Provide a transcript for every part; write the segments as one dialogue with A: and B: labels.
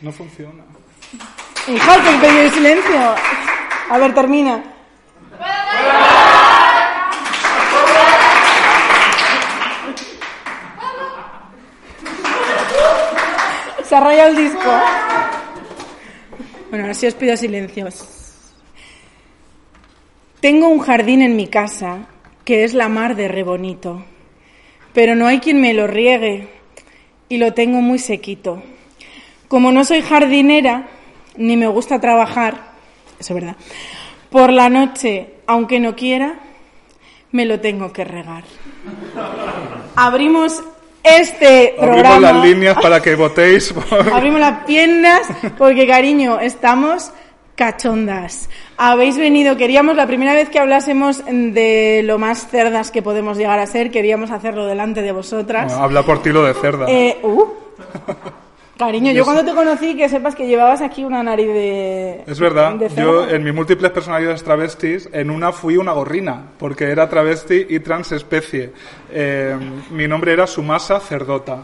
A: No funciona.
B: Hija, que te de silencio. A ver, termina. Se ha rayado el disco. Bueno, ahora sí os pido silencio. Tengo un jardín en mi casa que es la mar de rebonito, pero no hay quien me lo riegue y lo tengo muy sequito. Como no soy jardinera, ni me gusta trabajar, eso es verdad, por la noche, aunque no quiera, me lo tengo que regar. Abrimos este programa.
A: Abrimos las líneas para que votéis. por-
B: Abrimos las piernas porque, cariño, estamos cachondas. Habéis venido, queríamos, la primera vez que hablásemos de lo más cerdas que podemos llegar a ser, queríamos hacerlo delante de vosotras.
A: Bueno, habla por ti lo de cerda.
B: Eh, uh. Cariño, yo cuando te conocí, que sepas que llevabas aquí una nariz de...
A: Es verdad,
B: de cerda.
A: yo en mis múltiples personalidades travestis, en una fui una gorrina, porque era travesti y transespecie. Eh, mi nombre era Sumasa Cerdota,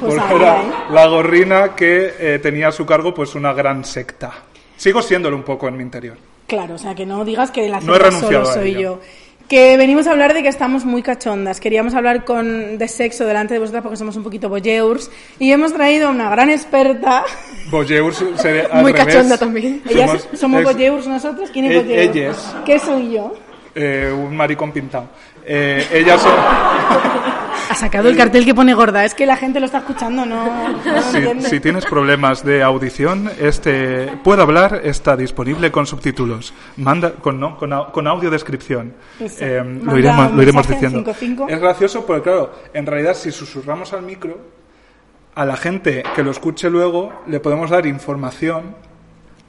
B: Pues
A: porque
B: ahora,
A: era
B: ¿eh?
A: la gorrina que eh, tenía a su cargo pues una gran secta. Sigo siéndolo un poco en mi interior.
B: Claro, o sea, que no digas que la
A: No he
B: cerda
A: renunciado
B: solo
A: a
B: soy yo.
A: ello.
B: Que venimos a hablar de que estamos muy cachondas. Queríamos hablar con, de sexo delante de vosotras porque somos un poquito voyeurs. Y hemos traído a una gran experta.
A: Boyeur sería al
C: Muy
A: revés.
C: cachonda también.
B: Ellas
A: Somos-
B: somos
A: es-
B: voyeurs nosotros. ¿Quién es
A: E-
B: voyeur?
A: ellas.
B: ¿Qué soy yo?
A: eh, un maricón pintado. Eh, ellas son...
B: Ha sacado el cartel que pone gorda. Es que la gente lo está escuchando, no, no lo
A: Si,
B: entiende.
A: si tienes problemas de audición, este Puedo hablar está disponible con subtítulos. Manda con no, con, au- con audiodescripción.
B: Eso.
A: Eh,
B: Manda
A: lo, iremos,
B: un
A: lo iremos
B: mensaje
A: diciendo.
B: al 55.
A: Es gracioso porque claro, en realidad si susurramos al micro a la gente que lo escuche luego le podemos dar información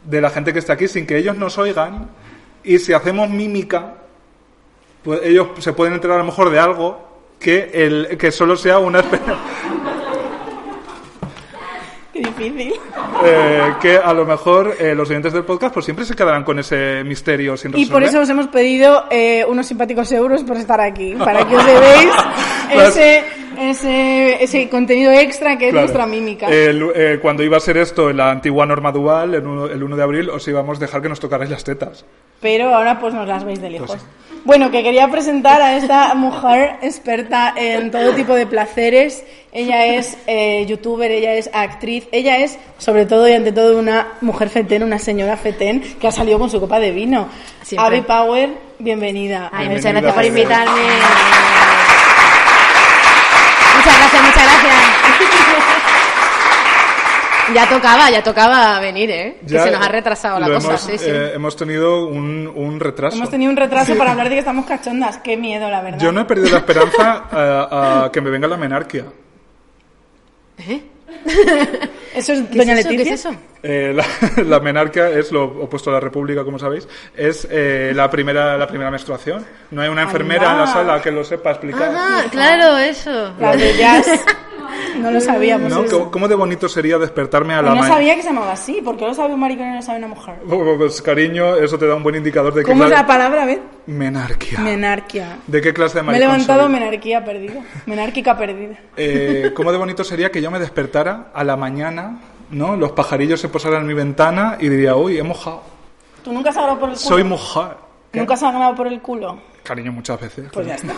A: de la gente que está aquí sin que ellos nos oigan y si hacemos mímica pues ellos se pueden enterar a lo mejor de algo que el que solo sea una espe-
B: Qué difícil.
A: Eh, que a lo mejor eh, los oyentes del podcast pues siempre se quedarán con ese misterio sin
B: Y
A: resolver.
B: por eso os hemos pedido eh, unos simpáticos euros por estar aquí, para que os debéis
A: Claro.
B: ese, ese, ese contenido extra que es
A: Claro.
B: nuestra mímica.
A: El- eh, cuando iba a ser esto en la antigua norma dual, el 1, el 1 de abril, os íbamos a dejar que nos tocarais las tetas.
B: Pero ahora pues nos las veis de lejos.
A: Pues
B: Bueno, que quería presentar a esta mujer experta en todo tipo de placeres. Ella es eh, youtuber, ella es actriz, ella es sobre todo y ante todo una mujer fetén, una señora fetén que ha salido con su copa de vino.
C: Siempre.
B: Ave Power, bienvenida.
C: Ay,
A: Bienvenida,
C: muchas gracias por
A: Fede.
C: invitarme. Muchas gracias, muchas gracias. Ya tocaba, ya tocaba venir, ¿eh?
A: Ya,
C: que se nos ha
A: eh,
C: retrasado la
A: lo
C: cosa.
A: hemos,
C: sí, sí.
A: eh, hemos tenido un, un retraso.
B: Hemos tenido un retraso para hablar de que estamos cachondas. Qué miedo, la verdad.
A: Yo no he perdido la esperanza eh, a, a que me venga la menarquia.
B: Eso es
C: ¿Qué
B: Doña
C: es eso?
B: Leticia.
C: ¿Qué es eso?
A: Eh, la, la menarquia es lo opuesto a la república, como sabéis. Es eh, la primera la primera menstruación. No hay una enfermera en la
B: va.
A: sala que lo sepa explicar.
C: Ah, claro, eso.
B: La de jazz. No lo sabíamos.
A: ¿No?
B: eso.
A: ¿Cómo, cómo de bonito sería despertarme a la
B: No
A: ma-
B: sabía que se llamaba así. ¿Por qué lo sabe un maricón y no lo sabe una mujer?
A: Pues cariño, eso te da un buen indicador de qué
B: ¿Cómo es
A: cla-
B: la palabra, ve?
A: Menarquía.
B: Menarquía.
A: ¿De qué clase de
B: Me he
A: maricón
B: levantado
A: soy?
B: menarquía perdida. Menárquica perdida.
A: Eh, ¿Cómo de bonito sería que yo me despertara a la mañana, ¿no? Los pajarillos se posaran en mi ventana y diría, uy, he mojado.
B: ¿Tú nunca has agarrado por el culo?
A: Soy mujer. ¿Qué?
B: ¿Nunca has agarrado por el culo?
A: Cariño, muchas veces.
B: Pues ya está.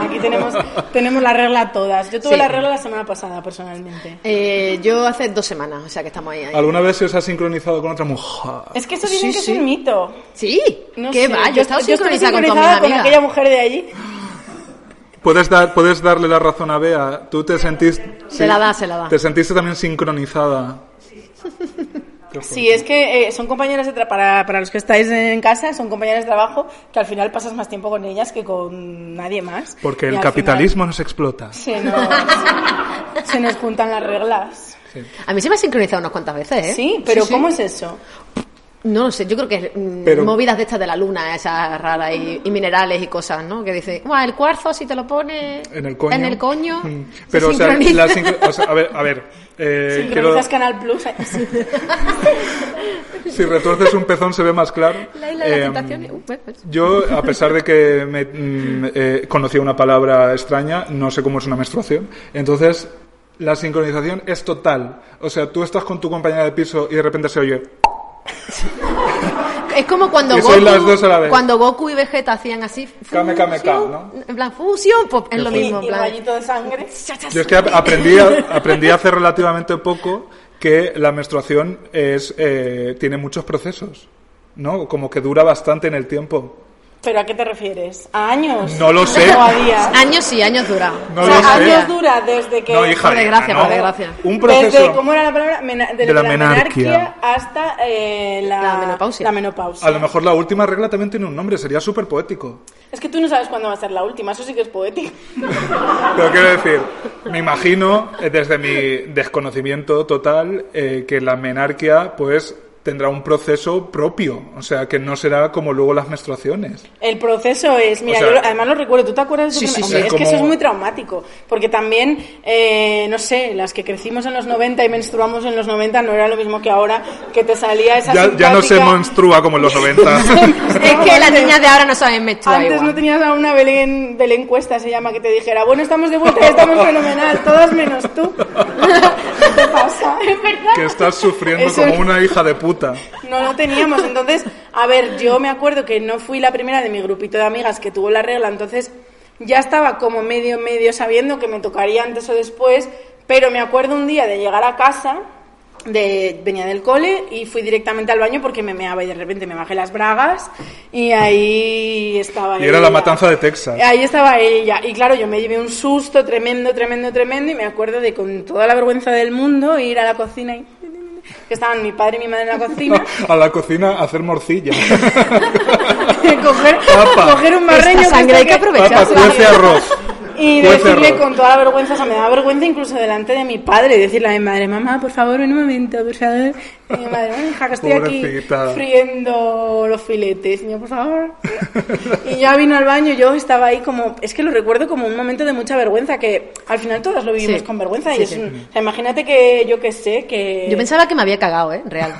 B: Aquí tenemos, tenemos la regla todas. Yo tuve
C: Sí.
B: la regla la semana pasada, personalmente.
C: Eh, yo hace dos semanas, o sea que estamos ahí. ahí.
A: ¿Alguna vez se os ha sincronizado con otra mujer?
B: Es que eso dicen
C: Sí,
B: que
C: sí.
B: es un mito.
C: Sí,
B: No
C: qué
B: sé,
C: va, yo, he estado
B: estoy
C: sincronizada con todas mis
B: con
C: amigas.
B: aquella mujer de allí.
A: ¿Puedes, dar, puedes darle la razón a Bea. ¿Tú te sentiste...?
C: Se la da, se la da.
A: ¿Te sentiste también sincronizada?
B: Sí, es que eh, son compañeras de tra- para, para los que estáis en casa, son compañeras de trabajo que al final pasas más tiempo con ellas que con nadie más.
A: Porque
B: Y
A: el
B: al
A: capitalismo nos explota.
B: final- Sí, no, sí. se nos juntan las reglas.
A: Sí.
C: A mí se me ha sincronizado unas cuantas veces, ¿eh?
B: Sí, pero
A: Sí, sí.
B: ¿cómo es eso?
C: No lo sé, yo creo que es mm,
A: Pero-
C: movidas de estas de la luna, esas raras y, y minerales y cosas, ¿no? Que dice, "Buah, el cuarzo si te lo pones
A: En el coño.
C: en el coño,
A: Mm.
C: se
A: Pero, o sea,
C: sincroniza".
A: la sincro- o sea, a ver, a ver. eh, quiero-
B: Sincronizas Canal Plus.
A: si retuerces un pezón se ve más claro.
C: La isla de las
A: Eh,
C: tentaciones. Uh, pues, pues.
A: Yo, a pesar de que me, mm, eh, conocía una palabra extraña, no sé cómo es una menstruación. Entonces, la sincronización es total. O sea, tú estás con tu compañera de piso y de repente se oye.
C: pues. Es como cuando
A: Que
C: Goku,
A: sois las dos a la vez.
C: cuando Goku y Vegeta hacían así,
A: Kame, kame, ka,
C: fusión,
A: ¿no?
C: En plan fusión, pues es lo
A: fuerte.
C: mismo, en
B: y
C: plan.
B: rayito de sangre.
A: Yo es que ap- aprendí, a- aprendí hace relativamente poco que la menstruación es, eh, tiene muchos procesos, ¿no? Como que dura bastante en el tiempo.
B: ¿Pero a qué te refieres? ¿A años?
A: No lo sé.
B: ¿O a días?
C: Años sí, años dura.
A: No
B: o sea,
A: lo sé.
B: años dura desde que...
A: No, hija. eh,
C: Por desgracia,
A: no.
C: por desgracia.
A: Un proceso.
B: Desde, ¿cómo era la palabra? Mena- desde
A: De la
B: la,
A: menarquia.
B: menarquia, hasta eh, la,
C: La menopausia.
B: la menopausia.
A: A lo mejor la última regla también tiene un nombre, sería súper poético.
B: Es que tú no sabes cuándo va a ser la última, eso sí que es poético.
A: Pero quiero decir, me imagino, eh, desde mi desconocimiento total, eh, que la menarquía, pues, tendrá un proceso propio. O sea, que no será como luego las menstruaciones.
B: El proceso es, mira,
A: O sea-
B: yo lo- además lo recuerdo, ¿tú te acuerdas de
C: Sí,
B: eso?
C: sí,
B: Hombre,
A: sí.
B: es que eso es
A: Como-
B: muy traumático, porque también, eh, no sé, las que crecimos en los 90 y menstruamos en los 90 no era lo mismo que ahora, que te salía esa
A: Ya, ya no se
B: simpática-
A: menstrua como en los 90.
C: Es que las niñas de ahora no saben menstruar
B: Antes
C: igual.
B: no tenías a una Belén, Belén Cuesta, se llama, que te dijera, bueno, estamos de vuelta, y estamos fenomenal, todas menos tú. ¿Qué te pasa? Es verdad.
A: que estás sufriendo
B: Eso
A: como
B: es.
A: una hija de puta.
B: No lo teníamos, entonces, a ver, yo me acuerdo que no fui la primera de mi grupito de amigas que tuvo la regla, entonces ya estaba como medio, medio sabiendo que me tocaría antes o después, pero me acuerdo un día de llegar a casa, de, venía del cole y fui directamente al baño porque me meaba y de repente me bajé las bragas y ahí estaba
A: Y era la
B: ella.
A: matanza de Texas.
B: Ahí estaba ella. Y claro, yo me llevé un susto tremendo, tremendo, tremendo. Y me acuerdo de con toda la vergüenza del mundo ir a la cocina y. Que estaban mi padre y mi madre en la cocina.
A: A la cocina a hacer morcilla.
B: coger,
A: Papa.
B: coger un marreño.
C: Esta
B: que está
C: sangre hay que
A: Papa,
C: aprovecharla.
A: cuece arroz.
B: Y
A: Cuece
B: decirle
A: arroz.
B: con toda la vergüenza, o sea, me da vergüenza incluso delante de mi padre, decirle a mi madre, mamá, por favor, un momento, por favor. Y mi madre, "Bueno, hija, que estoy
A: Pobrecita.
B: aquí friendo los filetes. Y yo, por favor. Y ya vino al baño, yo estaba ahí como, es que lo recuerdo como un momento de mucha vergüenza, que al final todas lo vivimos
C: Sí.
B: con vergüenza.
C: Sí,
B: y es
C: sí.
B: un- o sea, imagínate que yo que sé, que...
C: Yo pensaba que me había cagado, ¿eh? Real.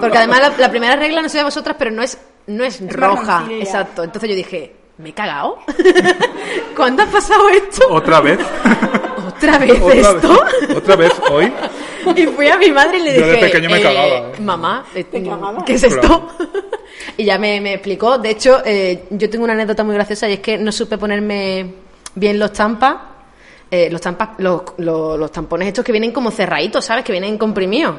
C: Porque además la, la primera regla, no sé a vosotras, pero no es, no es, roja.
B: marroncilla.
C: Exacto. Entonces yo dije, ¿me he cagado? ¿Cuándo ha pasado esto?
A: Otra vez.
C: ¿Otra vez
A: Otra vez.
C: esto?
A: Otra vez hoy.
C: Y fui a mi madre y le
A: Yo de
C: dije,
A: pequeño me
C: eh,
A: cagaba, ¿eh?
C: mamá, eh,
B: ¿Te cagabas?
C: ¿qué es esto? y ya me, me explicó. De hecho, eh, yo tengo una anécdota muy graciosa y es que no supe ponerme bien los tampas. eh, los, tampas los, los- los tampones estos que vienen como cerraditos, ¿sabes? Que vienen comprimidos.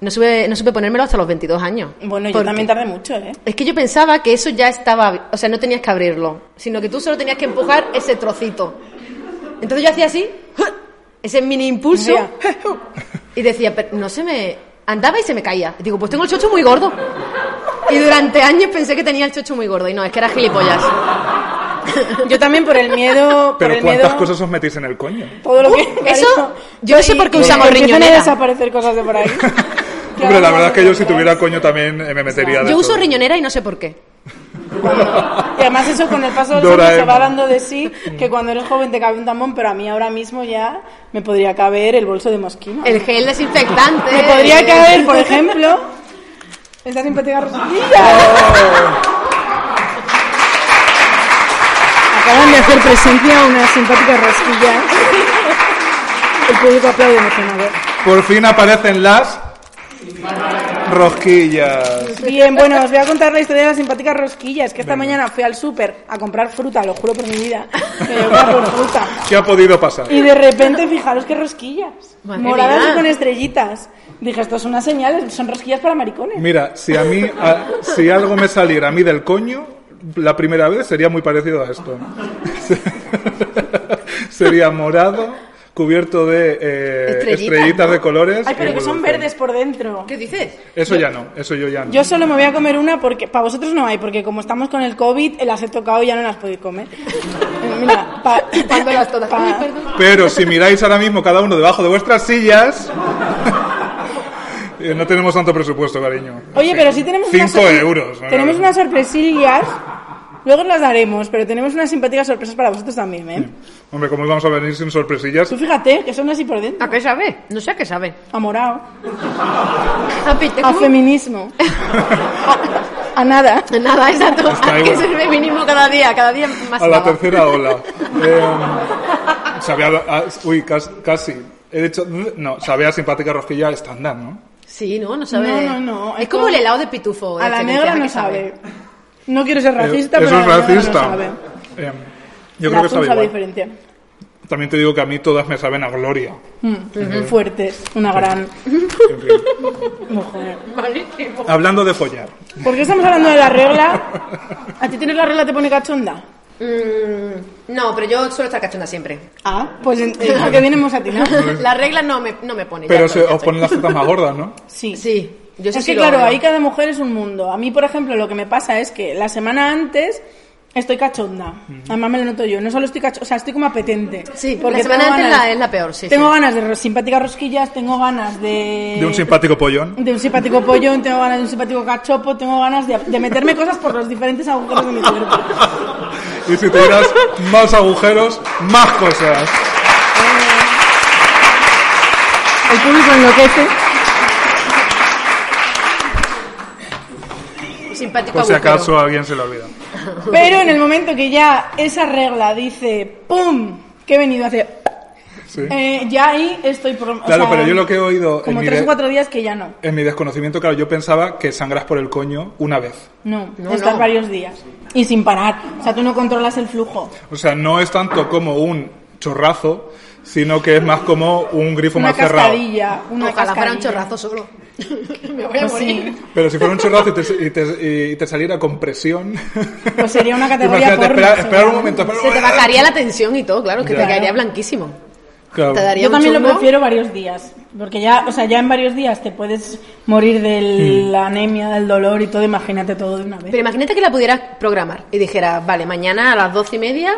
C: No supe, no supe ponérmelo hasta los 22 años.
B: Bueno, yo
C: Porque-
B: también tardé mucho, ¿eh?
C: Es que yo pensaba que eso ya estaba... O sea, no tenías que abrirlo, sino que tú solo tenías que empujar ese trocito. Entonces yo hacía así, ese mini impulso,
B: Mira.
C: y decía, pero no se me... Andaba y se me caía. Y digo, pues tengo el chocho muy gordo. Y durante años pensé que tenía el chocho muy gordo. Y no, es que era gilipollas.
B: Yo también por el miedo... por
A: Pero
B: el
A: ¿cuántas
B: miedo-
A: cosas os metís en el coño?
B: Todo lo que.
C: eso,
B: Claro,
C: yo no sé
B: y-
C: por qué
B: y
C: usamos
B: empiezan
C: riñonera.
B: a desaparecer cosas de por ahí.
A: Hombre, la verdad es que yo si tuviera coño también eh, me metería de
C: Yo uso
A: todo.
C: riñonera y no sé por qué.
B: Y además, eso con el paso del tiempo
A: Doraemon.
B: se va dando de sí. Que cuando eres joven te cabe un tambón, pero a mí ahora mismo ya me podría caber el bolso de mosquino.
C: El gel desinfectante.
B: Me
C: eh,
B: podría caber, por ejemplo. Esta simpática Rosendilla. Acaban de hacer presencia unas simpáticas rosquillas. El público aplaude emocionado.
A: Por fin aparecen las rosquillas.
B: Bien, bueno, os voy a contar la historia de las simpáticas rosquillas, que esta mañana fui al súper a comprar fruta, lo juro por mi vida, que yo compro fruta.
A: ¿Qué ha podido pasar?
B: Y de repente, fijaros qué rosquillas,
C: Madre
B: moradas
C: mía.
B: y con estrellitas. Dije, esto es una señal, son rosquillas para maricones.
A: Mira, si a mí, a- si algo me saliera a mí del coño, la primera vez sería muy parecido a esto. sería morado, cubierto de eh,
C: Estrellitas,
A: estrellitas de colores.
B: Ay, pero
A: y
B: que son
A: dulce.
B: verdes por dentro.
C: ¿Qué dices?
A: Eso ya no, eso yo ya no.
B: Yo solo me voy a comer una porque para vosotros no hay, porque como estamos con el COVID, las he tocado y ya no las podéis comer. Eh, Mira, Pa-
C: Cuando las todas.
B: pa-
C: Ay, perdón.
A: Pero si miráis ahora mismo cada uno debajo de vuestras sillas, eh, no tenemos tanto presupuesto, cariño.
B: Oye, pero sí tenemos una
A: 5
B: sorpre-
A: euros. ¿no?
B: Tenemos unas sorpresillas. Luego las daremos, pero tenemos unas simpáticas sorpresas para vosotros también, ¿eh?
A: Hombre, ¿cómo os vamos a venir sin sorpresillas?
B: Tú fíjate que son así por dentro.
C: ¿A qué sabe? No sé a qué sabe.
B: A morado,
C: A piteco.
B: a feminismo, a nada.
C: Nada, exacto.
A: Está
C: Hay
A: ahí,
C: que
A: bueno.
C: ser mínimo cada día, cada día más.
A: A la
C: nada.
A: tercera ola. Eh, sabía, ah, uy, cas- casi. He dicho, no, sabía simpática rosquilla estándar, ¿no?
C: Sí, no, no sabe.
B: No, no, no.
C: Es
B: Esto-
C: como el helado de pitufo.
B: A la
C: este que
B: negra
C: empieza,
B: no
C: que
B: sabe. No quiero ser racista,
A: Eh,
B: pero
A: Eso es
B: a la negra no
A: racista.
B: sabe.
A: Eh,
B: La
A: yo creo que
B: azul
A: sabe
B: sabe
A: igual.
B: diferente.
A: También te digo que a mí todas me saben a gloria.
B: Mm, Fuertes, una gran
A: En fin.
B: mujer.
C: Malísimo.
A: Hablando de follar.
B: ¿Por qué estamos hablando de la regla? ¿A ti tienes la regla te pone cachonda?
C: Mm, no, pero yo suelo estar cachonda siempre.
B: Ah, pues en- es la que viene hemos atinado.
C: Las reglas no me, no me pone.
A: Pero
C: ya
A: se,
C: estoy, ya
A: os ponen las
C: estoy.
A: tetas más gordas, ¿no?
B: Sí.
C: Sí, yo sí
B: es
C: sí
B: que
C: lo
B: claro,
C: hago.
B: ahí cada mujer es un mundo. A mí, por ejemplo, lo que me pasa es que la semana antes estoy cachonda. Además me lo noto yo. No solo estoy cachonda, o sea, estoy como apetente.
C: Sí, la semana
B: tengo
C: antes la- es la peor, sí,
B: Tengo
C: sí.
B: ganas de ro- simpáticas rosquillas, tengo ganas de...
A: De un simpático pollón.
B: de un simpático pollón, tengo ganas de un simpático cachopo, tengo ganas de, de meterme cosas por los diferentes agujeros de mi cuerpo.
A: Y si tuvieras más agujeros, más cosas.
B: El público enloquece.
C: Simpático
A: Por si
C: agujero.
A: acaso a alguien se le olvida.
B: Pero en el momento que ya esa regla dice ¡pum! que he venido a hacer
A: Sí.
B: Eh, ya ahí estoy... Por, o
A: Claro,
B: sea,
A: pero yo lo que he oído en
B: Como
A: mi
B: tres
A: de-
B: o cuatro días que ya no.
A: En mi desconocimiento, claro, yo pensaba que sangras por el coño una vez.
B: No,
C: No,
B: estás
C: no.
B: varios días. Y sin parar. O sea, tú no controlas el flujo.
A: O sea, no es tanto como un chorrazo, sino que es más como un grifo
B: una
A: más cerrado.
B: cascadilla. Una
C: Ojalá fuera un
B: cascadilla.
C: chorrazo solo. me voy a
B: Pues
C: morir.
B: sí.
A: Pero si fuera un chorrazo y te, y te- y te saliera con presión.
B: Pues sería una categoría
A: Imagínate,
B: porno,
A: espera, espera un
B: seguramente.
A: momento. espera un
C: Se te
A: momento.
C: bajaría la tensión y todo, claro, que
A: Claro.
C: te caería blanquísimo.
A: Claro.
C: Te daría
B: Yo
C: un
B: también lo
C: chungo.
B: prefiero varios días. Porque ya, o sea, ya en varios días te puedes morir de
A: Mm.
B: la anemia, del dolor y todo. Imagínate todo de una vez.
C: Pero imagínate que la pudieras programar y dijeras, vale, mañana a las doce y media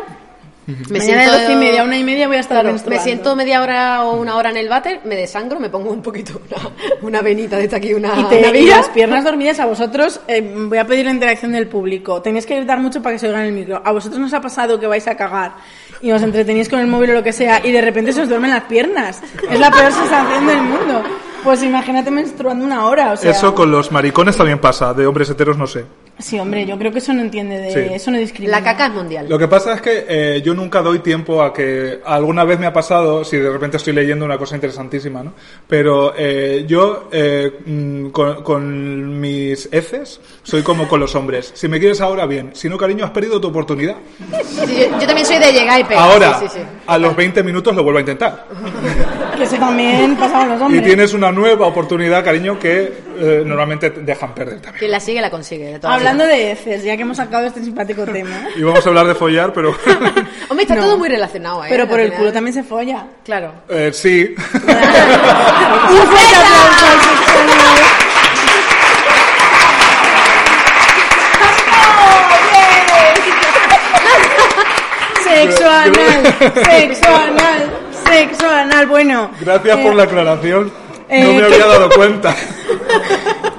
C: me
B: Mañana
C: siento
B: de doce y media, una y media voy a estar
C: Claro, me
B: menstruando.
C: siento media hora o una hora en el váter, me desangro, me pongo un poquito una, una venita de esta aquí, una,
B: Y, te-
C: una
B: y
C: vía.
B: las piernas dormidas a vosotros, eh, voy a pedir la interacción del público. Tenéis que gritar mucho para que se oiga en el micro. A vosotros nos ha pasado que vais a cagar y os entretenéis con el móvil o lo que sea y de repente se os duermen las piernas. Es la peor sensación del mundo. Pues imagínate menstruando una hora. O sea,
A: Eso con los maricones también pasa, de hombres heteros no sé.
B: Sí, hombre, yo creo que eso no entiende de...
A: Sí.
B: Eso no discrimina.
C: La caca es mundial.
A: Lo que pasa es que eh, yo nunca doy tiempo a que alguna vez me ha pasado, si de repente estoy leyendo una cosa interesantísima, ¿no? Pero eh, yo eh, mm, con, con mis heces soy como con los hombres. Si me quieres ahora, bien. Si no, cariño, has perdido tu oportunidad.
C: Sí, yo, yo también soy de llegar y pegar.
A: ahora,
C: sí, sí, sí.
A: a los 20 minutos lo vuelvo a intentar.
B: Que eso también pasa con los
A: Y
B: hombres.
A: tienes una nueva oportunidad, cariño, que eh, normalmente te dejan perder también.
C: Quien la sigue la consigue. de todas
B: Hablando de heces, ya que hemos sacado este simpático tema.
A: Y vamos a hablar de follar, pero...
C: maneras. Hombre, está
B: No.
C: todo muy relacionado, ¿eh?
B: Pero por
C: Al
B: el
C: final.
B: culo también se folla.
C: Claro.
A: eh, sí.
B: Un fuerte aplauso al sexólogo. Sexo anal, sexo anal, sexo anal. Bueno,
A: Gracias
B: eh,
A: por la aclaración. No
B: eh,
A: me había dado cuenta.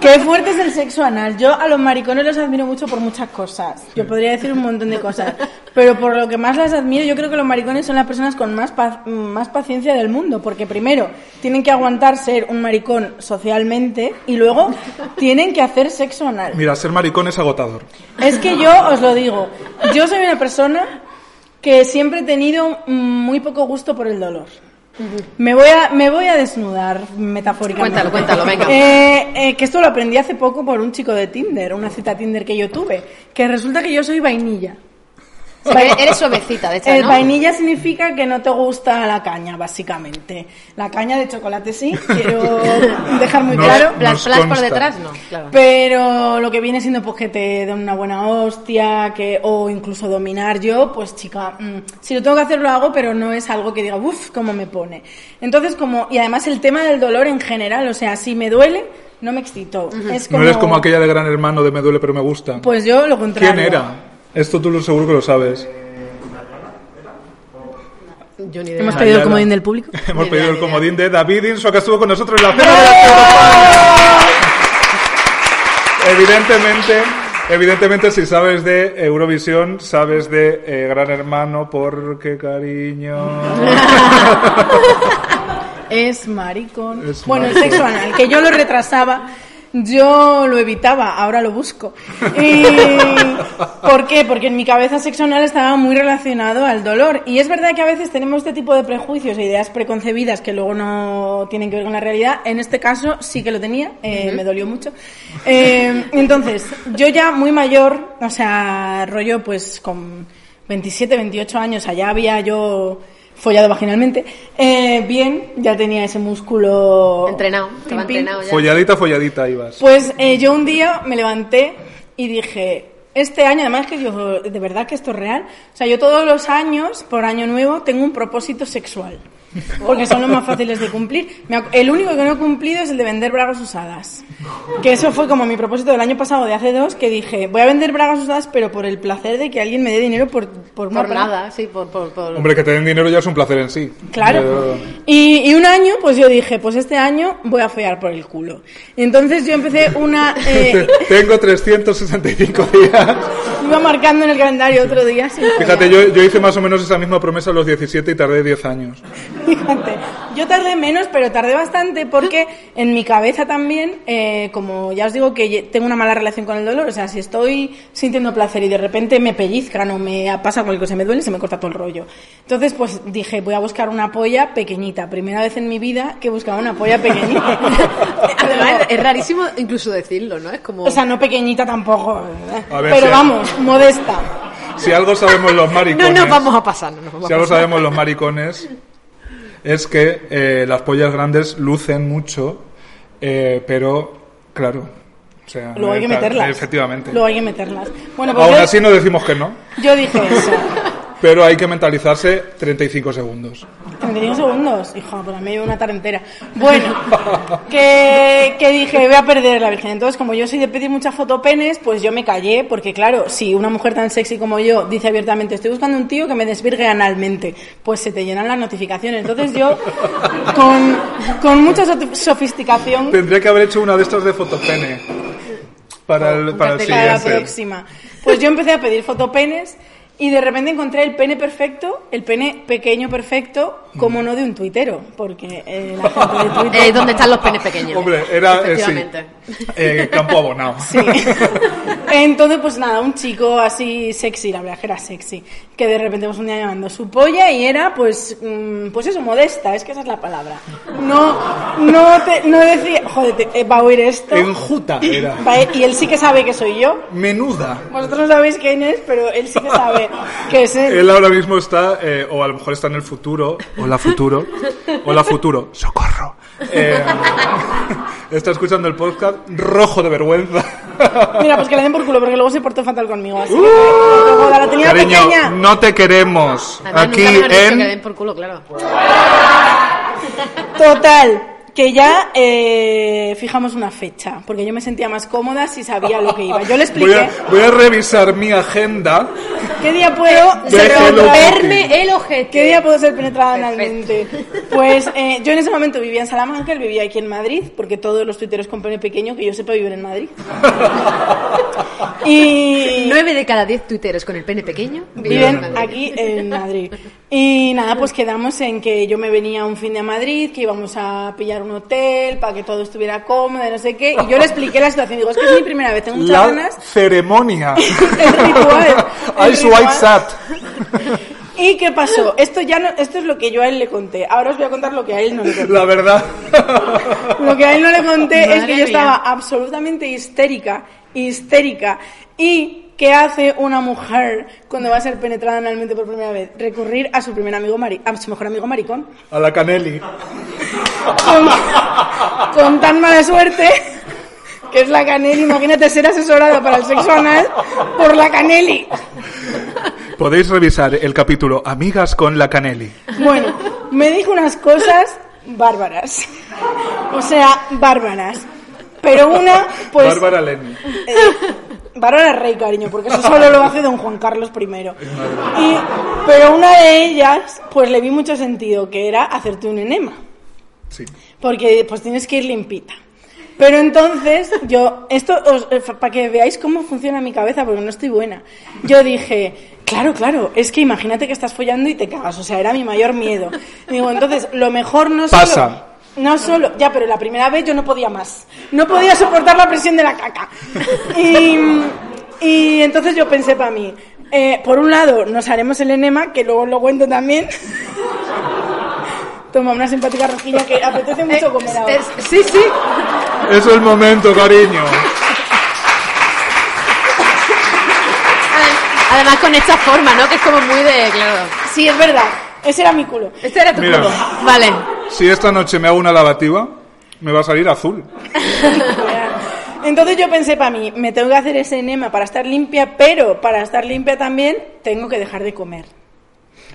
B: qué fuerte es el sexo anal. Yo a los maricones los admiro mucho por muchas cosas. Yo podría decir un montón de cosas, pero por lo que más las admiro, yo creo que los maricones son las personas con más pa- más paciencia del mundo, porque primero tienen que aguantar ser un maricón socialmente y luego tienen que hacer sexo anal.
A: Mira, ser maricón es agotador.
B: Es que yo os lo digo, yo soy una persona que siempre he tenido mm, muy poco gusto por el dolor. Me voy a, me voy a desnudar metafóricamente.
C: Cuéntalo, cuéntalo, venga.
B: Eh, eh, que esto lo aprendí hace poco por un chico de Tinder, una cita Tinder que yo tuve, que resulta que yo soy vainilla.
C: O sea, que eres suavecita, de esta,
B: Eh,
C: ¿no?
B: Vainilla significa que no te gusta la caña, básicamente. La caña de chocolate sí, quiero dejar muy
A: No,
B: claro.
A: Nos
C: Las flash por
A: consta.
C: detrás, no. Claro.
B: Pero lo que viene siendo pues que te den una buena hostia, que o incluso dominar yo, pues chica, mm, si lo tengo que hacer lo hago, pero no es algo que diga, uff, cómo me pone. Entonces como y además el tema del dolor en general, o sea, si me duele, no me excito. Es
A: No eres como aquella de Gran Hermano de Me duele pero me gusta.
B: Pues yo lo contrario.
A: ¿Quién era? Esto tú lo seguro que lo sabes.
C: Yo ni
D: ¿Hemos
C: idea.
D: pedido el
A: Daniela.
D: comodín del público?
A: Hemos pedido
C: Ni idea,
A: el
C: ni idea.
A: comodín de David Inso, que estuvo con nosotros en la cena de la Eurocopa. Evidentemente, evidentemente, si sabes de Eurovisión, sabes de eh, Gran Hermano, porque cariño.
B: Es maricón.
A: Es
B: bueno,
A: maricón.
B: el sexo anal, que yo lo retrasaba, yo lo evitaba, ahora lo busco. Y- ¿Por qué? Porque en mi cabeza sexo anal estaba muy relacionado al dolor. Y es verdad que a veces tenemos este tipo de prejuicios e ideas preconcebidas que luego no tienen que ver con la realidad. En este caso sí que lo tenía, eh, me dolió mucho. Eh, entonces, yo ya muy mayor, o sea, rollo pues con 27, 28 años, allá había yo follado vaginalmente, eh, bien, ya tenía ese músculo...
C: Entrenado, estaba
B: Pim, pim.
C: entrenado ya.
A: folladita, folladita ibas.
B: Oh. Pues eh, yo un día me levanté y dije, este año, además que yo, de verdad que esto es real, o sea, yo todos los años, por año nuevo, tengo un propósito sexual, porque son los más fáciles de cumplir. Me ac- El único que no he cumplido es el de vender bragas usadas, que eso fue como mi propósito del año pasado, de hace dos, que dije, voy a vender bragas usadas, pero por el placer de que alguien me dé dinero por, por una
C: Por
B: braga".
C: nada, sí, por... por, por-
A: Hombre, que te den dinero ya es un placer en sí.
B: Claro.
A: Pero-
B: Y, y un año, pues yo dije, pues este año voy a follar por el culo. Y entonces yo empecé una... eh,
A: Tengo 365 días.
B: Iba marcando en el calendario otro día. sin
A: Fíjate,
B: follar.
A: yo, yo hice más o menos esa misma promesa a los 17 y tardé 10 años.
B: Fíjate. Yo tardé menos, pero tardé bastante porque en mi cabeza también, eh, como ya os digo que ye- tengo una mala relación con el dolor, o sea, si estoy sintiendo placer y de repente me pellizcan o me pasa cualquier cosa, me duele, se me corta todo el rollo. Entonces, pues dije, voy a buscar una polla pequeñita. Primera vez en mi vida que buscaba una polla pequeñita.
C: Además, es- es rarísimo incluso decirlo, ¿no? Es como...
B: o sea, no pequeñita tampoco, ¿eh?
A: A ver,
B: pero
A: sí.
B: vamos, modesta.
A: Si algo sabemos los
C: no
A: maricones...
C: nos vamos a pasar, no nos vamos
A: Si
C: a
A: algo
C: pasar.
A: sabemos los maricones es que eh, las pollas grandes lucen mucho, eh, pero claro, o sea,
B: Luego hay que
A: eh, tal-
B: meterlas.
A: Efectivamente.
B: Luego hay que meterlas. Bueno, pues
A: Aún
B: yo-
A: así no decimos que no,
B: yo dije eso.
A: pero hay que mentalizarse 35 segundos.
B: 31 segundos, hijo, pues a mí me llevo una tarde entera. Bueno, que, que dije, voy a perder la Virgen. Entonces, como yo soy de pedir muchas fotopenes, pues yo me callé, porque claro, si una mujer tan sexy como yo dice abiertamente, estoy buscando un tío que me desvirgue analmente, pues se te llenan las notificaciones. Entonces yo, con, con mucha so- sofisticación,
A: Tendría que haber hecho una de estas de fotopene para el, para
B: para
A: el
B: la
A: siguiente.
B: próxima. Pues yo empecé a pedir fotopenes y de repente encontré el pene perfecto, el pene pequeño perfecto, como no de un tuitero, porque eh, la gente de Twitter...
C: Eh, ¿Dónde están los penes pequeños?
A: Hombre, era eh, sí.
C: Efectivamente.
A: Eh, campo abonado.
B: Sí. Entonces, pues nada, un chico así sexy, la verdad que era sexy, que de repente pues, un día me mandó su polla y era, pues, mm, pues eso, modesta, es que esa es la palabra. No, no, te, no decía, joder, te- eh, va a oír esto.
A: Enjuta era.
B: Va a- y él sí que sabe que soy yo.
A: Menuda.
B: Vosotros no sabéis quién es, pero él sí que sabe que es él.
A: Él ahora mismo está, eh, o a lo mejor está en el futuro. Hola futuro. Hola futuro. Socorro. Eh, está escuchando el podcast rojo de vergüenza.
B: Mira, pues que le den por culo, porque luego se portó fatal conmigo. Así que, por favor, la tenía
A: Uh, Cariño,
B: pequeña.
A: no te queremos.
C: Además,
A: Aquí
C: nunca me han dicho que
A: en...
C: den por culo, claro.
B: Total, que ya eh, fijamos una fecha, porque yo me sentía más cómoda si sabía lo que iba. Yo le
A: Voy
B: expliqué
A: a, voy a revisar mi agenda.
B: qué día puedo
A: De
B: ser
A: Hello
B: penetrada-
A: Kitty.
C: Verme el ojete.
B: qué día puedo ser penetrada
C: Perfecto.
B: analmente. Pues eh, yo en ese momento vivía en Salamanca, él vivía aquí en Madrid, porque todos los tuiteros con pene pequeño que yo sepa viven en Madrid. Y
C: Nueve de cada diez tuiteros con el pene pequeño
B: Viven
C: en Madrid.
B: aquí en Madrid. Y nada, pues quedamos en que yo me venía un fin de Madrid, que íbamos a pillar un hotel para que todo estuviera cómodo, y no sé qué. Y yo le expliqué la situación. Digo, es que es mi primera vez, tengo muchas
A: La
B: ganas.
A: ceremonia.
B: El ritual. el
A: Ice White
B: ritual.
A: Sat.
B: ¿Y qué pasó? Esto ya no, esto es lo que yo a él le conté. Ahora os voy a contar lo que a él no le conté.
A: La verdad.
B: Lo que a él no le conté es
C: Madre
B: que yo estaba
C: mía.
B: absolutamente histérica, histérica. ¿Y qué hace una mujer cuando va a ser penetrada analmente por primera vez? Recurrir a su primer amigo, mari- a su mejor amigo maricón.
A: A la Canelli.
B: Con, con tan mala suerte que es la Canelli. Imagínate ser asesorada para el sexo anal por la Canelli.
A: Podéis revisar el capítulo Amigas con la Canelli.
B: Bueno, me dijo unas cosas bárbaras. O sea, bárbaras. Pero una, pues...
A: Bárbara Lenny.
B: Eh, Varona es rey, cariño, porque eso solo lo hace don Juan Carlos I. Y, pero una de ellas, pues le vi mucho sentido, que era hacerte un enema,
A: Sí.
B: porque pues tienes que ir limpita. Pero entonces, yo, esto, para que veáis cómo funciona mi cabeza, porque no estoy buena, yo dije, claro, claro, es que imagínate que estás follando y te cagas, o sea, era mi mayor miedo. Digo, entonces, lo mejor no solo-
A: Pasa.
B: no solo, ya, pero la primera vez yo no podía más. No podía soportar la presión de la caca. Y, y entonces yo pensé para mí, eh, por un lado nos haremos el enema, que luego lo cuento también. Toma una simpática rosquilla que apetece mucho comer ahora.
C: Eh, Es- sí, sí.
A: Es el momento, cariño.
C: Adem- Además con esta forma, ¿no? Que es como muy de, claro.
B: Sí, es verdad. Ese era mi culo.
C: Este era tu
A: Mira.
C: culo. Vale.
A: Si esta noche me hago una lavativa, me va a salir azul.
B: Entonces yo pensé para mí, me tengo que hacer ese enema para estar limpia, pero para estar limpia también tengo que dejar de comer.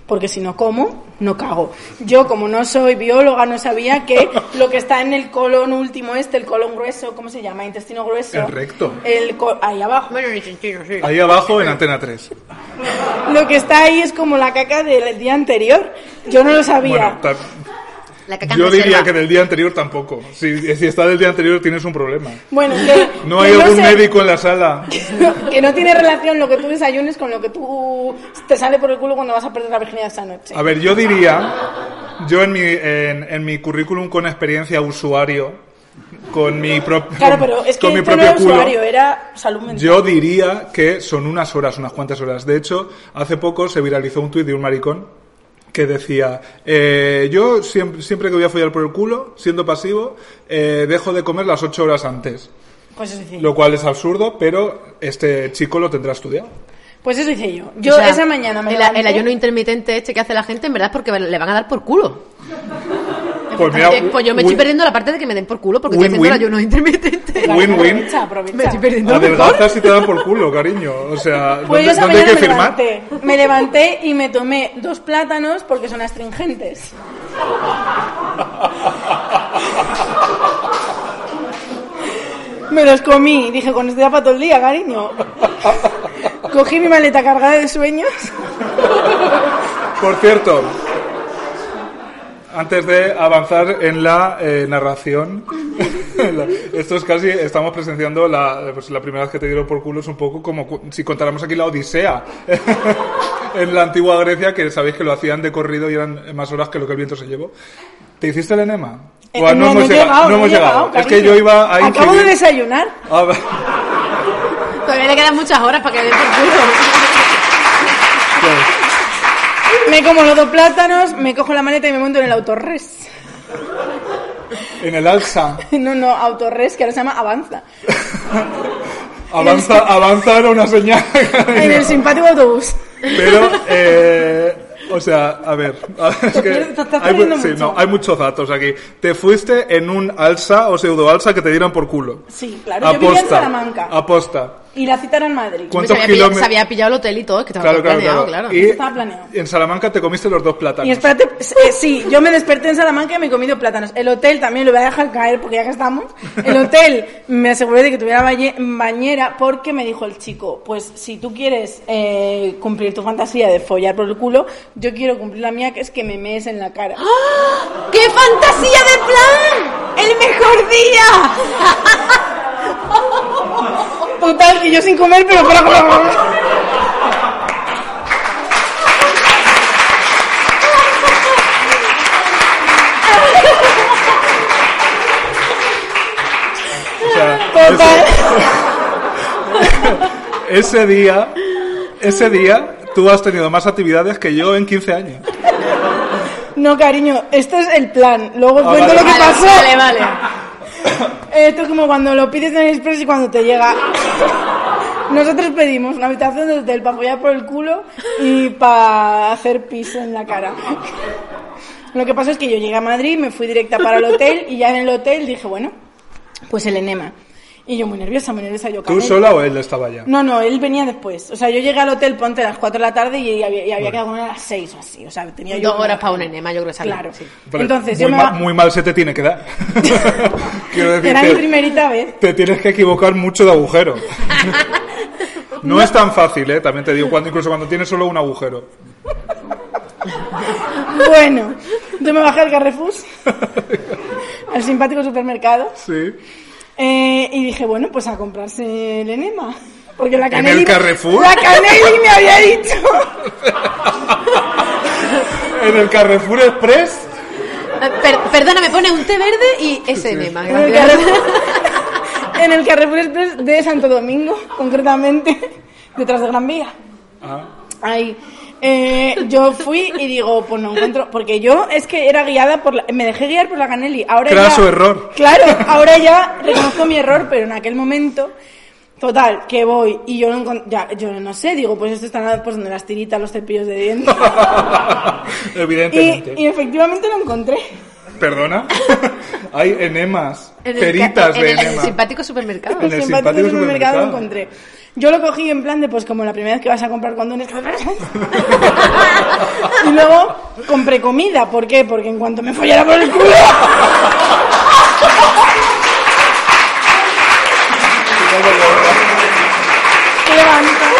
B: Porque si no como, no cago. Yo, como no soy bióloga, no sabía que lo que está en el colon último este, el colon grueso, ¿cómo se llama? Intestino grueso.
A: El recto.
B: El co- ahí abajo.
C: Bueno, ni sentido, sí.
A: Ahí abajo en Antena 3.
B: Lo que está ahí es como la caca del día anterior. Yo no lo sabía.
A: Bueno, ta-
C: La caca
A: yo
C: en
A: diría
C: reserva.
A: que del día anterior tampoco. Si, si está del día anterior tienes un problema.
B: Bueno, que,
A: No
B: que
A: hay algún
B: sé-
A: médico en la sala.
B: que no tiene relación lo que tú desayunes con lo que tú te sale por el culo cuando vas a perder la virginidad esa noche.
A: A ver, yo diría, yo en mi, en, en mi currículum con experiencia usuario, con mi, pro-
B: Claro,
A: con-
B: pero es que
A: con mi
B: esto no
A: propio
B: era
A: culo,
B: usuario, era salud mental.
A: yo diría que son unas horas, unas cuantas horas. De hecho, hace poco se viralizó un tuit de un maricón que decía, eh, yo siempre, siempre que voy a follar por el culo, siendo pasivo, eh, dejo de comer las ocho horas antes.
B: Pues eso hice yo.
A: Lo cual es absurdo, pero este chico lo tendrá estudiado.
B: Pues eso hice yo. Yo
C: O sea,
B: esa mañana me
C: el,
B: levanté-
C: el ayuno intermitente este que hace la gente, en verdad, es porque le van a dar por culo.
A: Pues mira,
C: Eh, pues yo me
A: win-
C: estoy perdiendo la parte de que me den por culo porque
A: Win-win.
C: estoy haciendo el ayuno intermitente.
B: Claro,
A: win-win.
B: aprovecha, aprovecha.
C: Me estoy perdiendo lo mejor.
A: Adelgazas y te dan por culo, cariño. O sea,
B: Pues yo
A: ¿dónde,
B: esa
A: dónde hay
B: mañana
A: que
B: me
A: firmar?
B: levanté, me levanté y me tomé dos plátanos porque son astringentes. Me los comí, dije, con esto ya para todo el día, cariño. Cogí mi maleta cargada de sueños.
A: Por cierto, antes de avanzar en la eh, narración, esto es casi, estamos presenciando la, pues, la primera vez que te dieron por culo, es un poco como cu- si contáramos aquí la Odisea en la antigua Grecia, que sabéis que lo hacían de corrido y eran más horas que lo que el viento se llevó. ¿Te hiciste el enema?
B: Eh,
A: Buah,
B: no, no he llegado, no he llegado,
A: hemos llegado. Es que
B: cariño.
A: yo iba a
B: Acabo de
A: incidir-
B: desayunar.
A: Ah, va-
C: Todavía le quedan muchas horas para que le den por culo.
A: pues,
B: Me como los dos plátanos, me cojo la maleta y me monto en el autorres.
A: en el alza.
B: No, no, autorres, que ahora se llama Avanza.
A: Avanza, avanza era una señal.
B: En el simpático autobús.
A: Pero, eh, o sea, a ver. es
B: Te
A: que
B: pierdes, te estás
A: hay, mu-
B: perdiendo
A: sí,
B: mucho.
A: no, hay muchos datos aquí. Te fuiste en un alza o pseudo alza que te dieran por culo.
B: Sí, claro, yo vivía en Salamanca.
A: Aposta.
B: Y la cita era en Madrid.
A: ¿Cuántos
C: Se había pillado-
A: kilómetros?
C: Se había pillado el hotel y todo, es que estaba
A: Claro,
C: todo
A: claro,
C: planeado,
A: claro.
C: claro.
A: Y
B: Eso estaba planeado.
A: en Salamanca te comiste los dos plátanos.
B: Y espérate, eh, sí, yo me desperté en Salamanca y me he comido plátanos. El hotel también lo voy a dejar caer porque ya que estamos. El hotel me aseguré de que tuviera bañe- bañera porque me dijo el chico, pues si tú quieres eh, cumplir tu fantasía de follar por el culo, yo quiero cumplir la mía que es que me mees en la cara.
C: ¡Ah! ¡Qué fantasía de plan! ¡El mejor día!
B: Total, que yo sin comer, pero para
A: O sea,
B: Total.
A: ese día, ese día, tú has tenido más actividades que yo en 15 años.
B: No, cariño, esto es el plan. Luego os
A: Ah,
B: cuento
A: vale.
B: lo que
C: Vale,
B: pasó.
C: vale, vale.
B: Esto es como cuando lo pides en el Express y cuando te llega. Nosotros pedimos una habitación de hotel para apoyar por el culo y para hacer piso en la cara. Lo que pasa es que yo llegué a Madrid, me fui directa para el hotel y ya en el hotel dije, bueno, pues el enema. Y yo muy nerviosa, muy nerviosa. Yo,
A: ¿Tú
B: "Canel".
A: sola o él estaba ya?
B: No, no, él venía después. O sea, yo llegué al hotel, ponte a las 4 de la tarde y había, y había quedado con él a las 6 o así. O sea, tenía yo...
C: Dos horas para un enema, yo creo que sabía.
B: Claro.
C: Sí.
A: Vale,
B: Entonces,
A: muy,
B: yo me...
A: ma-
B: va-
A: muy mal se te tiene que dar. Quiero decir,
B: Era mi
A: te-
B: primerita vez.
A: te tienes que equivocar mucho de agujero. No, es tan fácil, ¿eh? También te digo, cuando, incluso cuando tienes solo un agujero.
B: Bueno, yo me bajé al Carrefour, al simpático supermercado,
A: Sí.
B: eh, y dije, bueno, pues a comprarse el enema. Porque la Canelli...
A: el Carrefour?
B: La Canelli me había dicho.
A: En el Carrefour Express.
C: Eh, Per- perdona, me pone un té verde y ese enema.
B: En el
C: gracias.
B: Carrefour, en el Carrefour Express de Santo Domingo, concretamente, detrás de Gran Vía.
A: Ah,
B: Ay, eh, yo fui y digo, pues no encuentro, porque yo es que era guiada por la, me dejé guiar por la Canelli. Ahora
A: Claro,
B: ya-
A: su error.
B: Claro, ahora ya reconozco mi error, pero en aquel momento, total, que voy y yo no, encon- ya, yo no sé, digo, pues esto está pues, donde las tiritas, los cepillos de dientes. y,
A: Evidentemente.
B: y efectivamente lo encontré.
A: ¿Perdona? Hay enemas,
C: En el
A: peritas
C: ca-
A: de
C: en el
A: enema.
C: simpático supermercado.
A: En el
B: En
A: simpático
B: lo
A: supermercado.
B: encontré. Yo lo cogí en plan de, pues como la primera vez que vas a comprar condones. y luego compré comida. ¿Por qué? Porque en cuanto me follara por el culo. se levanta.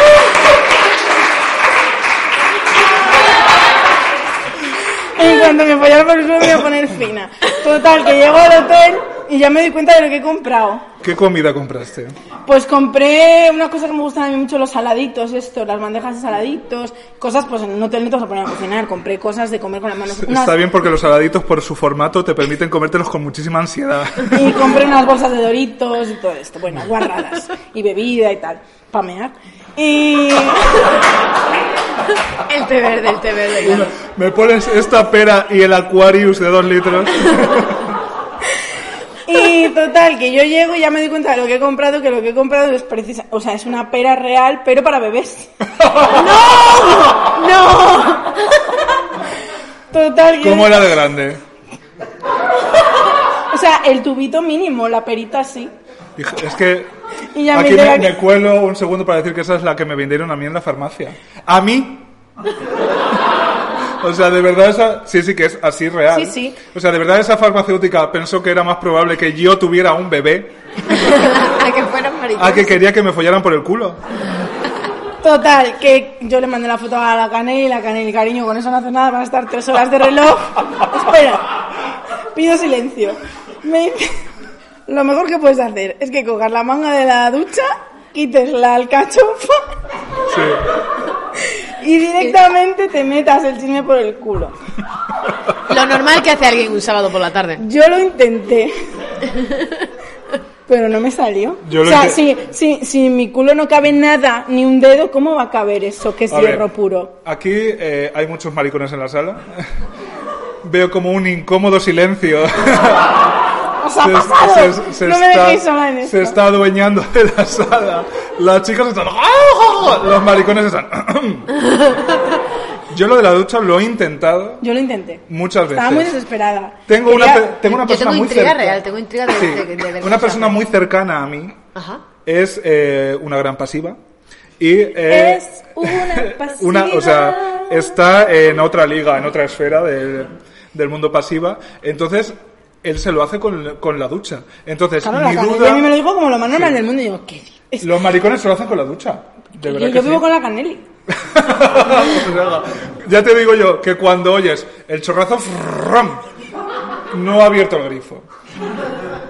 B: En cuanto me follara por el culo me voy a poner fina. Total, que llego al hotel y ya me doy cuenta de lo que he comprado.
A: ¿Qué comida compraste?
B: Pues compré unas cosas que me gustan a mí mucho, los saladitos, esto, las bandejas de saladitos, cosas, pues en un hotel no te vas a poner a cocinar, compré cosas de comer con las manos. unas-
A: Está bien porque los saladitos por su formato te permiten comértelos con muchísima ansiedad.
B: Y compré unas bolsas de doritos y todo esto, bueno, guarradas, y bebida y tal, pamear. Y
C: El té verde, el té verde. claro.
A: Me pones esta pera y el Aquarius de dos litros.
B: Y total, que yo llego y ya me doy cuenta de lo que he comprado, que lo que he comprado es precisa, o sea, es una pera real, pero para bebés. ¡No! ¡No! Total, yo-
A: ¿Cómo era de grande?
B: o sea, el tubito mínimo, la perita así.
A: Dije, Es que
B: Y ya me
A: aquí
B: llega
A: me,
B: que-
A: me cuelo un segundo para decir que esa es la que me vendieron a mí en la farmacia. ¿A mí? O sea, de verdad esa... Sí, sí, que es así real.
C: Sí, sí.
A: O sea, de verdad esa farmacéutica pensó que era más probable que yo tuviera un bebé
C: A que fueran maricones.
B: Pues-
A: a que quería que me follaran por el culo.
B: Total, que yo le mandé la foto a la Canel y la Canel, cariño, con eso no haces nada, van a estar tres horas de reloj. Espera, pido silencio. Me dice, lo mejor que puedes hacer es que cojas la manga de la ducha, quites la alcachofa
A: Sí.
B: y directamente te metas el chisme por el culo.
C: Lo normal que hace alguien un sábado por la tarde.
B: Yo lo intenté. Pero no me salió.
A: Yo lo
B: o sea, si,
A: inte-
B: si, si en mi culo no cabe nada, ni un dedo, ¿cómo va a caber eso que es
A: A
B: hierro
A: ver,
B: puro?
A: Aquí eh, hay muchos maricones en la sala. Veo como un incómodo silencio.
B: ¡Os ha pasado!
A: se- se
B: no me
A: está-
B: dejéis sola en esto.
A: Se está adueñando de la sala. Las chicas están... ¡ah, Los maricones están... Yo lo de la ducha lo he intentado
B: Yo lo intenté.
A: muchas veces.
B: Estaba muy desesperada.
A: Tengo una,
B: Quería-
A: pe- tengo una
C: Yo
A: persona
C: tengo
A: muy
C: intriga
A: cercana.
C: real, tengo intriga de-
A: Sí,
C: de- de ver
A: Una
C: qué
A: persona
C: hace.
A: muy cercana a mí
C: Ajá.
A: es eh, una gran pasiva. Y, eh,
B: Es una pasiva.
A: una- o sea, está en otra liga, en otra esfera del, del mundo pasiva. Entonces, él se lo hace con, con la ducha. Entonces,
B: Claro,
A: mi
B: la Canelli
A: duda...
B: a mí me lo dijo como lo más normal
A: Sí.
B: del mundo. Y yo, ¿qué dices?
A: Los maricones se lo hacen con la ducha. De verdad
B: Y
A: que
B: yo
A: sí.
B: vivo con la Canelli.
A: O sea, ya te digo yo que cuando oyes el chorrazo, frrrrram, no ha abierto el grifo.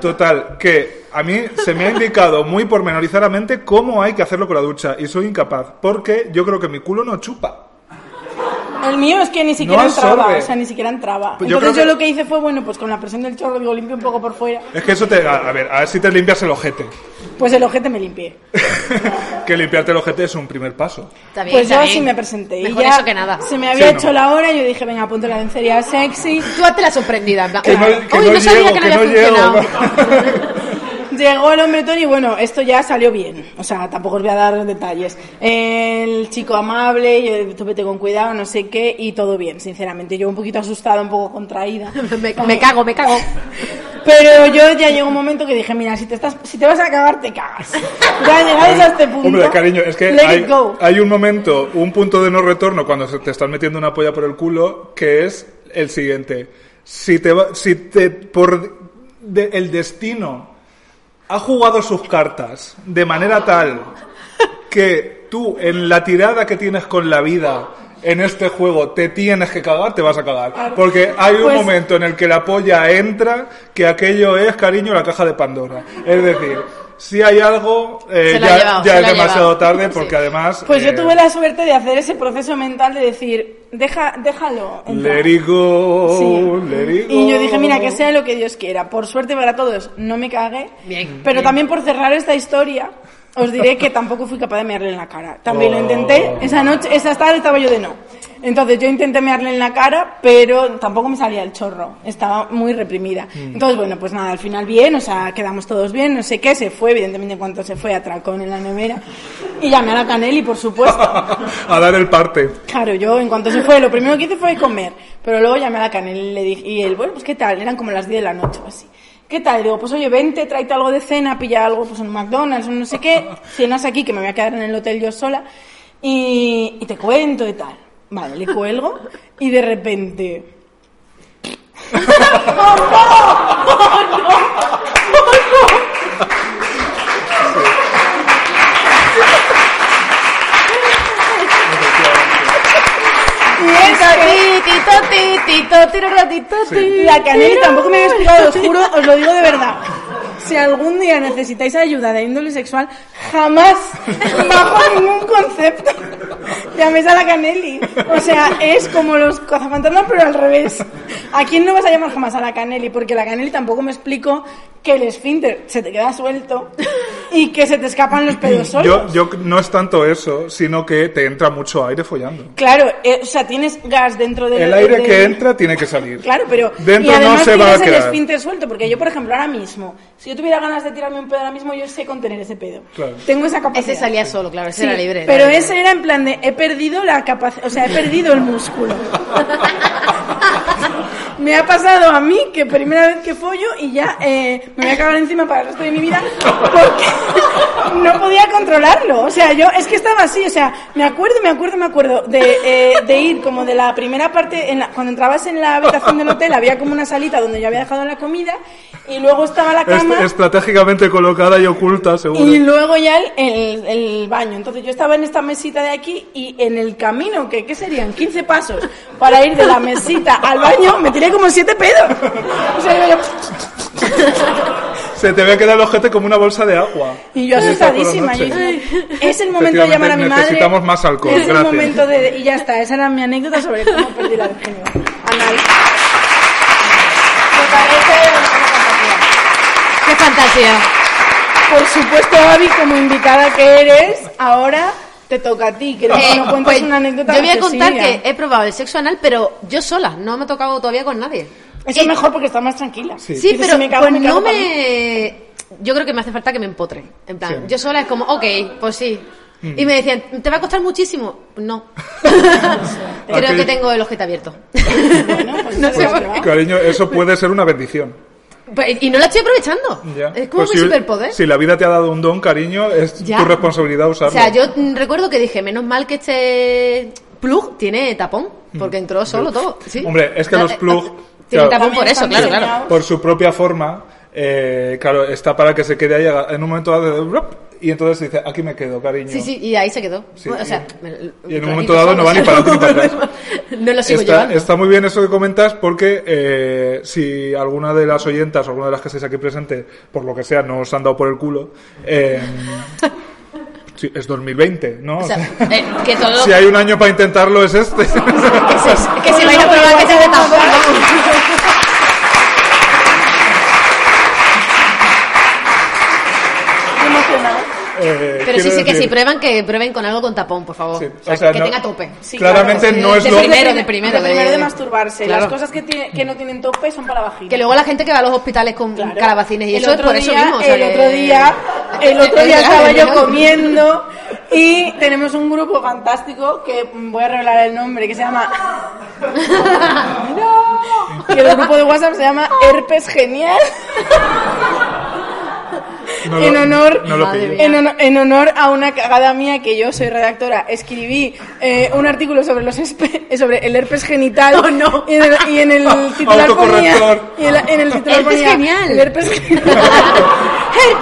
A: Total, que a mí se me ha indicado muy pormenorizadamente cómo hay que hacerlo con la ducha y soy incapaz, porque yo creo que mi culo no chupa.
B: El mío es que ni siquiera
A: absorbe.
B: entraba. O sea, ni siquiera entraba.
A: Pues yo
B: Entonces
A: creo
B: yo lo
A: que-
B: que hice fue, bueno, pues con la presión del chorro, digo, limpio un poco por fuera.
A: Es que eso te... A, a ver, a ver si te limpias el ojete.
B: Pues el ojete me limpié.
A: que limpiarte el ojete es un primer paso.
C: Está bien,
B: Pues
C: está
B: yo
C: bien.
B: sí me presenté. y
C: Mejor
B: ya
C: eso que nada.
B: Se me había
A: no.
B: hecho la hora y yo dije, venga, ponte la lencería sexy.
C: Tú hazte la sorprendida. en plan,
A: Que no,
C: "Uy,
A: que
C: no
A: no
C: sabía
A: llego,
C: que no
A: que no
C: había
A: llego.
C: funcionado".
B: Llegó el hombretón y bueno, esto ya salió bien. O sea, tampoco os voy a dar detalles. El chico amable, yo tú vete con cuidado, no sé qué, y todo bien, sinceramente. Yo un poquito asustada, un poco contraída.
C: me, me cago, me cago.
B: Pero yo ya llegó un momento que dije, mira, si te, estás, si te vas a cagar, te cagas. Ya llegáis a este punto.
A: Hombre, cariño, es que
B: Let
A: hay,
B: it go.
A: hay un momento, un punto de no retorno cuando se te están metiendo una polla por el culo, que es el siguiente. Si te va- si te por de- el destino ha jugado sus cartas de manera tal que tú en la tirada que tienes con la vida en este juego te tienes que cagar, te vas a cagar. Porque hay un
B: Pues-
A: momento en el que la polla entra que aquello es, cariño, la caja de Pandora. Es decir, si hay algo, eh,
C: Se la ha
A: ya,
C: llevado,
A: ya
C: se
A: es
C: la ha
A: demasiado
C: llevado.
A: tarde
C: Sí.
A: porque además...
B: Pues
A: eh,
B: yo tuve la suerte de hacer ese proceso mental de decir, Deja, déjalo. entrar".
A: Let it go,
B: Sí.
A: let it
B: Y yo dije,
A: go.
B: mira, que sea lo que Dios quiera. Por suerte para todos, no me cagué.
C: Bien,
B: Pero
C: bien.
B: también por cerrar esta historia, os diré que tampoco fui capaz de mearle en la cara. También
A: Oh.
B: lo intenté. Esa noche, esa tarde estaba yo de no. Entonces yo intenté mearle en la cara, pero tampoco me salía el chorro. Estaba muy reprimida. Entonces, bueno, pues nada, al final bien, o sea, quedamos todos bien, no sé qué, se fue, evidentemente en cuanto se fue atracó en la nevera. Y llamé a la Canelli, por supuesto.
A: a dar el parte.
B: Claro, yo en cuanto se fue, lo primero que hice fue comer, pero luego llamé a la canela y le dije, y él, bueno, pues qué tal, eran como las 10 de la noche o así. ¿Qué tal? Digo, pues oye, vente, tráete algo de cena, pilla algo, pues en un McDonald's, un no sé qué, cenas aquí, que me voy a quedar en el hotel yo sola, y, y te cuento y tal. Vale, le cuelgo, y de repente... ¡Oh, no! ¡Oh, no! ¡Oh, no! Y es que- La canela tampoco me había explicado, os juro, os lo digo de verdad. Si algún día necesitáis ayuda de índole sexual, jamás, bajo ningún concepto, llaméis a la Canelli. O sea, es como los cazafantasmas, pero al revés. ¿A quién no vas a llamar jamás a la Canelli? Porque la Canelli tampoco me explicó que el esfínter se te queda suelto y que se te escapan los pedos solos.
A: Yo, yo no es tanto eso, sino que te entra mucho aire follando.
B: Claro, eh, o sea, tienes gas dentro del...
A: El aire que
B: del-
A: entra tiene que salir.
B: Claro, pero
A: dentro
B: y
A: no
B: además
A: se va a
B: tienes el
A: quedar.
B: esfínter suelto, porque yo, por ejemplo, ahora mismo, si yo tuviera ganas de tirarme un pedo ahora mismo, yo sé contener ese pedo.
A: Claro.
B: Tengo esa capacidad.
C: Ese salía solo, claro, ese
B: Sí,
C: era libre.
B: Pero
C: era libre.
B: ese era en plan de he perdido la capacidad, o sea, he perdido el músculo. me ha pasado a mí que primera vez que follo y ya eh, me voy a cagar encima para el resto de mi vida porque no podía controlarlo. O sea, yo es que estaba así, o sea, me acuerdo, me acuerdo, me acuerdo de, eh, de ir como de la primera parte, en la- cuando entrabas en la habitación del hotel había como una salita donde yo había dejado la comida y luego estaba la
A: Est-
B: cama.
A: estratégicamente colocada y oculta, seguro.
B: Y luego ya el, el- el baño. Entonces yo estaba en esta mesita de aquí y en el camino, que ¿qué serían? 15 pasos para ir de la mesita al baño, me tiré como siete pedos. O sea, yo-
A: Se te ve quedar el ojete como una bolsa de agua.
B: y yo
A: Esta
B: asustadísima.
A: por
B: yo
A: la noche.
B: dije, es el momento de llamar a mi madre.
A: Necesitamos más alcohol,
B: Es
A: gracias.
B: el momento de... Y ya está, esa era mi anécdota sobre cómo perdí la virginidad. Anal. Me parece una cosa fantástica.
C: ¡Qué fantasía!
B: Por supuesto, Gaby, como invitada que eres, ahora te toca a ti, que no,
C: Eh,
B: no cuentes
C: pues,
B: una anécdota. ah,
C: yo voy a
B: de
C: contar
B: Cecilia.
C: que he probado el sexo anal, pero yo sola, no me he tocado todavía con nadie.
B: Eso es mejor porque está más tranquila.
A: Sí.
C: Sí,
B: Dices,
C: pero
B: si me cago,
C: pues
B: me cago
C: no
B: para mí.
C: me... Yo creo que me hace falta que me empotre. En plan,
A: Sí. Mm.
C: yo sola es como, ok, pues sí. Y me decían, ¿te va a costar muchísimo? No. creo
A: Ok.
C: que tengo el ojete abierto.
B: Bueno, pues
C: no
B: eso
C: sé
B: es
C: por
B: verdad.
C: qué.
A: Cariño, eso puede ser una bendición.
C: Pues, y no la estoy aprovechando.
A: ¿ya?
C: Es como
A: Pues
C: mi
A: si-
C: superpoder.
A: Si la vida te ha dado un don, cariño, es
C: Ya.
A: tu responsabilidad
C: o
A: usarlo.
C: sea, yo mm, recuerdo que dije, menos mal que este plug tiene tapón, porque entró solo todo. ¿sí?
A: Mm. Hombre, es que
C: No,
A: los
C: eh,
A: plug,
C: Tienen
A: claro.
C: tapón por eso,
B: Están
C: claro, claro.
B: diseñados.
A: por su propia forma, eh, claro, está para que se quede ahí haga- en un momento dado, ¡rup! y entonces dice, aquí me quedo, cariño.
C: Sí, sí, y ahí se quedó.
A: Sí,
C: Bueno, o sea,
A: y-
C: me-
A: y en un momento dado no va ni para
C: o sea,
A: adelante ni para atrás.
C: No lo sigo
A: Está,
C: llevando.
A: está muy bien eso que comentas porque eh, si alguna de las oyentas o alguna de las que estáis aquí presentes, por lo que sea, no os han dado por el culo, eh, sí, es 2020, ¿no?
C: O sea, eh, que todo.
A: si hay un año para intentarlo es este.
C: que se- que si vais a probar que se de tapón.
B: Estoy emocionada.
A: Eh,
C: Pero
A: quiero
C: sí, sí, que
A: decir-
C: si prueban, que prueben con algo con tapón, por favor.
A: Sí,
C: O sea,
A: o sea,
C: que
A: no-
C: tenga tope.
B: Sí,
A: Claramente
B: claro, sí.
A: no es
C: de
A: lo-
C: primero, de primero.
B: De primero de masturbarse.
C: Claro.
B: Las cosas que, tiene- que no tienen tope son para vagina.
C: Que luego la gente que va a los hospitales con
B: Claro.
C: calabacines y
B: El
C: eso es
B: otro
C: por eso
B: día-
C: mismo. o sea,
B: el
C: que-
B: otro día, el otro
C: Es
B: día
C: real,
B: estaba
C: es
B: yo
C: real.
B: comiendo y tenemos un grupo fantástico que mm, voy a revelar el nombre, que se llama... ¡No! Y el grupo de WhatsApp se llama Herpes Genial.
A: no
B: en
A: lo-
B: honor,
A: no lo
C: Madre
A: pillo.
C: mía.
B: en, honor, en honor a una cagada mía que yo soy redactora, escribí eh, un artículo sobre los espe- sobre el herpes genital
C: Oh,
B: y, en el, y en el titular ponía
A: Autocorrector.
B: y en, la- en el titular
C: Herpes
B: ponía,
C: genial.
B: el herpes genial.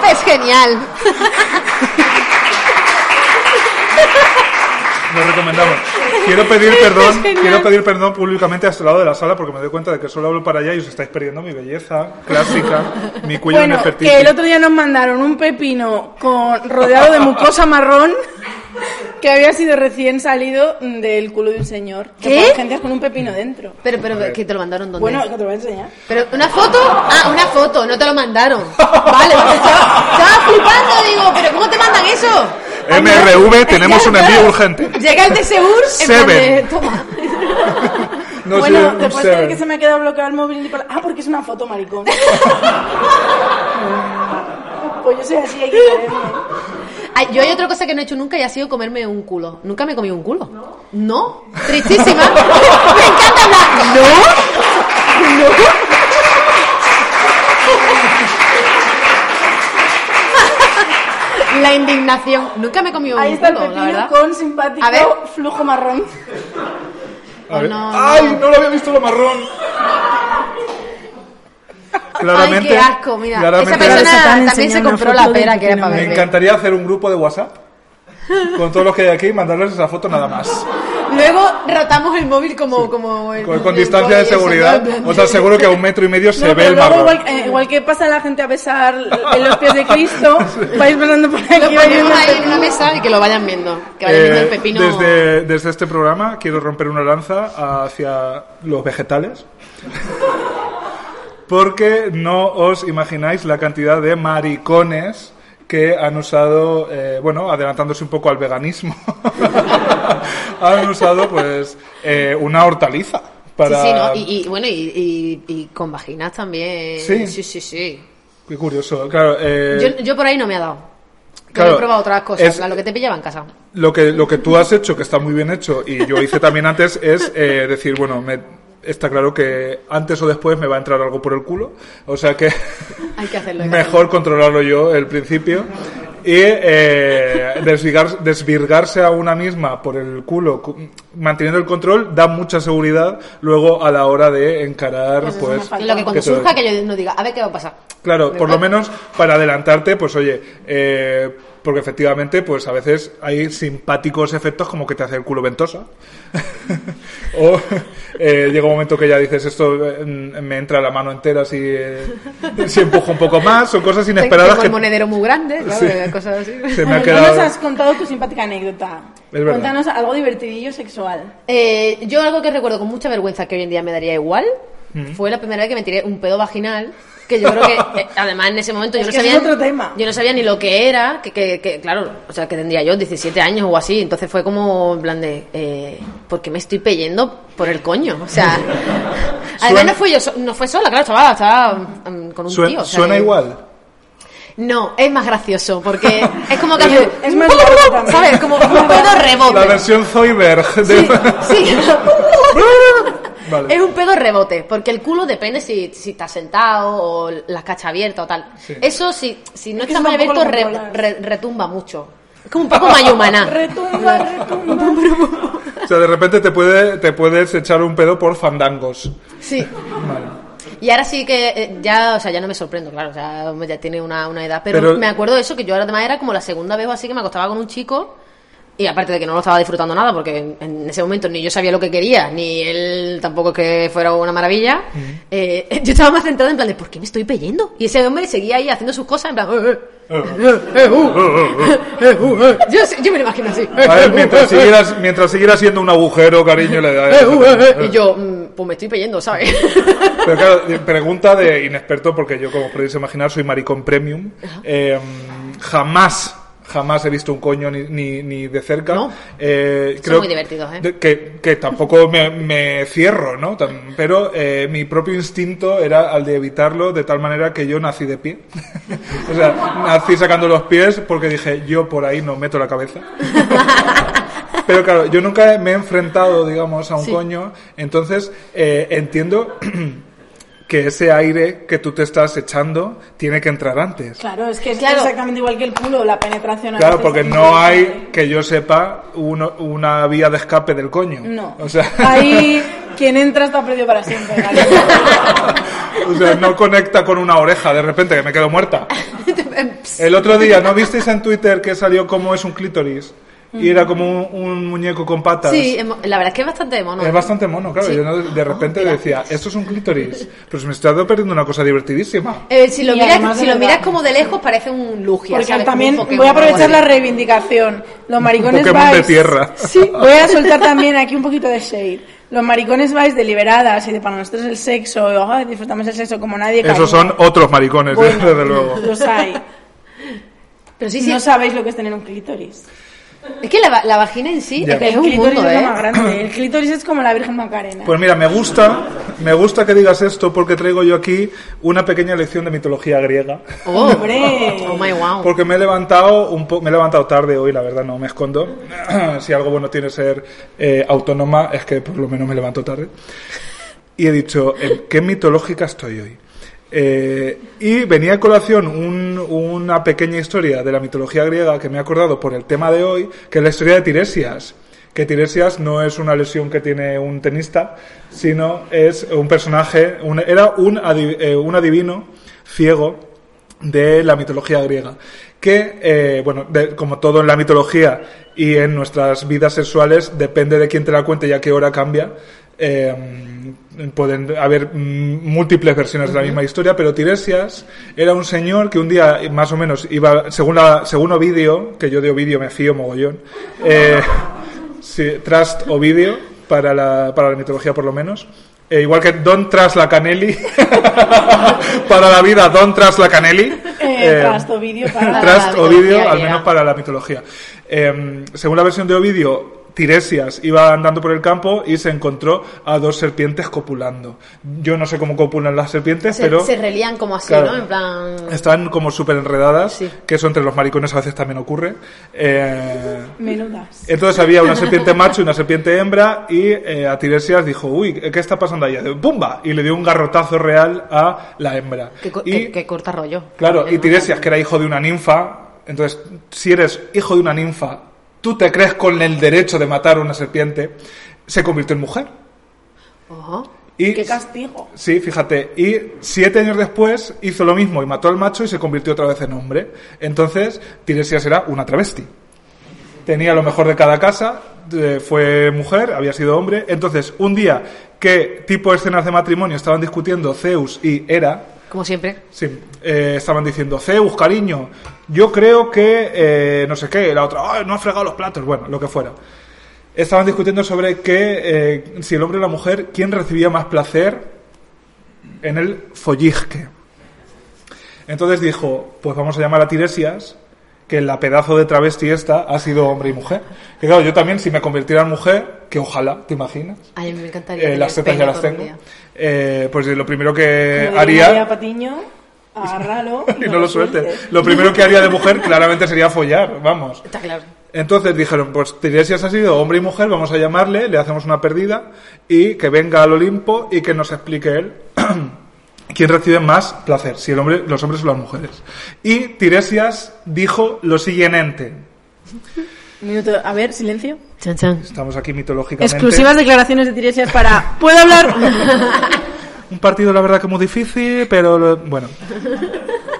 C: Herpes genial.
A: Lo recomendamos. Quiero pedir perdón, quiero pedir perdón públicamente a este lado de la sala porque me doy cuenta de que solo hablo para allá y os estáis perdiendo mi belleza clásica, mi cuello
B: bueno,
A: nefertiti.
B: que el otro día nos mandaron un pepino con, rodeado de mucosa marrón que había sido recién salido del culo de un señor. Que
C: ¿Qué?
B: ponen gente con un pepino dentro.
C: Pero, pero, que te lo mandaron donde.
B: Bueno, que te lo voy a enseñar.
C: Pero una foto, ah, una foto, no te lo mandaron. Vale, porque estaba, estaba flipando, digo, pero ¿cómo te mandan eso?
A: MRV, tenemos un envío urgente.
C: Llega el de Seur,
A: Seven.
C: toma.
A: No
B: bueno,
A: sé,
B: después
A: un
B: de que
A: ser.
B: se me ha quedado bloqueado el móvil y por la- Ah, porque es una foto, maricón. pues yo soy así, hay que quererme.
C: Ay, yo hay otra cosa que no he hecho nunca y ha sido comerme un culo. Nunca me he comido un culo. No. Tristísima. me encanta hablar. No. No. La indignación. Nunca me he comido
B: Ahí
C: un
B: está el
C: culo, la
B: pepino
C: verdad.
B: con simpático
C: A ver.
B: flujo marrón.
A: A ver.
C: no, no.
A: ¡Ay, no lo había visto lo marrón! Claramente,
C: Ay, qué asco, mira.
A: claramente-
C: Esa
D: Pero se te han
C: persona también se
D: enseñado
C: compró
D: una
C: la
D: foto de
C: pera que era
D: pepino
C: para
A: me
D: verde.
C: verme.
A: encantaría hacer un grupo de WhatsApp con todos los que hay aquí y mandarles esa foto nada más.
C: Luego rotamos el móvil como... como el-
A: Con, con
C: el
A: distancia de
C: boli, eso,
A: seguridad,
C: bla, bla, bla.
A: os aseguro que a un metro y medio se
B: No,
A: ve
B: pero
A: el
B: luego,
A: marrón.
B: igual, eh, igual que pasa la gente a besar en los pies de Cristo, vais pasando por
C: Lo
B: aquí.
C: ponemos ahí en una mesa y que lo vayan viendo. Que vayan viendo el
A: Eh,
C: pepino...
A: desde, desde este programa quiero romper una lanza hacia los vegetales. Porque no os imagináis la cantidad de maricones que han usado, eh, bueno, adelantándose un poco al veganismo, han usado pues eh, una hortaliza para...
C: Sí, sí, ¿no? Y, y, bueno, y, y- y con vaginas también.
A: Sí.
C: sí, sí. sí.
A: Qué curioso, claro. eh,
C: Yo, yo por ahí no me ha dado. Yo
A: Claro,
C: he probado otras cosas,
A: es-
C: la- lo que te pillaba en casa.
A: Lo que, lo que tú has hecho, que está muy bien hecho, y yo hice también antes, es eh, decir, bueno, me- está claro que antes o después me va a entrar algo por el culo, o sea que
C: Hay que hacerlo. hay que
A: mejor controlarlo yo el principio. Y eh, desvirgar- desvirgarse a una misma por el culo, cu- manteniendo el control, da mucha seguridad luego a la hora de encarar,
B: es
A: pues...
B: una
C: hacerlo. Y lo que cuando
A: que todo-
C: surja, que yo no diga, a ver qué va a pasar.
A: Claro, por
C: ¿Verdad?
A: lo menos para adelantarte, pues oye, eh, porque efectivamente, pues a veces hay simpáticos efectos como que te hace el culo ventosa. o eh, llega un momento que ya dices, esto eh, me entra la mano entera si, eh, si empujo un poco más, son cosas inesperadas
C: Tengo
A: que...
C: el monedero muy grande, claro,
A: Sí.
C: cosas así.
A: Se me ha
B: Bueno,
A: quedado...
B: No nos has contado tu simpática anécdota.
A: Es verdad.
B: Cuéntanos algo divertidillo sexual.
C: Eh, yo algo que recuerdo con mucha vergüenza que hoy en día me daría igual
B: Mm.
C: fue la primera vez que me tiré un pedo vaginal que yo creo que eh, además en ese momento yo
B: Es
C: no
B: que ese
C: sabía
B: es otro tema.
C: yo no sabía ni lo que era que, que- que, claro o sea que tendría yo 17 años o así entonces fue como en plan de eh, ¿por qué me estoy peyendo por el coño? o sea además
A: Suena-
C: no fui yo so- no fue sola claro estaba, estaba mm, con un
A: Suen-
C: tío o sea
A: suena
C: que-
A: igual.
C: no es más gracioso porque es como que hace-
B: Es más barato también.
C: ¿sabes? como un pedo rebote
A: La versión Zoidberg de...
C: Sí.
A: Vale.
C: Es un pedo rebote, porque el culo depende si, si estás sentado o las cachas abiertas o tal.
A: Sí.
C: Eso, si, si no
B: Es que
C: está muy
B: eso
C: abierto,
B: tampoco lo
C: re-
B: controlas.
C: re- retumba mucho. Es como un poco mayumana.
B: Retumba, retumba.
A: O sea, de repente te, puede, te puedes echar un pedo por fandangos.
C: Sí.
A: Vale.
C: Y ahora sí que eh, ya, o sea, ya no me sorprendo, claro, o sea, hombre, ya tiene una, una edad. Pero,
A: Pero-
C: me acuerdo de eso, que yo ahora además era como la segunda vez o así que me acostaba con un chico. Y aparte de que no lo estaba disfrutando nada, porque en, en ese momento ni yo sabía lo que quería, ni él tampoco es que fuera una maravilla, eh, yo estaba más centrada en plan de, ¿por qué me estoy peyendo? Y ese hombre seguía ahí haciendo sus cosas, en plan... "Eh, eh, eh, eh, uh, eh, uh, eh". Yo, sé- yo me lo imagino así.
A: A ver, mientras siguieras, mientras siguieras siendo un agujero, cariño, le da.
C: Eh, uh, eh, eh. Y yo, "Mm, pues me estoy peyendo, ¿sabes?
A: Pero claro, pregunta de inexperto, porque yo, como podéis imaginar, soy maricón premium. Eh, jamás, jamás he visto un coño ni, ni, ni de cerca.
C: No.
A: Eh,
C: Son muy divertidos, ¿eh?
A: de- Que, que tampoco me, me cierro, ¿no? Tam- Pero eh, mi propio instinto era al de evitarlo de tal manera que yo nací de pie. o sea, nací sacando los pies porque dije, yo por ahí no meto la cabeza. Pero claro, yo nunca me he enfrentado, digamos, a un
C: Sí.
A: coño. Entonces, eh, entiendo que ese aire que tú te estás echando tiene que entrar antes.
B: Claro, es que es
C: Claro.
B: exactamente igual que el culo, la penetración. a
A: Claro,
B: veces
A: porque
B: es
A: no hay,
B: increíble.
A: que yo sepa, uno- una vía de escape del coño.
B: No.
A: O sea,
B: Ahí quien entra está perdido para siempre. ¿vale?
A: o sea, no conecta con una oreja de repente, que me quedo muerta.
C: Em, pss.
A: El otro día, ¿no visteis en Twitter que salió cómo es un clítoris? y era como un, un muñeco con patas.
C: Sí, es mo- la verdad es que es bastante mono.
A: Es bastante mono, claro.
C: Sí. Ah,
A: Yo no- de repente decía, esto es un clítoris. Pero se me está perdiendo una cosa divertidísima.
C: Eh, si lo,
B: Y
C: miras,
B: además de
C: si lo
B: verdad.
C: miras como de lejos parece un lugia.
B: Porque
C: ¿sabes? Como
B: también
C: un Pokémon
B: voy a aprovechar
C: o algo
B: la
C: así.
B: reivindicación. Los maricones
A: Pokémon de
B: vais-
A: tierra.
B: Sí, voy a soltar también aquí un poquito de shade. Los maricones vais deliberadas y de para nosotros el sexo, "Ay, disfrutamos el sexo como nadie. cariño".
A: Esos son otros maricones, ¿eh?
B: Bueno,
A: desde luego.
B: Los hay.
C: Pero sí, sí.
B: No sabéis lo que es tener un clítoris.
C: Es que la, va- la vagina en sí
A: Ya.
C: es, que es
B: el
C: un
B: clítoris
C: mundo,
B: es lo
C: ¿eh?
B: más grande. El clítoris es como la Virgen Macarena.
A: Pues mira, me gusta, me gusta que digas esto porque traigo yo aquí una pequeña lección de mitología griega.
C: Oh,
B: Hombre.
C: oh my wow.
A: Porque me he levantado un po- me he levantado tarde hoy, la verdad, no me escondo. si algo bueno tiene ser eh, autónoma es que por lo menos me levanto tarde. Y he dicho, ¿en qué mitológica estoy hoy? Eh, y venía a colación un- una pequeña historia de la mitología griega que me he acordado por el tema de hoy, que es la historia de Tiresias. Que Tiresias no es una lesión que tiene un tenista, sino es un personaje, un- era un, adi- eh, un adivino ciego de la mitología griega. Que, eh, bueno, de- como todo en la mitología y en nuestras vidas sexuales, depende de quién te la cuente y a qué hora cambia. Eh, pueden haber mm, múltiples versiones de la misma historia, pero Tiresias era un señor que un día, más o menos, iba, según, la, según Ovidio, que yo de Ovidio me fío mogollón, eh, Sí, Trust Ovidio, para la, para la mitología por lo menos. Eh, igual que Don Trust la Canelli, para la vida Don Trust la Canelli.
B: Eh, Trust Ovidio para-
A: Trust
C: la
A: Ovidio,
C: mitología
A: al
C: griega.
A: menos para la mitología. Eh, según la versión de Ovidio, Tiresias iba andando por el campo y se encontró a dos serpientes copulando. Yo no sé cómo copulan las serpientes,
C: Se,
A: pero...
C: se relían como así,
A: Claro.
C: ¿no? En plan...
A: Están como súper enredadas,
C: Sí.
A: que eso entre los maricones a veces también ocurre. Eh,
B: Menudas.
A: entonces había una serpiente macho y una serpiente hembra y eh, a Tiresias dijo, uy, ¿qué está pasando allá? ¡Pumba! Y le dio un garrotazo real a la hembra.
C: Que, co-
A: y,
C: que- que corta rollo.
A: claro,
C: También,
A: y
C: ¿no?
A: Tiresias, que era hijo de una ninfa, entonces, si eres hijo de una ninfa, tú te crees con el derecho de matar a una serpiente, se convirtió en mujer.
C: Ojo.
A: Y
B: Qué castigo.
A: Sí, fíjate. Y siete años después hizo lo mismo y mató al macho y se convirtió otra vez en hombre. Entonces, Tiresias era una travesti. Tenía lo mejor de cada casa, eh, fue mujer, había sido hombre. Entonces, un día, ¿qué tipo de escenas de matrimonio estaban discutiendo Zeus y Hera?
C: Como siempre.
A: Sí, eh, estaban diciendo, Zeus, cariño, yo creo que eh, no sé qué, la otra, "Ay, no ha fregado los platos, bueno, lo que fuera. Estaban discutiendo sobre que eh, si el hombre o la mujer, quién recibía más placer en el follisque. Entonces dijo, pues vamos a llamar a Tiresias, que la pedazo de travesti esta ha sido hombre y mujer. Que claro, yo también, si me convirtiera en mujer, que ojalá, ¿te imaginas?
C: Ay, me encantaría.
A: Eh,
C: tener
A: las tetas ya
C: pene
A: las
C: todo el
A: tengo.
C: día.
A: Eh, pues lo primero
B: Como
A: que
B: diría
A: haría
B: María Patiño, agárralo
A: y no lo sueltes. Lo primero que haría de mujer claramente sería follar, vamos.
C: Está claro.
A: Entonces dijeron, pues Tiresias ha sido hombre y mujer, vamos a llamarle, le hacemos una perdida y que venga al Olimpo y que nos explique él quién recibe más placer, si el hombre, los hombres o las mujeres. Y Tiresias dijo lo siguiente,
B: Minuto, a ver, silencio.
C: Chan, chan.
A: estamos aquí mitológicamente.
B: Exclusivas declaraciones de Tiresias para... ¿Puedo hablar?
A: Un partido, la verdad, que muy difícil, pero lo- bueno.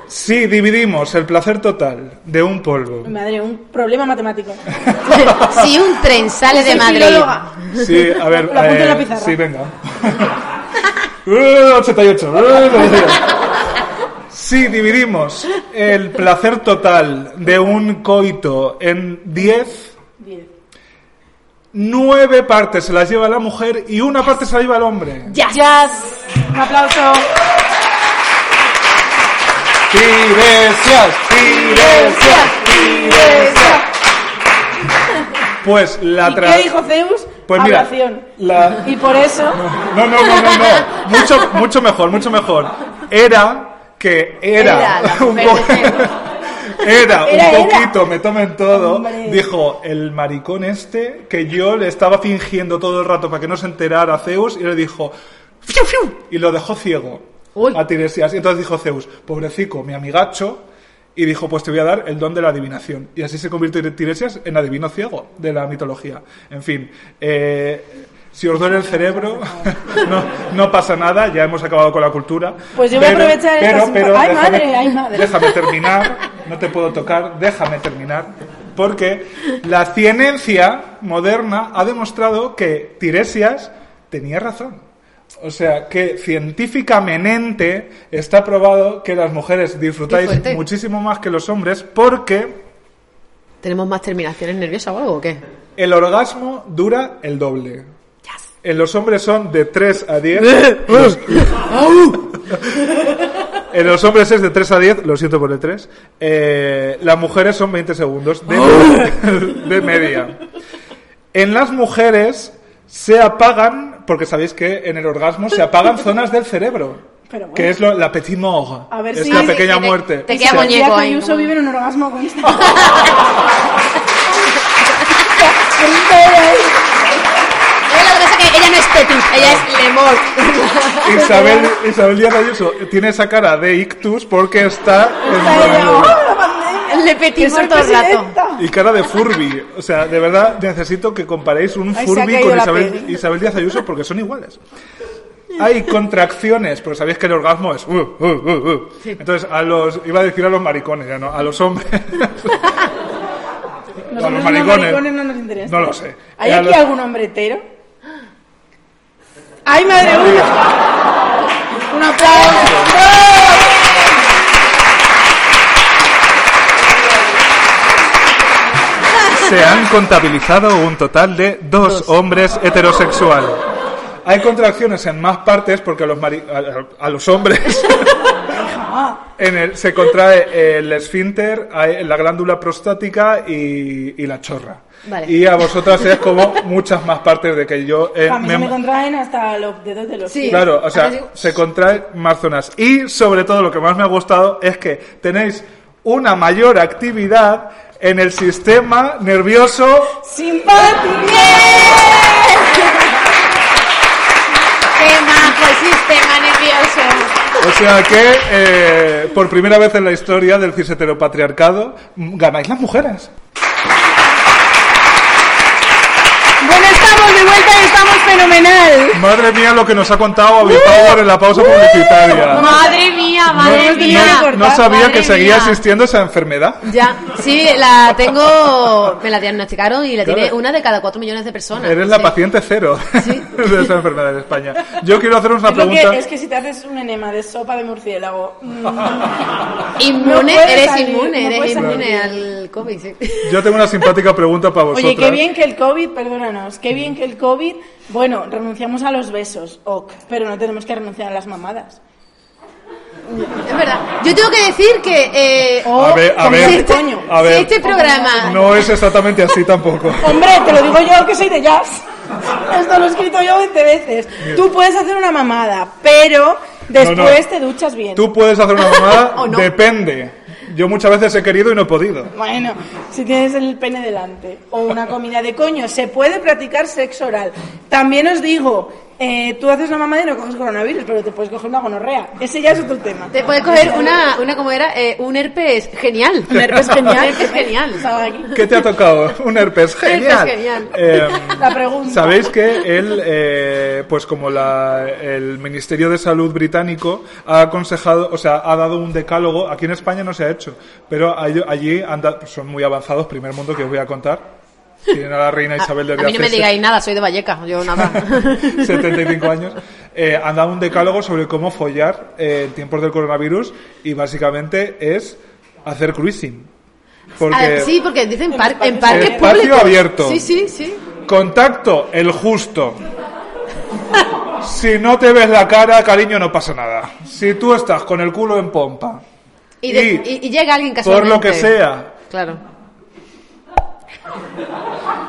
A: Si dividimos el placer total de un polvo,
B: Madre, un problema matemático.
C: si un tren sale de
B: Soy
C: Madrid...
B: filóloga.
A: Sí, a ver.
B: Lo apunto en
A: eh,
B: la pizarra.
A: Sí, venga. Eh, 88. eh, 88. Si dividimos el placer total de un coito en 10,
B: Diez.
A: 9 partes se las lleva la mujer y una parte se la lleva el hombre.
C: ¡Ya!
B: Un aplauso.
A: Tiresias, Tiresias, Tiresias. Pues la
B: ¿Y
A: tra-
B: qué dijo Zeus?
A: Pues mira,
B: Ablación.
A: la-
B: Y por eso...
A: No, no, no, no, no. Mucho, mucho mejor, mucho mejor. Era que era,
C: Era la
A: un
C: mujer
A: po-
C: de Zeus.
A: era
B: Era,
A: un
B: era.
A: poquito, me tomen todo.
B: Hombre.
A: Dijo el maricón este que yo le estaba fingiendo todo el rato para que no se enterara Zeus y le dijo "Fiu, fiu", y lo dejó ciego
C: Uy.
A: a Tiresias. Y entonces dijo Zeus, pobrecico, mi amigacho. Y dijo, pues te voy a dar el don de la adivinación. Y así se convirtió Tiresias en adivino ciego de la mitología. En fin, eh, si os duele el cerebro, no, no pasa nada, ya hemos acabado con la cultura.
B: Pues yo voy a aprovechar
A: pero,
B: estas
A: pero
B: info- ¡Ay,
A: déjame-
B: madre! ¡Ay, madre!
A: Déjame terminar, no te puedo tocar, déjame terminar. Porque la ciencia moderna ha demostrado que Tiresias tenía razón. O sea, que científicamente está probado que las mujeres disfrutáis
C: Qué fuerte.
A: muchísimo más que los hombres porque
C: ¿Tenemos más terminaciones nerviosas o algo o qué?
A: el orgasmo dura el doble. En los hombres son de 3 a 10. Los- en los hombres es de 3 a 10, lo siento por el 3. Eh, las mujeres son 20 segundos de, de media. En las mujeres se apagan, porque sabéis que en el orgasmo se apagan zonas del cerebro.
B: Pero bueno.
A: Que es lo- la petit mort.
B: A ver
A: es
B: si-
A: la
B: Sí, sí,
A: pequeña
C: te-
A: muerte.
C: te
A: O
C: queda
A: sea,
C: muñeco.
B: Díaz
C: ahí,
B: Ayuso
C: como-
B: vive en un orgasmo este constante.
C: Ella lo que pasa es que ella no es Petit, ella es Lemor.
A: Isabel, Isabel Díaz Ayuso tiene esa cara de ictus porque está en
C: Le Petit por todo el rato.
A: Y cara de Furby. O sea, de verdad necesito que comparéis un
B: Ay, se ha
A: Furby
B: caído
A: con
B: la
A: Isabel,
B: peli.
A: Isabel Díaz Ayuso porque son iguales. Hay contracciones, porque sabéis que el orgasmo es... uh, uh, uh, uh. Entonces, a los... Iba a decir a los maricones, ya no, a los hombres.
B: Los
A: A
B: hombres no, maricones no nos interesa.
A: No lo sé.
B: ¿Hay
A: Eh, a
B: aquí
A: los-
B: algún hombretero? ¡Ay, madre mía! ¡Un aplauso!
A: Se han contabilizado un total de dos, hombres heterosexuales. Hay contracciones en más partes porque a los, mari- a, a- a los hombres en el- se contrae el esfínter, hay- la glándula prostática y, y la chorra.
C: Vale.
A: Y a vosotras es como muchas más partes de que yo. eh,
B: A mí se
A: me-
B: me contraen hasta los dedos de los
C: Sí.
B: pies.
A: Claro, o
C: Ahora sí.
A: sea, se contraen más zonas. Y sobre todo, lo que más me ha gustado es que tenéis una mayor actividad en el sistema nervioso
B: ¡Simpático!
C: ¡Qué majo el sistema nervioso!
A: O sea que, eh, por primera vez en la historia del ciseteropatriarcado, mm, ganáis las mujeres.
B: Bueno, estamos de vuelta y estamos fenomenal.
A: Madre mía, lo que nos ha contado Abby Power en la pausa publicitaria.
C: ¡Madre mía, madre
B: No, no,
C: mía!
B: no,
A: No sabía
C: Madre
A: que seguía
C: mía.
A: existiendo esa enfermedad.
C: Ya, sí, la tengo. Me la diagnosticaron y la
A: Claro.
C: tiene una de cada cuatro millones de personas.
A: Eres la
C: Sí.
A: paciente cero de esa enfermedad en España. Yo quiero hacer una
B: Es, lo que,
A: pregunta.
B: es que si te haces un enema de sopa de murciélago, mm, No
C: Inmune,
B: puede
C: eres
B: salir,
C: inmune,
B: no
C: eres
B: puede salir.
C: inmune al COVID. sí.
A: Yo tengo una simpática pregunta para vosotras.
B: Oye, qué bien que el COVID, perdónanos, qué bien que el COVID, bueno, renunciamos a los besos, ok, pero no tenemos que renunciar a las mamadas.
C: Es verdad. Yo tengo que decir que. eh,
B: Oh,
A: A ver, a
B: como
A: ver,
B: este coño.
A: a ver.
C: si este programa.
A: No es exactamente así tampoco.
B: Hombre, te lo digo yo que soy de jazz. Esto lo he escrito yo 20 veces. Tú puedes hacer una mamada, pero después
A: No, no.
B: te duchas bien.
A: Tú puedes hacer una mamada,
C: O no.
A: depende. Yo muchas veces he querido y no he podido.
B: Bueno, si tienes el pene delante o una comida de coño, se puede practicar sexo oral. También os digo, eh, tú haces una mamada y no coges coronavirus, pero te puedes coger una gonorrea. Ese ya es otro tema.
C: Te puedes coger una, una como era, Eh, un herpes genial.
B: Un herpes genial.
C: Un herpes genial.
B: Estaba aquí.
A: ¿Qué te ha tocado? Un herpes genial.
C: Herpes genial.
A: Em,
B: La pregunta.
A: Sabéis que él, eh, pues como la- el Ministerio de Salud británico ha aconsejado, o sea, ha dado un decálogo, aquí en España no se ha hecho, pero hay- allí han da- son muy avanzados, primer mundo que os voy a contar. Tienen a la reina Isabel de
C: Ah, a mí no me
A: Beatriz.
C: digáis nada, soy de Vallecas, yo nada.
A: 75 años, eh, han dado un decálogo sobre cómo follar eh, en tiempos del coronavirus y básicamente es hacer cruising. Porque
C: Ah, sí, porque dicen par- en
A: En
C: parques
A: espacio
C: públicos.
A: abierto.
C: Sí, sí, sí.
A: contacto, el justo. Si no te ves la cara, cariño, no pasa nada. Si tú estás con el culo en pompa
C: Y, de-
A: Y,
C: y- y llega alguien
A: por
C: casualmente.
A: lo que sea,
C: Claro.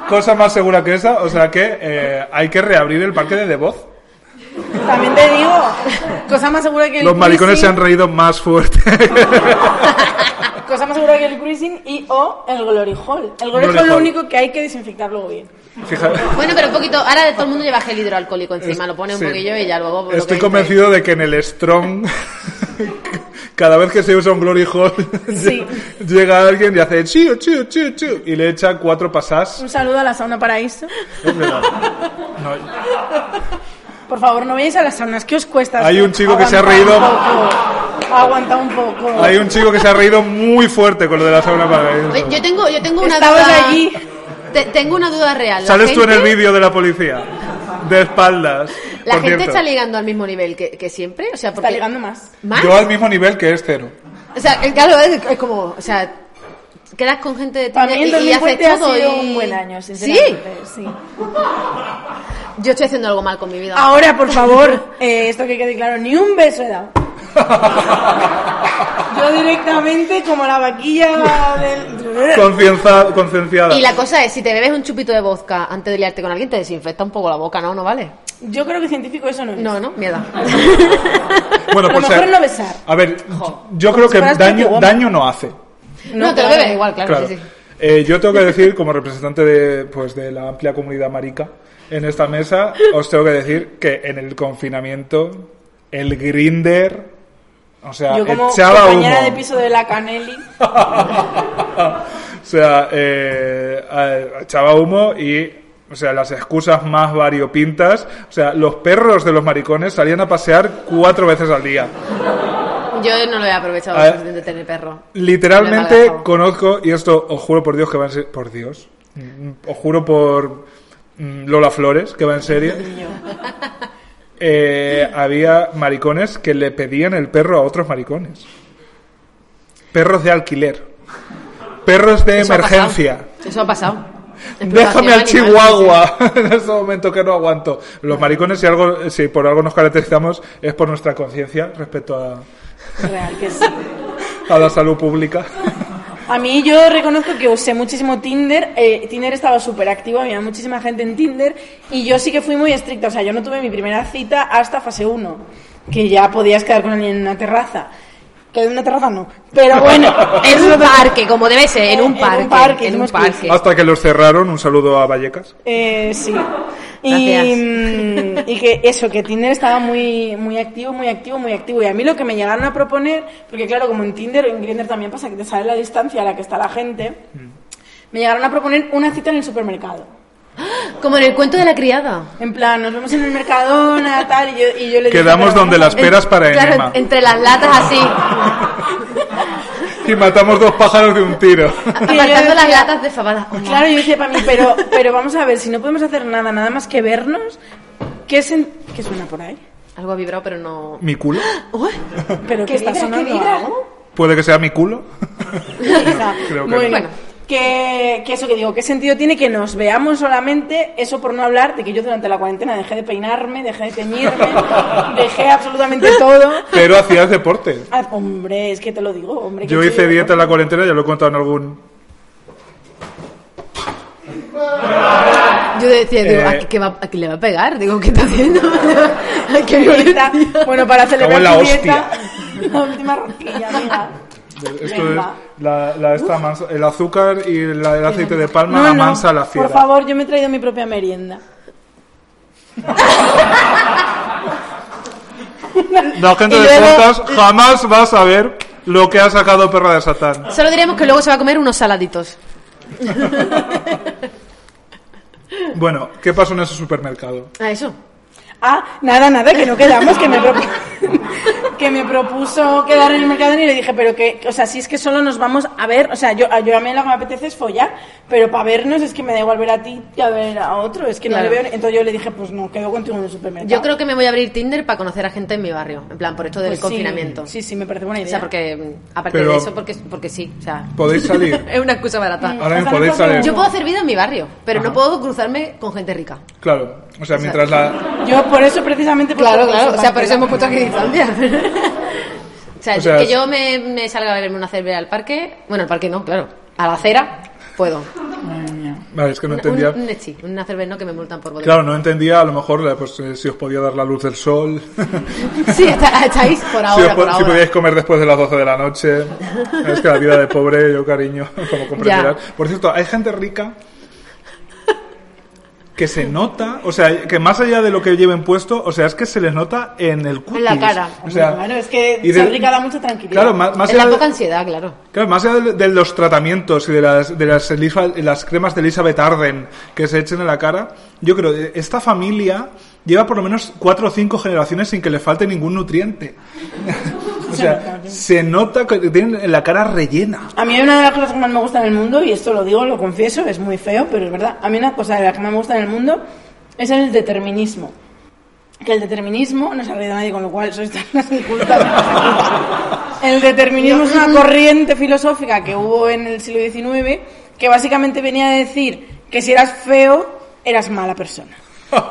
A: cosa más segura que esa, o sea que eh, hay que reabrir el parque de The Voz.
B: También te digo, cosa más segura que el
A: Los maricones se han
B: cruising-
A: reído más fuerte.
B: Cosa más segura que el cruising y o el glory hall. El glory
A: Glory
B: hall lo
A: hall.
B: único que hay que desinfectar luego bien.
A: Fíjate.
C: Bueno, pero un poquito. Ahora todo el mundo lleva gel hidroalcohólico encima,
A: Es-
C: lo pone un
A: sí.
C: poquillo y ya luego. lo que
A: Estoy
C: dice-
A: convencido de que en el Strong, cada vez que se usa un Glory Hall,
B: Sí.
A: llega alguien y hace chiu, chiu, chiu, chiu, y le echa cuatro pasás.
B: Un saludo a la sauna paraíso.
A: Es verdad. No,
B: Por favor, no vayáis a las saunas, ¿qué os cuesta?
A: Hay un chico que se ha
B: Aguantar
A: reído.
B: un poco. aguanta un poco.
A: Hay un chico que se ha reído muy fuerte con lo de la sauna para
C: Oye, Yo tengo, yo tengo una
B: Estabas
C: duda.
B: allí.
C: Te- tengo una duda real. La
A: Sales tú en el
C: gente-
A: vídeo de la policía, de espaldas.
C: La
A: por
C: gente
A: cierto.
C: está ligando al mismo nivel que, que siempre. O sea, porque.
B: Está ligando más.
C: ¿Más?
A: Yo al mismo nivel que este, es cero.
C: O sea, el- claro, es, es como. O sea, quedas con gente de
B: Para mí
C: Tinder
B: el
C: y, y haces
B: 2020 ha
C: todo.
B: sido
C: y-
B: un buen año,
C: Sí,
B: sinceramente. Sí.
C: yo estoy haciendo algo mal con mi vida.
B: Ahora, por favor, eh, esto que quede claro, ni un beso he dado. Yo directamente, como la vaquilla del...
A: Concienza- Concienciada.
C: Y la cosa es, si te bebes un chupito de vodka antes de liarte con alguien, te desinfecta un poco la boca, ¿no? ¿No vale?
B: Yo creo que científico eso no es.
C: No, no, mierda.
A: Bueno,
B: Lo
A: pues,
B: mejor
A: eh,
B: no besar.
A: A ver, yo creo
B: si
A: que
B: fueras
A: daño,
B: Pretty Woman.
A: daño no hace.
C: No, te lo
B: claro.
C: bebes igual, claro,
A: Claro.
C: sí, sí.
A: Eh, yo tengo que decir, como representante de, pues, de la amplia comunidad marica en esta mesa, os tengo que decir que en el confinamiento, el grinder, o sea, eh,
B: Yo como
A: echaba humo.
B: compañera de piso de la Canelli,
A: o sea, eh, eh, echaba humo y, o sea, las excusas más variopintas. O sea, los perros de los maricones salían a pasear cuatro veces al día.
C: Yo no lo he aprovechado
A: A ver.
C: suficiente de tener perro. Me
A: Literalmente
C: malgastaba.
A: conozco, y esto os juro por Dios que va en serio. Por Dios. Mm, Os juro por mm, Lola Flores, que va en serio. Eh, había maricones que le pedían el perro a otros maricones. Perros de alquiler. Perros de
C: Eso ha
A: emergencia.
C: pasado. Eso ha pasado. Explotación
A: Déjame al
C: animal,
A: Chihuahua en este momento que no aguanto. Los maricones, si, algo, si por algo nos caracterizamos, es por nuestra conciencia respecto a,
B: real que sí.
A: a la salud pública.
B: A mí yo reconozco que usé muchísimo Tinder, eh, Tinder estaba súper activo, había muchísima gente en Tinder y yo sí que fui muy estricta, o sea, yo no tuve mi primera cita hasta fase 1, que ya podías quedar con alguien en una terraza. Que en una terraza no, pero bueno,
C: sí. En
B: eso
C: un
B: es otra-
C: parque, como debe ser, en un
B: En un
C: parque.
B: parque,
C: en un
B: hicimos
C: parque.
A: Hasta que los cerraron, un saludo a Vallecas.
B: Eh, sí. Y,
C: Gracias.
B: mm, y que eso, que Tinder estaba muy, muy activo, muy activo, muy activo. Y a mí lo que me llegaron a proponer, porque claro, como en Tinder o en Grindr también pasa que te sale la distancia a la que está la gente, me llegaron a proponer una cita en el supermercado.
C: Como en el cuento de la criada.
B: En plan, nos vemos en el Mercadona, tal, y yo, y yo le dije...
A: Quedamos
B: pero
A: donde
B: vamos
A: las
B: a-
A: peras para
C: claro,
A: enema.
C: entre las latas así.
A: Y matamos dos pájaros de un tiro.
B: yo
C: Apartando las
B: decía-
C: latas de fabada.
B: Claro, yo decía para mí, pero, pero vamos a ver, si no podemos hacer nada, nada más que vernos, ¿qué, sen- ¿qué suena por ahí?
C: Algo ha vibrado, pero no.
A: ¿Mi culo?
C: Uy.
B: ¿Pero qué está sonando? algo?
A: ¿Puede que sea mi culo?
B: Esa.
A: Creo que
B: bueno,
C: no. Bueno.
B: Que, que eso que digo, ¿qué sentido tiene que nos veamos solamente? Eso por no hablar de que yo durante la cuarentena dejé de peinarme, dejé de teñirme, dejé absolutamente todo.
A: Pero hacías deporte.
B: Ah, hombre, es que te lo digo, hombre. qué
A: Yo hice
B: chido, ¿no?
A: dieta en la cuarentena, ya lo he contado en algún...
C: Yo decía, digo,
A: Eh.
C: ¿a, qué va, a qué le va a pegar? Digo, ¿qué está haciendo? ¿A qué
B: Dieta.
C: violenta?
B: Bueno, para
A: Cago
B: celebrar
A: en la
B: tu
A: hostia.
B: dieta, la última rosquilla, amiga.
A: Esto es
B: Venga.
A: la, la esta amansa- el azúcar y la- el aceite de palma
B: No, no,
A: amansa la fiera.
B: Por favor, yo me he traído mi propia merienda.
A: La gente
C: Y
A: de
C: luego-
A: podcast jamás va a saber lo que ha sacado Perra de Satán.
C: Solo diremos que luego se va a comer unos saladitos.
A: Bueno, ¿qué pasó en ese supermercado?
C: ¿A eso?
B: Ah, nada, nada, que no quedamos, que me, propu- que me propuso quedar en el mercado y le dije, pero que, o sea, si es que solo nos vamos a ver, o sea, yo, yo a mí lo que me apetece es follar, pero para vernos es que me da igual ver a ti que a ver a otro, es que no
C: Claro.
B: le veo, entonces yo le dije, pues no, quedo contigo en el supermercado.
C: Yo creo que me voy a abrir Tinder para conocer a gente en mi barrio. En plan, por esto del
B: Pues sí,
C: confinamiento.
B: Sí, sí, me parece buena idea.
C: O sea, porque, mm, aparte
A: Pero-
C: de eso, porque, porque sí. O sea,
A: ¿Podéis salir?
C: es una excusa barata.
A: Ahora
B: Hasta
A: mismo podéis
B: nosotros.
A: salir.
C: Yo puedo hacer vida en mi barrio, pero
A: Ajá.
C: no puedo cruzarme con gente rica.
A: Claro, o sea, mientras la,
B: Yo por eso precisamente... por- por
C: O sea, por
B: parte,
C: eso hemos
B: la-
C: puesto aquí distancia. o sea,
A: O sea,
C: que yo me, me salga a beberme una cerveza al parque. Bueno, al parque no, claro. A la acera, puedo.
A: Vale, es que no
C: Una- un-
A: entendía.
C: Un, sí, una cerveza no que me multan por botella.
A: Claro, no entendía a lo mejor la- pues, eh, si os podía dar la luz del sol,
C: Sí, está- estáis por
A: si, os
C: ahora,
A: po-
C: por
A: si
C: ahora.
A: podíais comer después de las 12 de la noche. es que la vida de pobre, yo cariño, como comprenderás. Por cierto, hay gente rica que se nota, o sea, que más allá de lo que lleven puesto, o sea, es que se les nota en el cutis.
C: la cara.
A: O sea,
B: Bueno, es que
A: y de-
B: ser rica da mucha tranquilidad.
A: Claro, más, más
C: Es la
A: allá de-
C: poca ansiedad, claro.
A: Claro, más allá de, de los tratamientos y de las, de las, Elisa- las cremas de Elizabeth Arden que se echen en la cara, yo creo que esta familia lleva por lo menos cuatro o cinco generaciones sin que le falte ningún nutriente. O sea, se nota que tienen la cara rellena.
B: A mí hay una de las cosas que más me gusta en el mundo, y esto lo digo, lo confieso, es muy feo, pero es verdad. A mí una cosa de la que más me gusta en el mundo es el determinismo. Que el determinismo no se ha reído nadie, con lo cual sois tan las El determinismo es una corriente filosófica que hubo en el siglo XIX que básicamente venía a decir que si eras feo, eras mala persona.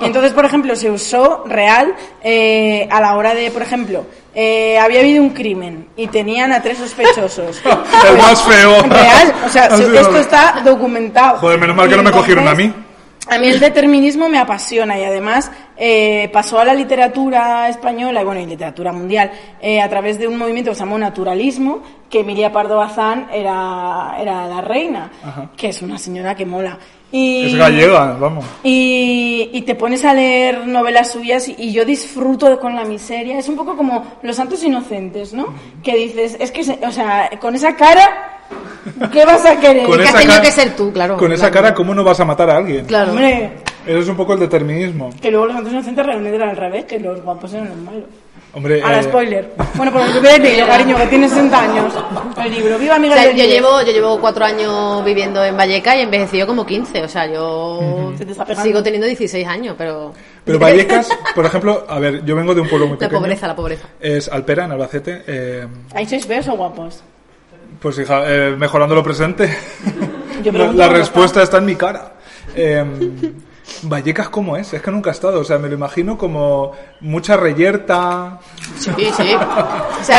B: Y entonces, por ejemplo, se usó real eh, a la hora de, por ejemplo, eh, había habido un crimen y tenían a tres sospechosos.
A: El más feo.
B: Real, o sea,
A: Así
B: se-
A: lo-
B: esto está documentado.
A: Joder, menos mal
B: Y
A: que no me cogieron a mí.
B: entonces, a mí el determinismo me apasiona y además eh, pasó a la literatura española y bueno, y literatura mundial eh, a través de un movimiento que se llamó naturalismo, que Emilia Pardo Bazán era, era la reina,
A: Ajá.
B: que es una señora que mola. Y,
A: Es gallega, vamos.
B: y, y te pones a leer novelas suyas y, y yo disfruto de- con la miseria. Es un poco como Los Santos Inocentes, ¿no? Que dices, es que, se- o sea, con esa cara, ¿qué vas a querer?
A: Con e-
C: que has
A: esa
C: tenido
A: cara-
C: que ser tú, claro.
A: Con esa
C: claro.
A: cara, ¿cómo no vas a matar a alguien?
C: Claro.
B: Hombre,
A: Eso es un poco el determinismo.
B: que luego Los Santos Inocentes realmente eran al revés, que los guapos eran los malos.
A: Hombre,
B: Ahora,
A: eh,
B: spoiler. Bueno, pues, por lo que el libro, cariño, que tienes 60 años. El libro. ¡Viva
C: O
B: Miguel
C: sea,
B: del
C: yo
B: Libro!
C: llevo, yo llevo cuatro años viviendo en Valleca y he envejecido como 15. O sea, yo
B: Se te está pegando.
C: sigo teniendo 16 años, pero
A: Pero Vallecas, por ejemplo, a ver, yo vengo de un pueblo muy
C: la
A: pequeño.
C: pobreza, la pobreza.
A: Es Alpera, en Albacete. eh,
B: ¿Ahí sois feos o guapos?
A: pues hija, eh, mejorando lo presente.
B: Yo
A: la,
B: pregunto
A: la
B: por
A: respuesta está en mi cara. Eh, Vallecas, ¿cómo es? Es que nunca he estado. O sea, me lo imagino como mucha reyerta.
C: Sí, sí. O sea,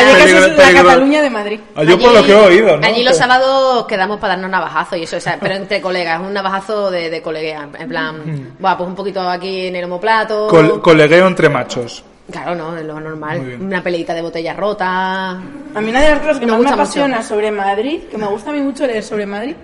B: Vallecas
A: Peligro-
B: es la
A: peligro-
B: Cataluña de Madrid.
A: Ah, Yo por lo que he oído, ¿no?
C: Allí
A: Pero-
C: los sábados quedamos para darnos navajazo y eso, o sea, pero entre colegas, un navajazo de, de coleguea, en plan, buah, pues un poquito aquí en el homoplato.
A: Hmm. Col- colegueo entre machos.
C: claro, no, es lo
A: Muy
C: normal.
A: bien.
C: Una peleita de botella rota.
B: A mí una de las cosas que
C: Me
B: más me
C: gusta mucho.
B: apasiona sobre Madrid, que me gusta a mí mucho leer sobre Madrid,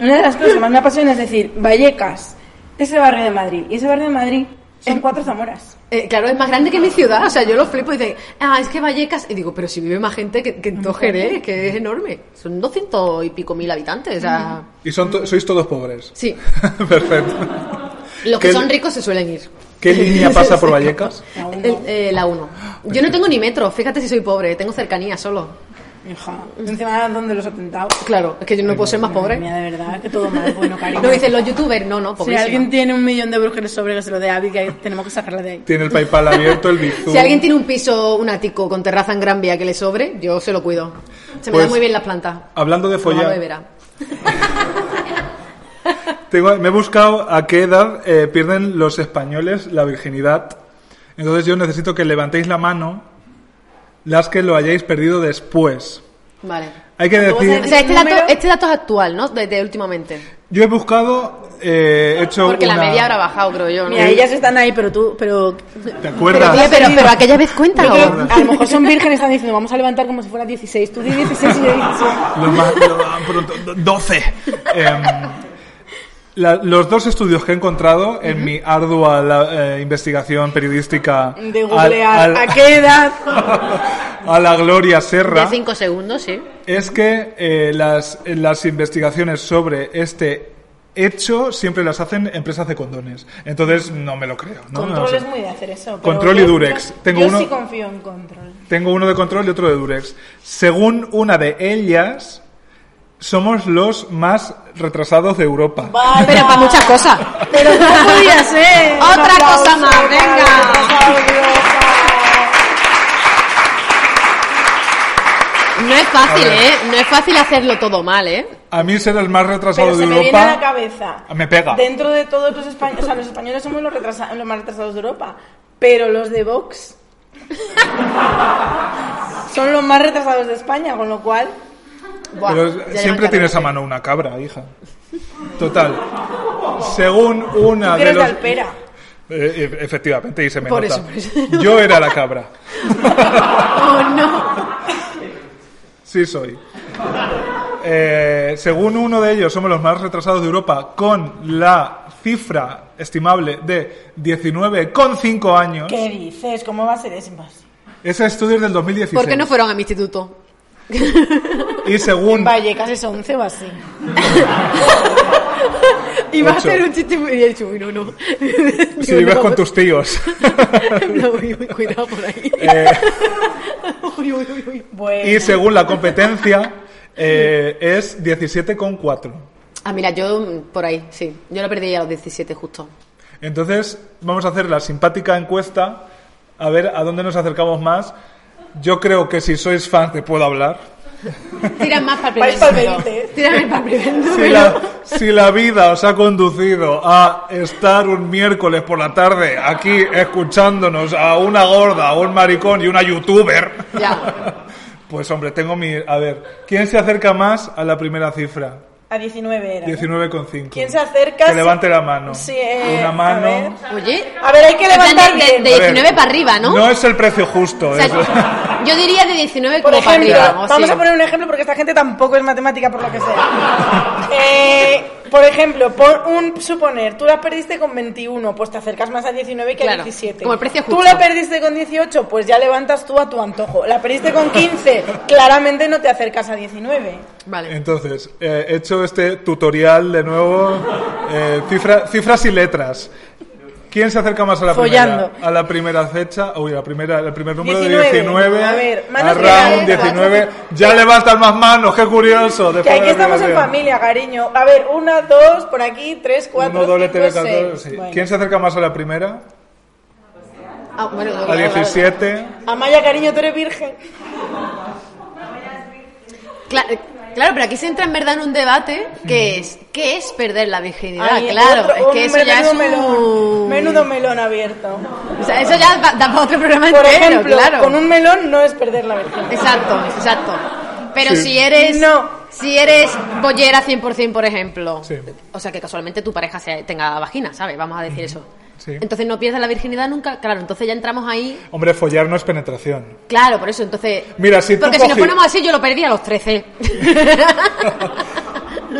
B: una de las cosas que más me apasiona es decir, Vallecas, ese barrio de Madrid. Y ese barrio de Madrid son cuatro Zamoras.
C: Eh, claro, es más grande que mi ciudad, o sea, yo lo flipo y dicen, ah, es que Vallecas. Y digo, pero si vive más gente que, que en todo Jerez, que es enorme. Son 200 y pico mil habitantes, o sea.
A: Y son to- sois todos pobres.
C: Sí.
A: Perfecto.
C: Los que
A: ¿Qué-
C: son ricos se suelen ir.
A: ¿Qué línea pasa por Vallecas?
C: El- eh, la 1. Yo no tengo ni metro, fíjate si soy pobre, tengo cercanía solo.
B: Hija, encima donde los atentados.
C: Claro, es que yo no puedo ser más
B: Madre
C: pobre.
B: mía, de verdad, que todo mal, bueno, cariño.
C: No dicen los youtubers, no, no,
B: si
C: pobrísima.
B: alguien tiene un millón de euros que le sobre, que se lo dé a Abby, que tenemos que sacarla de ahí.
A: Tiene el PayPal abierto, el Bizum.
C: Si alguien tiene un piso, un ático con terraza en Gran Vía que le sobre, yo se lo cuido. Se me
A: Pues-
C: dan muy bien las plantas.
A: Hablando de
C: Como
A: follar.
C: aloe vera.
A: Tengo- me he buscado a qué edad eh, pierden los españoles la virginidad. Entonces yo necesito que levantéis la mano las que lo hayáis perdido después.
C: Vale.
A: Hay que
B: vas a
C: O
A: decir,
B: decir?
C: sea, este dato,
B: Número-
C: este dato es actual, ¿no? Desde últimamente.
A: yo he buscado, eh, he hecho
C: Porque la
A: una-
C: media habrá bajado, creo yo. ¿no?
B: Mira, ellas están ahí, pero tú, pero
A: ¿Te
C: pero,
A: acuerdas?
C: tía, pero, pero aquella vez cuenta.
B: Yo
C: ¿o?
B: creo- a lo mejor son vírgenes, están diciendo, vamos a levantar como si fuera 16. Tú di 16 y yo 17.
A: Lo más- lo más pronto, do- 12. Em, la- los dos estudios que he encontrado en mi ardua la- eh, investigación periodística
B: De googlear,
A: al- al-
B: ¿a qué edad?
A: a la Gloria
C: De
A: Serra
C: 5 segundos, sí.
A: es que eh, las, las investigaciones sobre este hecho siempre las hacen empresas de condones. Entonces no me lo creo. ¿no?
B: control
A: O sea,
B: es muy de hacer eso. pero
A: Control y
B: yo-
A: Durex.
B: Yo,
A: Tengo
B: yo
A: uno-
B: sí confío en control.
A: Tengo uno de control y otro de Durex. Según una de ellas, somos los más retrasados de Europa.
B: Vaya.
C: Pero para muchas cosas.
B: Pero no podía ser.
C: Otra
B: Un aplauso
C: cosa más,
B: para
C: venga.
B: Rosa Orgullosa.
C: No es
A: A
C: fácil,
A: ver.
C: ¿eh? No es fácil hacerlo todo mal, ¿eh?
A: A mí ser el más retrasado
B: Pero se
A: de
B: me viene a la
A: Europa. Ah,
B: cabeza.
A: Me pega.
B: Dentro de todos los españoles, o sea, los españoles somos los, retrasa- los más retrasados de Europa, pero los de Vox son los más retrasados de España, con lo cual
C: Buah,
A: pero
C: ya llevan
A: siempre
C: carrera.
A: tienes a mano una cabra, hija. Total. Según
B: tú que
A: una Ah, de
B: eres de
A: los.
B: Alpera.
A: Eh, e- efectivamente, y se me
C: Por
A: nota.
C: eso, por eso.
A: Yo era la cabra.
C: Oh, no.
A: Sí soy. Eh, según uno de ellos, somos los más retrasados de Europa con la cifra estimable de 19,5 años.
B: ¿Qué dices? ¿Cómo va a ser eso?
A: Ese estudio es del 2016.
C: ¿Por qué no fueron a mi instituto?
A: Y según.
B: Vallecas es 11 o así.
C: Iba a
A: Ocho.
C: hacer un chiste muy- y he dicho, uy, no, no.
A: Si vives con tus tíos.
C: No, uy, uy, cuidado por ahí.
A: Eh,
C: Uy, uy, uy, uy.
B: Bueno,
A: y según la competencia, eh, es 17,4.
C: Ah, mira, yo mm, por ahí, sí. Yo la perdí a los 17 justo.
A: Entonces, vamos a hacer la simpática encuesta a ver a dónde nos acercamos más. Yo creo que si sois fans de Puedo Hablar,
C: Tira más para el
B: Vais
C: primer
B: pa'l
C: número.
B: 20.
C: Tírame para el primer
A: si
C: número.
A: la, si la vida os ha conducido a estar un miércoles por la tarde aquí escuchándonos a una gorda, a un maricón y una youtuber,
C: Ya.
A: pues hombre, tengo mi... A ver, ¿quién se acerca más a la primera cifra?
B: a 19 era. ¿no?
A: 19,5.
B: ¿Quién se acerca?
A: Que levante la mano.
B: Sí, eh,
A: Una
B: a
A: mano.
B: ver.
C: Oye.
B: A ver, hay que
C: en plan
B: levantar
C: de, de-
B: bien.
C: de
A: A ver.
C: 19 para arriba, ¿no?
A: No es el precio justo.
C: O sea,
A: es-
C: yo diría de 19
B: Por
C: como para
B: ejemplo,
C: arriba. o
B: vamos
C: sí.
B: a poner un ejemplo porque esta gente tampoco es matemática por lo que sea. Eh, por ejemplo, por un suponer, tú la perdiste con 21, pues te acercas más a 19 que
C: Claro,
B: a 17.
C: como el precio
B: Tú
C: justo.
B: la perdiste con 18, pues ya levantas tú a tu antojo. La perdiste con 15, claramente no te acercas a 19.
C: Vale.
A: Entonces, eh, he hecho este tutorial de nuevo, eh, cifra- cifras y letras. ¿Quién se acerca más a la
B: Follando.
A: primera? A la primera fecha, uy, la primera, el primer número
B: 19.
A: de 19.
B: A ver,
A: a
B: manos
A: round
B: reales,
A: 19. Ya levantan más manos, qué curioso.
B: Que
A: después de
B: aquí
A: la
B: estamos en
A: relación.
B: familia, cariño. A ver, una, dos, por aquí, tres, cuatro,
A: Uno, doble,
B: cinco,
A: tele,
B: seis.
A: catorce, sí.
B: Bueno.
A: ¿Quién se acerca más a la primera?
C: Ah, bueno,
A: A 17.
B: Amaya, cariño, tú eres virgen.
C: Cla- eh, Claro, pero aquí se entra en verdad en un debate que es ¿qué es perder la virginidad?
B: Ay,
C: Ah, claro,
B: otro-
C: es que eso
B: hombre,
C: ya es un...
B: menudo melón. Menudo melón abierto.
C: O sea, eso ya da da para otro programa
B: Por
C: entero,
B: ejemplo,
C: claro.
B: con un melón no es perder la virginidad.
C: Exacto, exacto. Pero
A: Sí.
C: si eres
B: No.
C: si eres bollera 100%, por ejemplo,
A: Sí.
C: o sea, que casualmente tu pareja sea- tenga vagina, ¿sabes? Vamos a decir eso.
A: Sí.
C: Entonces no pierdes la virginidad nunca, claro, entonces ya entramos ahí.
A: Hombre, follar no es penetración.
C: Claro, por eso, entonces
A: Mira, si tú
C: Porque si nos
A: cogi-
C: ponemos así yo lo perdí a los 13.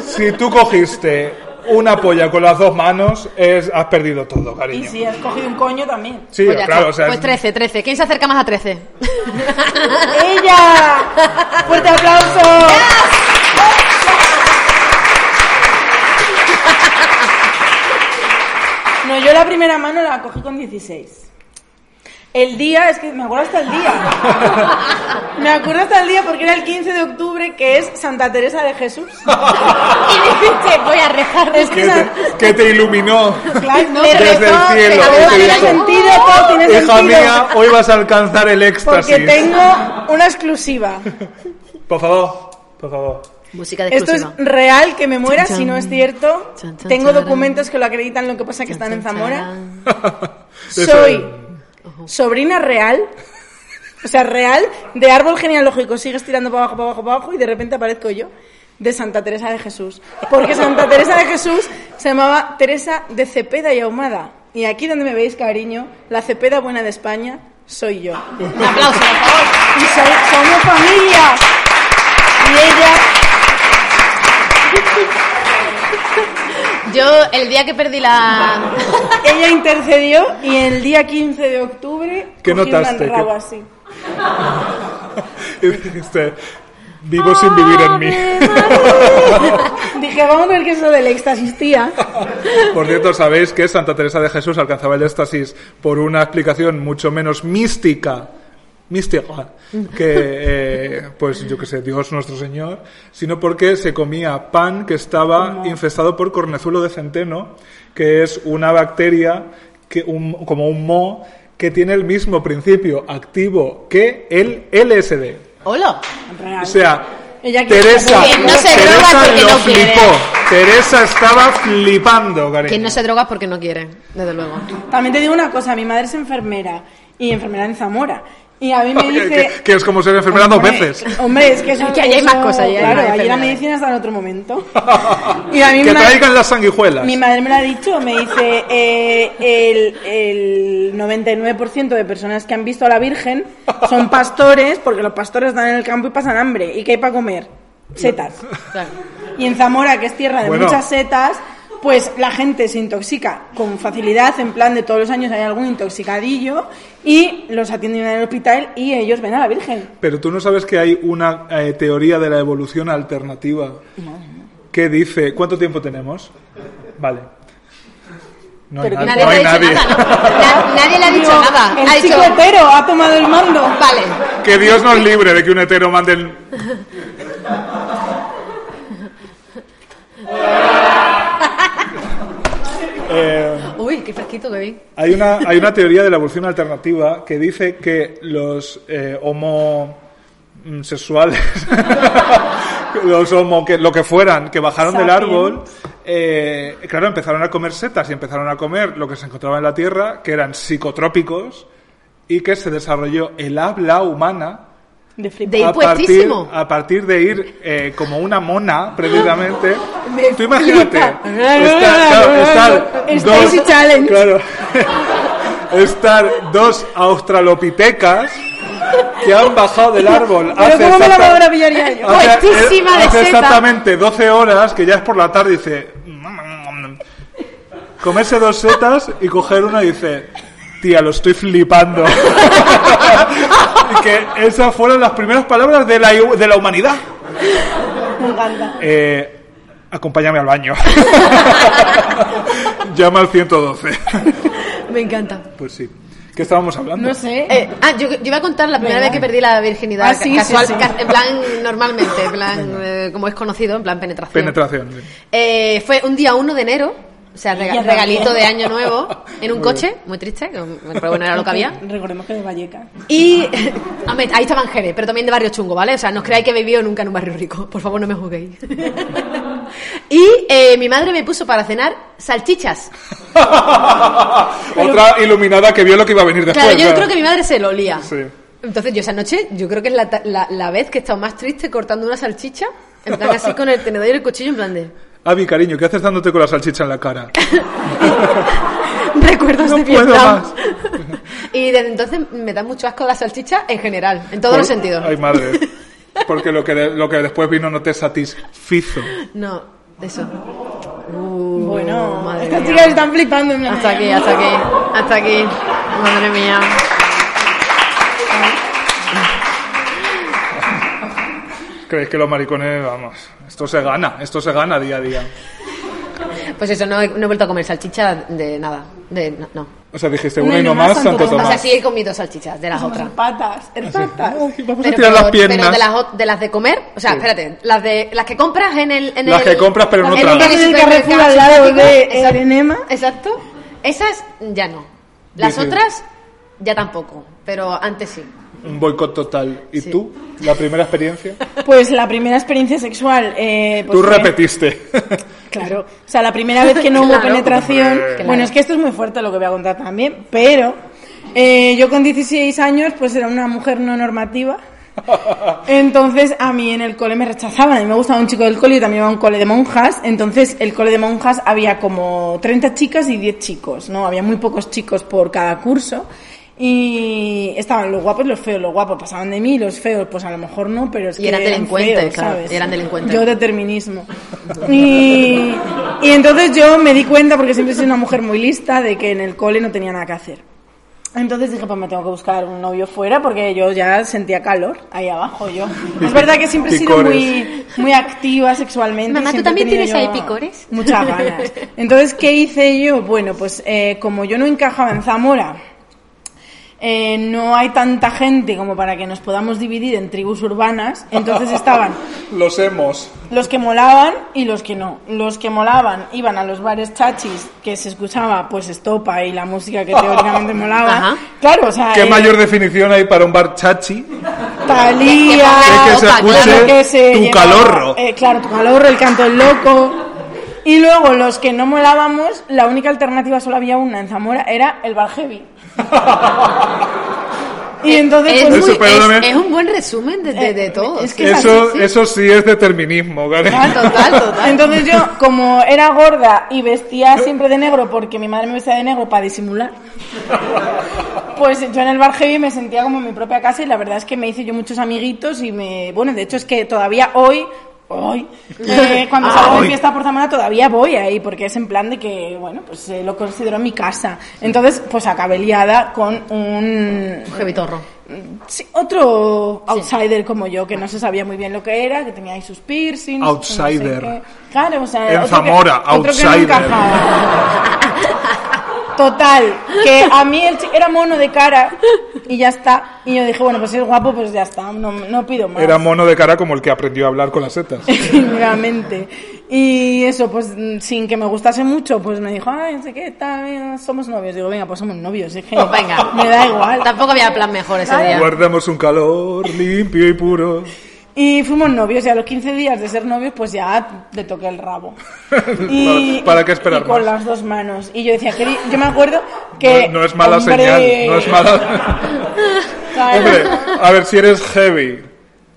A: Si tú cogiste una polla con las dos manos, es, has perdido todo,
B: Y
A: cariño.
B: si has cogido un coño también.
A: Sí,
C: Pues ya
A: claro,
C: está.
A: o sea,
C: Pues 13, 13. ¿Quién se acerca más a 13?
B: ¡Ella! ¡Fuerte aplauso! No, yo la primera mano la cogí con 16. El día, es que me acuerdo hasta el día. Me acuerdo hasta el día porque era el 15 de octubre, que es Santa Teresa de Jesús.
C: y dijiste, voy a rezar.
B: Es que,
A: que
B: esa-
A: te, que te iluminó.
B: claro,
C: No,
B: me
C: desde el
B: rezó,
A: cielo,
B: pero
A: que te
B: tiene
A: dijo,
B: sentido, todo tiene
A: Hija
B: sentido.
A: mía, hoy vas a alcanzar el éxtasis.
B: Porque tengo una exclusiva.
A: Por favor, por favor.
C: Música de
B: Esto es
C: exclusiva.
B: real, que me muera,
C: Chan,
B: si no es cierto.
C: Chan, chan,
B: Tengo
C: charán.
B: documentos que lo acreditan, lo que pasa que están en Zamora.
C: Tarán.
A: Eso
B: Soy sobrina real, o sea, real, de árbol genealógico. Sigues tirando para abajo, para abajo, para abajo y de repente aparezco yo, de Santa Teresa de Jesús. Porque Santa Teresa de Jesús se llamaba Teresa de Cepeda y Ahumada. Y aquí donde me veis, cariño, la Cepeda buena de España soy yo.
C: Un aplauso, por favor.
B: Y so- somos familia. Y ella
C: Yo, el día que perdí la.
B: Ella intercedió y el día 15 de octubre
A: ¿Qué
B: cogí
A: notaste?
B: un rabo
A: ¿Qué-
B: así.
A: Y dijiste, Este, vivo sin vivir en
B: Ah,
A: mí.
B: Dije, vamos a ver qué es eso del éxtasis, tía.
A: Por cierto, sabéis que Santa Teresa de Jesús alcanzaba el éxtasis por una explicación mucho menos mística, mística, que, eh, pues yo que sé, Dios nuestro Señor, sino porque se comía pan que estaba infestado por cornezuelo de centeno, que es una bacteria, que un- como un moho, que tiene el mismo principio activo que el LSD.
C: ¡Hola!
A: O sea,
B: Ella que-
A: Teresa,
C: Que no se droga
A: Teresa
C: porque
A: lo
C: no quiere.
A: flipó. Teresa estaba flipando, cariño.
C: Quien no se droga porque no quiere, desde luego.
B: También te digo una cosa, mi madre es enfermera y enfermera en Zamora. Y a mí me
A: Oye,
B: dice...
A: que, que es como ser enfermera dos
B: Hombre,
A: veces.
B: Hombre, es que eso...
C: Es que allí hay más
B: eso-
C: cosas, allí hay
B: Claro,
C: más
B: allí la
C: enfermedades.
B: medicina está en otro momento. Y a mí
A: que
B: me-
A: traigan las sanguijuelas.
B: Mi madre me lo ha dicho, me dice, eh, el, el 99% de personas que han visto a la Virgen son pastores, porque los pastores están en el campo y pasan hambre. ¿Y qué hay para comer? Setas.
C: Claro.
B: Y en Zamora, que es tierra de
A: Bueno.
B: muchas setas, pues la gente se intoxica con facilidad, en plan de todos los años hay algún intoxicadillo, y los atienden en el hospital y ellos ven a la Virgen.
A: Pero tú no sabes que hay una eh, teoría de la evolución alternativa que dice... ¿Cuánto tiempo tenemos? Vale. No hay,
B: Pero
A: nadie,
C: Nadie
A: no
C: le
A: hay
C: ha dicho
A: nadie.
C: nada. Na- nadie le ha dicho
B: Digo,
C: nada.
B: El
C: Ha dicho,
B: chico hetero ha tomado el mando.
C: vale.
A: Que Dios nos libre de que un hetero mande el... Eh,
C: Uy, qué fresquito que bien.
A: Hay una, hay una teoría de la evolución alternativa que dice que los eh, homosexuales, los homo, que, lo que fueran, que bajaron del
B: Sapiens.
A: árbol, eh, claro, empezaron a comer setas y empezaron a comer lo que se encontraba en la tierra, que eran psicotrópicos, y que se desarrolló el habla humana
B: De flip.
C: De ir
A: partir,
C: puestísimo.
A: a partir de ir eh, como una mona, precisamente.
C: Me
A: Tú imagínate.
C: flipa.
A: Estar, claro, estar
B: Stacy
A: dos-
B: Challenge.
A: claro. estar dos australopitecas que han bajado del árbol
B: Pero
A: hace
B: cómo me la
A: exacta-
B: maravillaría yo.
A: hace- eh,
C: Puestísima de
A: hace
C: seta.
A: exactamente 12 horas, que ya es por la tarde, y dice... "Mm". Comerse dos setas y coger una y dice... Tía, lo estoy flipando. y que esas fueron las primeras palabras de la, de la humanidad.
B: Me encanta.
A: Eh, acompáñame al baño. Llama al 112.
C: Me encanta.
A: pues sí. ¿Qué estábamos hablando?
B: No sé.
C: Eh, ah, yo, yo iba a contar la primera
B: Venga.
C: vez que perdí la virginidad.
B: Ah, sí,
C: ca- casual,
B: sí, sí.
C: ca- En plan, normalmente, en plan, eh, como es conocido, en plan penetración.
A: Penetración. sí.
C: Eh, fue un día 1 de enero, o sea, rega-
B: Ya
C: regalito de
B: también.
C: año nuevo, en un coche, muy triste, pero bueno, era lo que había.
B: Recordemos que de Valleca.
C: Y hombre, ahí estaban Jerez, pero también de barrio chungo, ¿vale? O sea, no os creáis que he vivido nunca en un barrio rico, por favor no me juzguéis. y eh, mi madre me puso para cenar salchichas.
A: Otra iluminada que vio lo que iba a venir después.
C: Claro, yo
A: claro.
C: creo que mi madre se lo olía.
A: Sí.
C: Entonces yo esa noche, yo creo que es la, ta- la- la vez que he estado más triste cortando una salchicha, en plan así con el tenedor y el cuchillo, en plan de...
A: Avi, cariño, ¿qué haces dándote con la salchicha en la cara?
C: Recuerdos
A: No
C: de
A: puedo
C: Vietnam.
A: más.
C: y desde entonces me da mucho asco la salchicha en general, en todos
A: Por-
C: los sentidos.
A: Ay, madre. Porque lo que, de- lo que después vino no te satisfizo.
C: No, eso. Uh,
B: Bueno,
C: madre
B: estas
C: mía.
B: chicas están flipando. en plan,
C: Hasta aquí, hasta aquí, hasta aquí. Madre mía.
A: ¿Creéis que los maricones, vamos, esto se gana, esto se gana día a día?
C: Pues eso, no he, no he vuelto a comer salchicha de nada. De, no, no.
A: O sea, dijiste
B: No
A: una
B: hay
A: y no
B: nomás,
A: más,
B: Santo
A: Santo
B: Tomás.
C: O sea,
A: Tomás.
C: sí he comido salchichas de las
B: Somos
C: otras.
B: herpatas, herpatas.
A: Ay, vamos a tirar
C: Pero, pero-
A: las piernas.
C: pero de, las, o- de las de comer, o sea, espérate, las de las que compras en el. En
A: Las
C: el-
A: que compras, pero no
C: en
A: tragas.
B: En el Carrefour
C: supermercado
B: al lado
C: asiático.
B: de
C: Exacto.
B: Arenema.
C: Exacto. Esas ya no. Las
A: Sí, sí.
C: otras ya tampoco, pero antes sí.
A: Un boicot total. ¿Y
C: Sí.
A: tú? ¿La primera experiencia?
B: Pues la primera experiencia sexual. eh, pues
A: tú
B: fue-
A: repetiste.
B: Claro, o sea, la primera vez que no hubo
C: Claro.
B: penetración.
A: Hombre.
B: Bueno, es que esto es muy fuerte lo que voy a contar también, pero eh, yo con 16 años, pues era una mujer no normativa. Entonces a mí en el cole me rechazaban. A mí me gustaba un chico del cole y también iba a un cole de monjas. Entonces el cole de monjas había como 30 chicas y 10 chicos, ¿no? Había muy pocos chicos por cada curso. Y estaban los guapos y los feos. Los guapos pasaban de mí, los feos, pues a lo mejor no, pero es
C: Y
B: que
C: eran delincuentes,
B: feos,
C: claro,
B: ¿sabes?
C: y eran delincuentes.
B: Yo determinismo. Y, y entonces yo me di cuenta, porque siempre he sido una mujer muy lista, de que en el cole no tenía nada que hacer. Entonces dije, pues me tengo que buscar un novio fuera porque yo ya sentía calor ahí abajo yo. Es verdad que siempre he sido
A: Picores.
B: muy, muy activa sexualmente.
C: Mamá, ¿tú
B: siempre he
C: también
B: tenido
C: tienes
B: yo
C: ahí picores?
B: Muchas ganas. Entonces, ¿qué hice yo? Bueno, pues eh, como yo no encajaba en Zamora, eh, no hay tanta gente como para que nos podamos dividir en tribus urbanas, entonces estaban
A: Los hemos.
B: los que molaban y los que no. Los que molaban iban a los bares chachis que se escuchaba pues estopa y la música que teóricamente molaba.
C: Ajá.
B: Claro, o sea,
A: ¿Qué
B: eh,
A: mayor definición hay para un bar chachi?
B: Talía,
C: Que-
A: que se
C: opa,
A: escuche
B: claro que se
A: tu
B: llevaba,
A: calorro.
B: eh, claro, tu calorro, el canto del loco. Y luego los que no molábamos, la única alternativa solo había una en Zamora, era el bar heavy. y entonces
C: Es,
B: pues, Eh,
A: Eso,
C: muy-
A: perdóname.
C: es- es un buen resumen de, de- de todo.
B: es que es
A: Eso,
B: así, sí.
A: eso sí es determinismo, ¿vale?
C: Ah, total, total.
B: Entonces yo, como era gorda y vestía siempre de negro porque mi madre me vestía de negro para disimular, pues yo en el bar heavy me sentía como en mi propia casa y la verdad es que me hice yo muchos amiguitos y me... Bueno, de hecho es que todavía hoy hoy, eh, cuando salgo de fiesta por Zamora todavía voy ahí, porque es en plan de que, bueno, pues eh, lo considero mi casa. Entonces, pues acabé liada con un...
C: Jevitorro.
B: sí, otro outsider como yo, que no se sabía muy bien lo que era, que tenía ahí sus piercings. no sé
A: Outsider.
B: qué. claro, o sea...
A: En
B: otro
A: Zamora,
B: que, otro que no
A: outsider.
B: encajaba. Total, que a mí el chico era mono de cara y ya está. Y yo dije, bueno, pues si es guapo, pues ya está, no, no pido más.
A: Era mono de cara como el que aprendió a hablar con las setas.
B: Efectivamente. Y eso, pues mm, sin que me gustase mucho, pues me dijo, ay, no sé qué, tal, eh, somos novios. Digo, venga, pues somos novios. Es que
C: Venga.
B: Me da igual.
C: Tampoco había plan mejor ese día.
A: Guardamos un calor limpio y puro.
B: Y fuimos novios y a los 15 días de ser novios, pues ya le toqué el rabo.
A: ¿Para- para qué esperar
B: y con
A: más?
B: las dos manos. Y yo decía, "Queri-". yo me acuerdo que...
A: no, no es mala
B: hombre,
A: señal, no es mala.
B: claro,
A: Hombre, a ver, si eres heavy,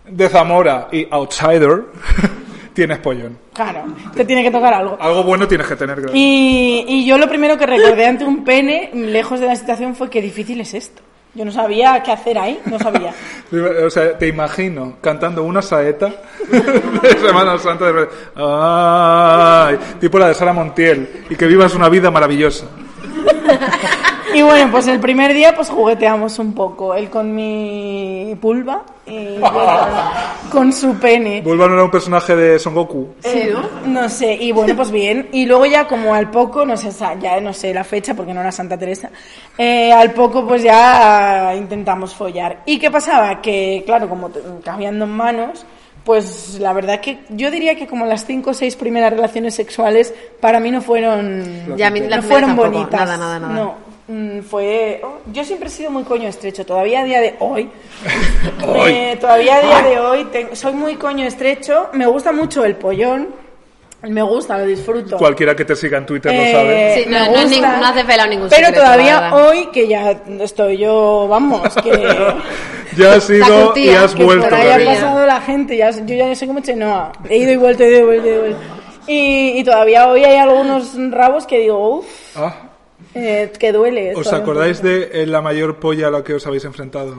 A: de Zamora y outsider, tienes pollón.
B: claro, te tiene que tocar algo.
A: Algo bueno tienes que tener. creo.
B: Y, y yo lo primero que recordé ante un pene, lejos de la situación, fue qué difícil es esto. Yo no sabía qué hacer ahí, no sabía.
A: O sea, te imagino cantando una saeta de Semana Santa de Ay, tipo la de Sara Montiel y que vivas una vida maravillosa.
B: Y bueno, pues el primer día pues jugueteamos un poco, él con mi pulva y yo con su pene.
A: Vuelvan era un personaje de Son Goku.
B: Eh, ¿no? sé, y bueno, pues bien. Y luego ya como al poco, no sé, sa- ya no sé la fecha porque no era Santa Teresa, eh, al poco pues ya intentamos follar. ¿Y qué pasaba? Que claro, como te- cambiando en manos, pues la verdad que yo diría que como las cinco o seis primeras relaciones sexuales para mí no fueron...
C: Ya a mí la
B: no
C: primera
B: fueron
C: tampoco,
B: bonitas.
C: Nada, nada, nada.
B: No, mm, fue... oh, yo siempre he sido muy coño estrecho, todavía a día de hoy.
A: Hoy.
B: eh, todavía a día de hoy tengo- soy muy coño estrecho, me gusta mucho el pollón, me gusta, lo disfruto.
A: Cualquiera que te siga en Twitter
B: Eh,
A: lo sabe.
C: Sí, no-
B: me
C: no es
B: gusta,
C: ningún- no has desvelado ningún
B: Pero
C: secreto, la
B: todavía
C: verdad.
B: hoy, que ya estoy yo, vamos, que,
A: Ya has ido y
C: curtida,
A: has
C: que
A: vuelto.
B: por ahí ha
A: cariño.
B: pasado la gente, ya, yo ya soy como Chenoa, he ido y vuelto, he ido y vuelto, he ido y vuelto. Y, y todavía hoy hay algunos rabos que digo, uff,
A: Ah,
B: que duele.
A: ¿Os
B: esto, ¿no?
A: acordáis de eh, la mayor polla a la que os habéis enfrentado?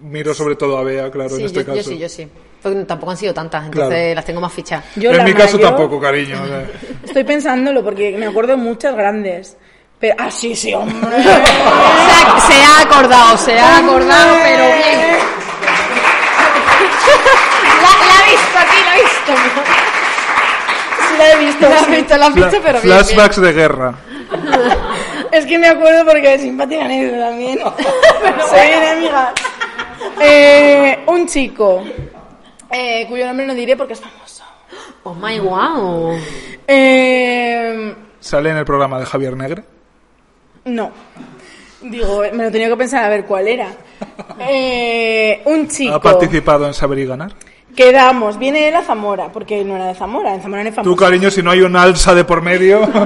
A: Miro sobre todo a Bea, claro,
C: Sí,
A: en este
C: yo, yo
A: caso.
C: sí, yo sí. Porque tampoco han sido tantas, entonces
A: Claro.
C: las tengo más fichadas.
B: Yo
A: en
B: la
A: mi caso
B: mayor-
A: tampoco, cariño. o sea.
B: Estoy pensándolo porque me acuerdo de muchas grandes. Pero, ah, sí, sí, hombre.
C: Se ha, se ha acordado, se ha acordado, pero bien. La, la he visto aquí, la he visto.
B: Sí, la he visto.
C: La has
B: sí.
C: visto, la has visto,
A: Fla-
C: pero bien. bien.
A: flashbacks de guerra.
B: Es que me acuerdo porque es simpática anécdota también. Pero se viene, amiga. Eh, un chico, eh, cuyo nombre no diré porque es famoso.
C: Oh my wow.
B: Eh,
A: Sale en el programa de Javier Negre.
B: no. Digo, me lo tenía que pensar a ver cuál era. Eh, un chico.
A: Ha participado en Saber y Ganar.
B: Quedamos. Viene él a Zamora, porque no era de Zamora. En Zamora no es famoso.
A: Tú, cariño, si no hay un alza de por medio. Madre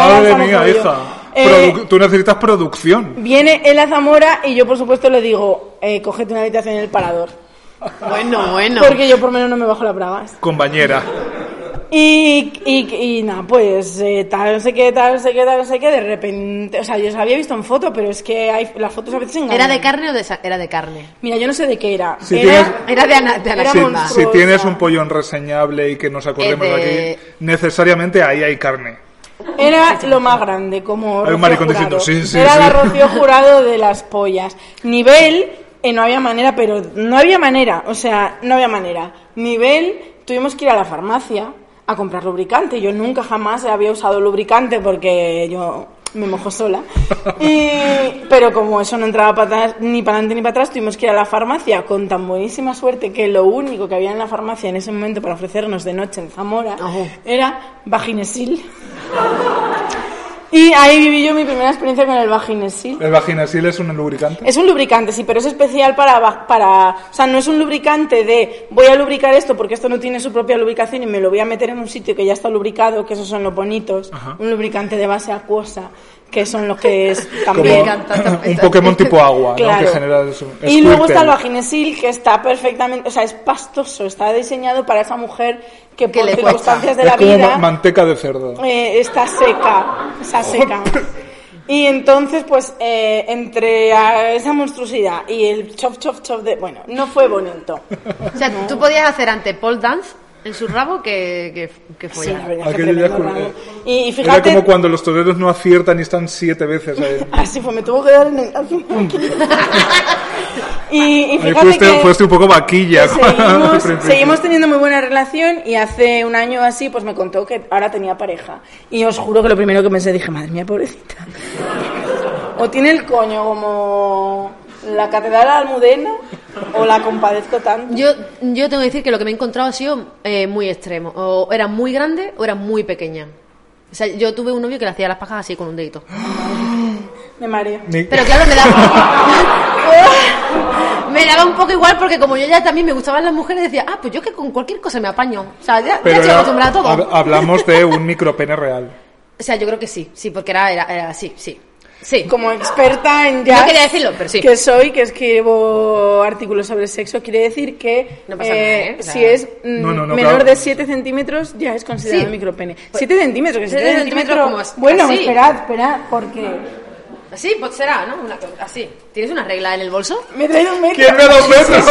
B: alza de por
A: mía,
B: medio.
A: hija.
B: Eh,
A: Produ- tú necesitas producción.
B: Viene él a Zamora y yo, por supuesto, le digo, eh, cógete una habitación en el parador.
C: Bueno, bueno.
B: Porque yo, por menos, no me bajo las bragas.
A: Compañera.
B: Y, y, y nada, pues eh, tal, no sé qué, tal, no sé qué, tal, no sé qué. De repente, o sea, yo os había visto en foto, pero es que hay, las fotos a veces engañan.
C: ¿Era de carne o de sa- era de carne?
B: Mira, yo no sé de qué era.
A: Si
B: era
A: tienes-
C: Era de ana, de
B: Era
A: Si,
C: anaconda.
B: monstruo.
A: si tienes
B: monstruosa.
A: un pollón reseñable y que nos acordemos
C: Eh,
A: de...
C: de-
A: aquí, necesariamente ahí hay carne.
B: era lo más grande, como.
A: un
B: Rocío
A: maricón
B: Jurado.
A: diciendo, sí, sí,
B: Era
A: sí.
B: la Rocío Jurado de las pollas. Nivel, eh, no había manera, pero no había manera, o sea, no había manera. Nivel, tuvimos que ir a la farmacia a comprar lubricante. Yo nunca jamás había usado lubricante porque yo me mojo sola. Y- pero como eso no entraba pa' atrás- ni para adelante ni para atrás, tuvimos que ir a la farmacia con tan buenísima suerte que lo único que había en la farmacia en ese momento para ofrecernos de noche en Zamora
C: Ojo.
B: era vaginesil. Y ahí viví yo mi primera experiencia con el vaginesil.
A: El vaginasil es un lubricante.
B: Es un lubricante, sí, pero es especial para, va- para... O sea, no es un lubricante de voy a lubricar esto porque esto no tiene su propia lubricación y me lo voy a meter en un sitio que ya está lubricado, que esos son los bonitos.
A: Ajá.
B: Un lubricante de base acuosa, que son los que es
A: Como
B: también...
A: un Pokémon tipo agua,
B: Claro.
A: ¿no? Que genera eso.
B: Y luego está el
A: Squirtle.
B: vaginesil, que está perfectamente, o sea, es pastoso, está diseñado para esa mujer que
C: Que
B: por
C: le cuesta.
B: circunstancias de
A: Es
B: la
A: como
B: vida...
A: ma- manteca de cerdo.
B: Eh, está seca, está seca. Y entonces, pues, eh, entre ah, esa monstruosidad y el chop, chop, chop de... Bueno, no fue bonito.
C: O sea, tú podías hacer ante pole dance en su rabo que, que, que
B: Sí, la
C: follar.
B: verdad es que
A: Aquello ya
B: tremendo
A: es como- eh,
B: rabo. Y, y
A: Era
B: fíjate,
A: como cuando los toreros no aciertan y están siete veces ahí.
B: así fue, pues me tuvo que dar en el... así. y, y
A: Ahí
B: fíjate
A: fuiste,
B: que...
A: fuiste un poco vaquilla. al
B: Pues seguimos,
A: principio.
B: seguimos teniendo muy buena relación y hace un año o así pues me contó que ahora tenía pareja y os juro que lo primero que pensé dije madre mía pobrecita o tiene el coño como la catedral almudena o la compadezco tanto
C: Yo, yo tengo que decir que lo que me he encontrado ha sido eh, muy extremo. O era muy grande o era muy pequeña. O sea, yo tuve un novio que le hacía las pajas así con un dedito.
B: me mareo
A: Ni-
C: Pero claro, me daba... me daba un poco igual porque como yo ya también me gustaban las mujeres, decía, ah, pues yo que con cualquier cosa me apaño. O sea, ya, ya
A: pero
C: estoy
A: era-
C: acostumbrada a todo.
A: hab- hablamos de un micropene real.
C: O sea, yo creo que sí, sí, porque era, era, era así, sí. Sí.
B: como experta en jazz
C: No quería decirlo, pero sí.
B: que soy que escribo artículos sobre sexo quiere decir que
C: No pasa nada, ¿eh? O sea-
B: si es mm,
A: No, no, no,
B: menor
A: claro.
B: de 7 centímetros ya es considerado
C: Sí. Pues,
B: micropene 7 centímetros que 7
C: Siete
B: centímetros
C: centímetros como es-
B: bueno
C: así.
B: esperad esperad porque
C: Así, pues será, ¿no? Una cosa así. ¿Tienes una regla en el bolso?
B: me he traído un metro
A: ¿Quién me los besos?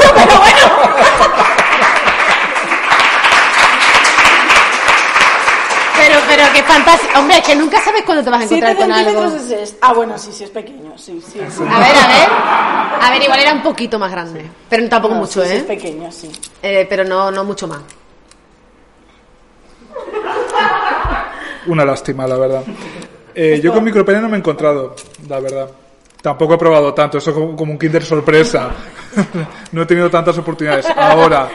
C: Pero, pero qué fantástico. Hombre, es que nunca sabes cuándo te vas a
B: 7
C: encontrar con algo. Ah,
B: centímetros es este. Ah, bueno, sí, sí, es pequeño, sí, sí. sí.
C: A ver, a ver. A ver, igual era un poquito más grande. Pero tampoco
B: No,
C: mucho,
B: sí, sí,
C: ¿eh?
B: es pequeño, sí.
C: Eh, Pero no, no mucho más.
A: Una lástima, la verdad. Eh, yo con micropene no me he encontrado, la verdad. Tampoco he probado tanto, eso como, como un kinder sorpresa. no he tenido tantas oportunidades. Ahora,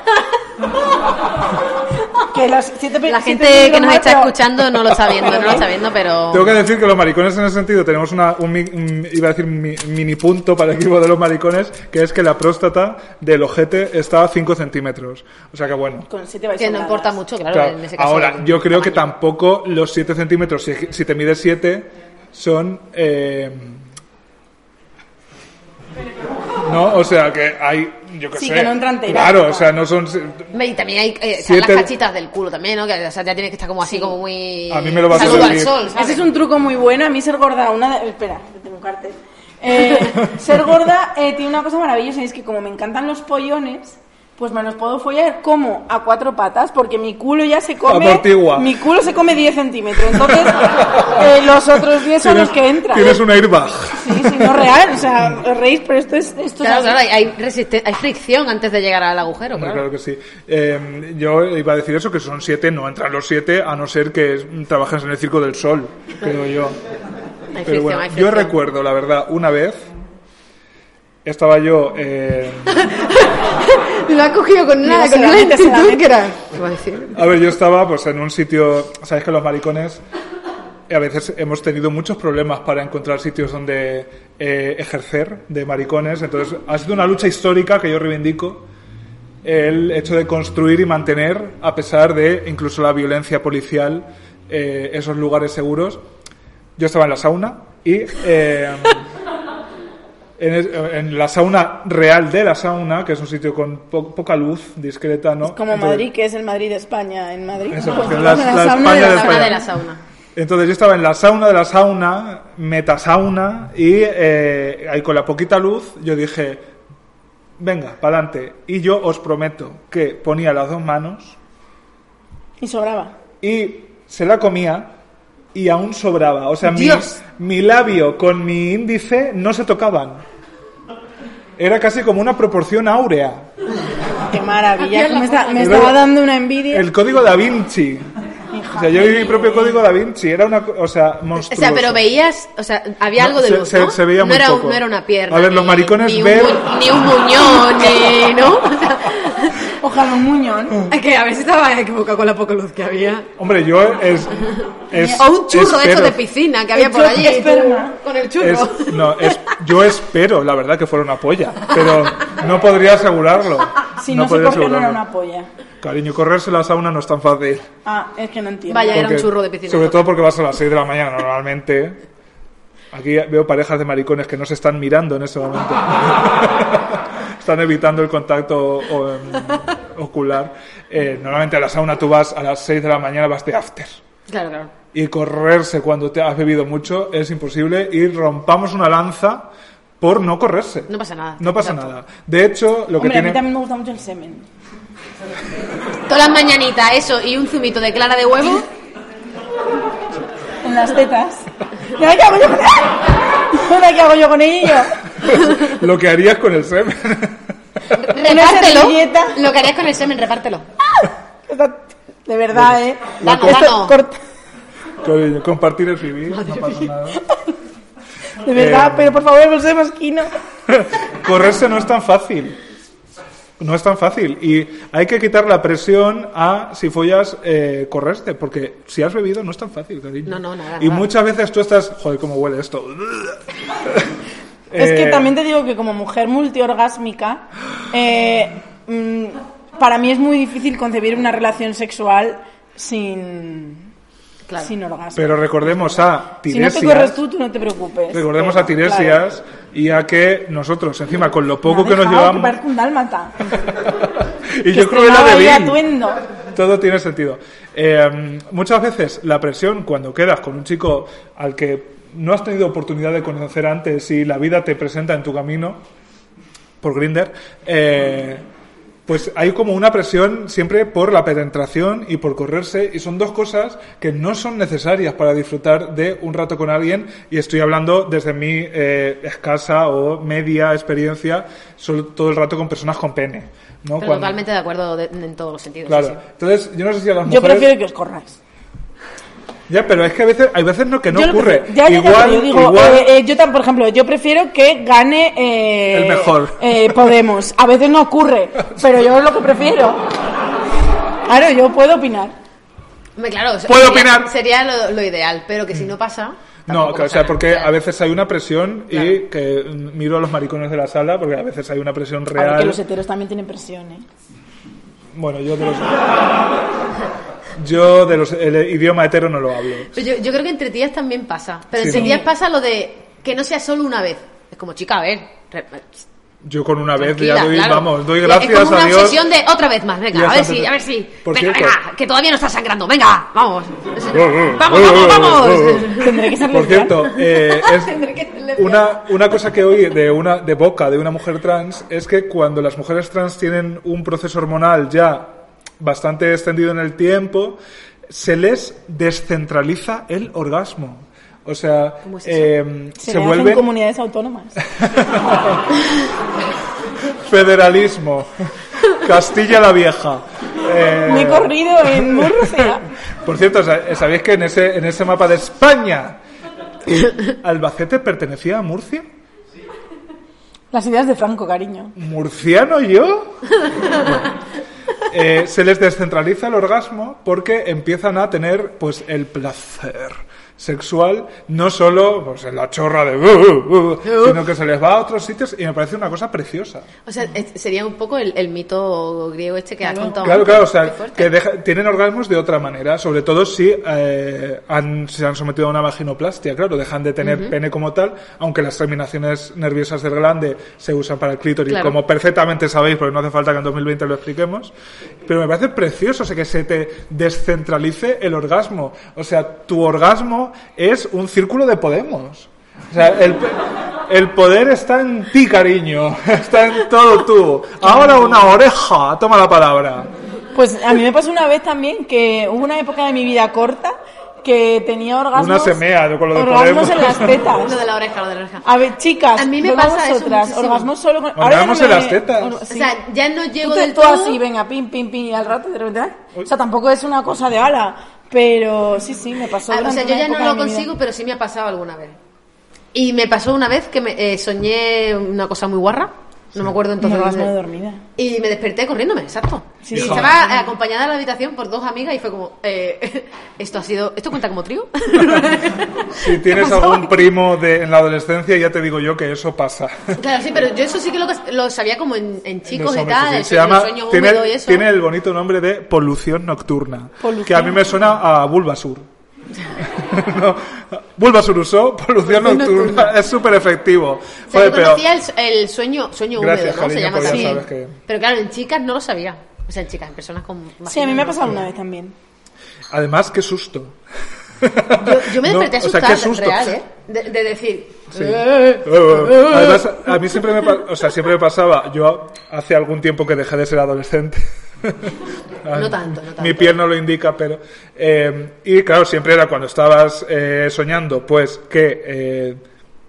B: Que los siete pe-
C: La
B: siete
C: gente que nos
B: centímetros
C: está
B: más,
C: escuchando no lo está viendo, no lo está viendo, pero...
A: tengo que decir que los maricones en ese sentido tenemos una, un, mi- un- iba a decir un mi- mini punto para el equipo de los maricones, que es que la próstata del ojete está a 5 centímetros. O sea que bueno.
B: pero Con siete vais
C: Que no
B: sobradas.
C: importa mucho, claro,
A: Claro.
C: en ese caso.
A: Ahora, yo creo que tampoco los 7 centímetros, si, si te mides 7, son... eh, no, o sea, que hay... Yo que
B: Sí,
A: sé.
B: que no entran telas.
A: Claro, o sea, no son...
C: Y también hay eh, están
A: Siete-
C: las cachitas del culo también, ¿no? Que, o sea, ya tienes que estar como así, como muy...
A: A mí me lo vas a
C: Saludo al
A: decir.
C: sol, ¿sabes?
B: Ese es un truco muy bueno. A mí ser gorda, una de... Espera, que tengo un cartel. Eh, ser gorda eh, tiene una cosa maravillosa y es que como me encantan los pollones, pues me los puedo follar como a cuatro patas porque mi culo ya se come...
A: Amortigua.
B: Mi culo se come 10 centímetros. Entonces, eh, los otros 10 son los que entran.
A: Tienes un airbag.
B: Sí, sí, no real. O sea, os reís, pero esto es... Esto es
C: Claro,
B: así.
C: claro, hay, hay resiste- hay fricción antes de llegar al agujero,
A: Hombre,
C: claro.
A: claro que sí. Eh, yo iba a decir eso, que son 7, no entran los 7, a no ser que es- trabajes en el Circo del Sol, creo yo. Pero
C: Hay fricción,
A: bueno,
C: hay
A: yo
C: fricción.
A: recuerdo, la verdad, una vez estaba yo... eh,
C: Lo ha cogido con
B: Mira, se la mete, se la mete.
C: ¿Qué va a decir?
A: A ver, yo estaba pues en un sitio, sabes que los maricones eh, a veces hemos tenido muchos problemas para encontrar sitios donde eh, ejercer de maricones, entonces ha sido una lucha histórica que yo reivindico el hecho de construir y mantener, a pesar de incluso la violencia policial, eh, esos lugares seguros. Yo estaba en la sauna y eh, en, es- en la sauna real de la sauna, que es un sitio con po- poca luz, discreta, ¿no?
B: Como
A: Entonces-
B: Madrid, que es el Madrid de España en Madrid.
A: Eso,
B: Pues
A: que
B: vamos
A: la-
B: a
A: la
B: sauna
A: España
B: de
A: de
B: la-
C: Sauna
A: España.
C: de la sauna.
A: Entonces yo estaba en la sauna de la sauna, metasauna, y eh, ahí con la poquita luz yo dije, venga, para adelante. Y yo os prometo que ponía las dos manos
B: Y sobraba.
A: y se la comía y aún sobraba. O sea, mi,
C: Dios.
A: mi labio con mi índice no se tocaban. Era casi como una proporción áurea.
B: Qué maravilla.
C: Hacía la
B: Me, está-
C: foto.
B: me
A: Es
B: estaba
A: verdad.
B: dando una envidia.
A: El código da Vinci. O sea, yo vi mi propio código da Vinci. Era una, co- o sea,
C: O
A: monstruoso.
C: sea, pero veías, o sea, había
A: No,
C: algo de
A: se-
C: luz,
A: se-
C: ¿no?
A: se veía
C: no
A: muy
C: era un-
A: poco.
C: no era una pierna.
A: A ver, los
C: ni-
A: maricones
C: ni un
A: ver-
C: mu- ni un muñón, ni, ¿no? O sea,
B: Ojalá un muñón.
C: es que a ver si estaba equivocado con la poca luz que había.
A: Hombre, yo es... es-
C: O un churro de
A: espero.
C: estos de piscina que había
B: El
C: por
B: churro
C: allí.
B: de esperma.
C: Con el churro.
A: Es- no, es- yo espero, la verdad, que fuera una polla, pero no podría asegurarlo.
B: Si no, sé
A: podría
B: por qué no era
A: asegurarlo.
B: una polla.
A: Cariño, correrse la sauna no es tan fácil.
B: Ah, es que no entiendo.
C: Vaya, era un
A: Porque-
C: churro de piscina.
A: Sobre todo porque vas a las 6 de la mañana normalmente. Aquí veo parejas de maricones que no se están mirando en ese momento. están evitando el contacto o, em, ocular. Eh, normalmente a la sauna tú vas a las 6 de la mañana, vas de after.
C: Claro, claro.
A: y correrse cuando te has bebido mucho es imposible y rompamos una lanza por no correrse.
C: No pasa nada.
A: No pasa
C: Exacto.
A: nada. De hecho, lo
B: Hombre,
A: que
B: a mí
A: tiene...
B: también me gusta mucho el semen.
C: Todas las mañanitas, eso, y un zumito de clara de huevo.
B: En las tetas. ¿Y ahora qué hago yo con él? ¿Y ahora qué hago yo con ello?
A: lo que harías con el semen.
C: Repártelo.
B: servilleta.
C: Lo que harías con el semen, repártelo.
B: Está- De verdad, ¿eh?
A: pues,
C: Danos, danos.
B: corta-
A: Con- Compartir el civil, no pasa nada.
B: De verdad,
A: Eh,
B: pero por favor, José Masquino.
A: Correrse no es tan fácil. No es tan fácil. Y hay que quitar la presión a si follas eh, correrte, porque si has bebido no es tan fácil, cariño.
C: No, no, nada,
A: Y
C: nada.
A: muchas veces tú estás, joder, cómo huele esto.
B: Es que
A: Eh,
B: también te digo que como mujer multiorgásmica, eh, mm, para mí es muy difícil concebir una relación sexual sin,
C: Claro.
B: sin orgasmo.
A: Pero recordemos a
B: si no
A: Tiresias.
B: te corres tú, tú no te preocupes.
A: Recordemos
B: Pero,
A: a Tiresias y a que nosotros, encima, con lo
B: claro. Me
A: poco
B: ha
A: que nos
B: dejado
A: llevamos.
B: parezco un dálmata.
A: y yo creo que la
B: estrenaba ahí
A: de
B: atuendo.
A: Todo tiene sentido. Eh, muchas veces la presión cuando quedas con un chico al que no has tenido oportunidad de conocer antes y la vida te presenta en tu camino por Grinder, pues hay como una presión siempre por la penetración y por correrse y son dos cosas que no son necesarias para disfrutar de un rato con alguien y estoy hablando desde mi eh, escasa o media experiencia solo todo el rato con personas con pene. ¿no?
C: Pero
A: Cuando-
C: totalmente de acuerdo de- en todos los sentidos. sí,
A: Claro. Entonces, yo no sé si a las
B: Yo
A: mujeres...
B: prefiero que os corráis.
A: Ya, pero es que a veces, hay veces no que no
B: yo lo
A: ocurre.
B: prefiero. Ya, ya, ya,
A: igual,
B: pero yo digo,
A: igual...
B: eh, eh, yo tan, por ejemplo, yo prefiero que gane eh,
A: El mejor.
B: eh, Podemos. A veces no ocurre, pero yo es lo que prefiero. Claro, yo puedo opinar.
C: sí. Hombre, claro, o sea,
A: Puedo
C: sería-
A: opinar.
C: Sería lo, lo ideal, pero que si no pasa.
A: No,
C: tampoco
A: que, o
C: pasa
A: sea,
C: nada.
A: porque a veces hay una presión y
C: Claro.
A: que mm, miro a los maricones de la sala porque a veces hay una presión
B: A ver, que
A: real.
B: los heteros también tienen presión, ¿eh?
A: Bueno, yo de los... Yo de los, el idioma hetero no lo hablo.
C: Pero yo, yo creo que entre tías también pasa. Pero
A: Sí,
C: entre
A: ¿no?
C: tías pasa lo de que no sea solo una vez. Es como, chica, a ver. re-
A: Yo con una vez
C: tranquila,
A: ya doy,
C: claro.
A: vamos, doy
C: Es
A: gracias
C: como una
A: a Dios.
C: obsesión de otra vez más.
A: Ya
C: Venga, a ver
A: está,
C: si,
A: pero-
C: a ver si.
A: Por
C: venga,
A: cierto.
C: venga, que todavía no está sangrando. Venga, vamos.
A: eh,
C: vamos,
A: eh, eh,
C: vamos, vamos.
A: eh, eh.
B: Tendré que ser
A: Por
B: lesbiana.
A: cierto, eh, es
C: Tendré que ser lesbiana.
A: una, una cosa que oí de, una, de boca de una mujer trans es que cuando las mujeres trans tienen un proceso hormonal ya bastante extendido en el tiempo, se les descentraliza el orgasmo. O sea,
C: ¿Cómo es eso?
A: eh,
B: Se,
A: se,
B: le
A: Eh.
B: hacen
A: vuelve
B: comunidades autónomas.
A: federalismo. Castilla la Vieja. Eh,
B: Me he corrido en Murcia.
A: Por cierto, sa- ¿sabéis que en ese, en ese mapa de España Albacete pertenecía a Murcia?
B: Las ideas de Franco, cariño.
A: ¿Murciano yo? Bueno. Eh, se les descentraliza el orgasmo porque empiezan a tener pues el placer sexual, no solo pues, en la chorra de... "Uh, uh, uh", sino que se les va a otros sitios y me parece una cosa preciosa.
C: O sea, es- sería un poco el, el mito griego este que has contado.
A: Claro,
C: antes.
A: claro, o
C: Qué
A: sea,
C: fuerte.
A: que deja- tienen orgasmos de otra manera, sobre todo si eh, han, se han sometido a una vaginoplastia, claro, dejan de tener pene como tal, aunque las terminaciones nerviosas del glande se usan para el clítoris,
C: Claro.
A: como perfectamente sabéis, porque no hace falta que en 2020 lo expliquemos, pero me parece precioso o sea, que se te descentralice el orgasmo, o sea, tu orgasmo es un círculo de Podemos, o sea, el... pe- el poder está en ti, cariño. Está en todo tú. Ahora una oreja. Toma la palabra.
B: Pues a mí me pasó una vez también que hubo una época de mi vida corta que tenía orgasmos.
A: Una semea, yo con lo de
B: Orgasmos
A: Podemos.
B: en las tetas.
C: Lo de la oreja, lo de la oreja.
B: A ver, chicas,
C: A mí me
B: venga
C: pasa eso
B: vosotras,
C: muchísimo.
B: orgasmos solo con... ya
A: Orgasmos en las tetas.
B: Or-
C: O
B: sí.
C: sea, ya no
B: Tú
C: llego
B: te-
C: del
B: tú
C: todo.
B: así, venga, pim, pim, pim, y al rato de repente... ah. O sea, tampoco es una cosa de ala, pero sí, sí, me pasó
C: Ah, o
B: durante
C: sea, yo
B: una
C: ya no
B: época
C: lo
B: de mi vida.
C: consigo, pero sí me ha pasado alguna vez. Y me pasó una vez que me, eh, soñé una cosa muy guarra. No me acuerdo
B: Un
C: entonces.
B: orgasmo
C: dónde-
B: de dormida.
C: Y me desperté corriéndome, exacto.
B: Sí.
C: Y
B: Hija.
C: estaba eh, acompañada a la habitación por dos amigas y fue como, eh, esto ha sido, ¿esto cuenta como trío?
A: Si tienes algún primo de, en la adolescencia, ya te digo yo que eso pasa.
C: claro, sí, pero yo eso sí que lo, lo sabía como en, en chicos
A: Los
C: y
A: hombres,
C: tal,
A: sí,
C: el
A: sí.
C: sueño, el sueño
A: tiene,
C: húmedo y eso.
A: tiene el bonito nombre de polución nocturna.
B: Polución.
A: Que a mí me suena a Bulbasur. no, Bulbasur usó polución nocturna. Es súper efectivo.
C: O sea,
A: Joder,
C: yo
A: pero-
C: conocía el, el sueño, sueño
A: Gracias,
C: húmedo, ¿no?
A: cariño,
C: Se llama
A: pues
B: ya
C: también.
A: sabes que-
C: Pero claro, en chicas no lo sabía. O sea, en chicas, en personas con...
B: Sí, a mí me ha pasado una vez también.
A: Además, qué susto.
C: Yo, yo me
A: No,
C: desperté
A: o sea,
C: asustada,
A: qué susto.
C: real, ¿eh? De, de decir... "Eh,
A: Sí. Eh, Además, a mí siempre me, pa- o sea, siempre me pasaba, yo hace algún tiempo que dejé de ser adolescente.
C: No tanto, no tanto.
A: eh, Ah, Mi piel no lo indica, pero... eh, y claro, siempre era cuando estabas eh, soñando, pues que eh,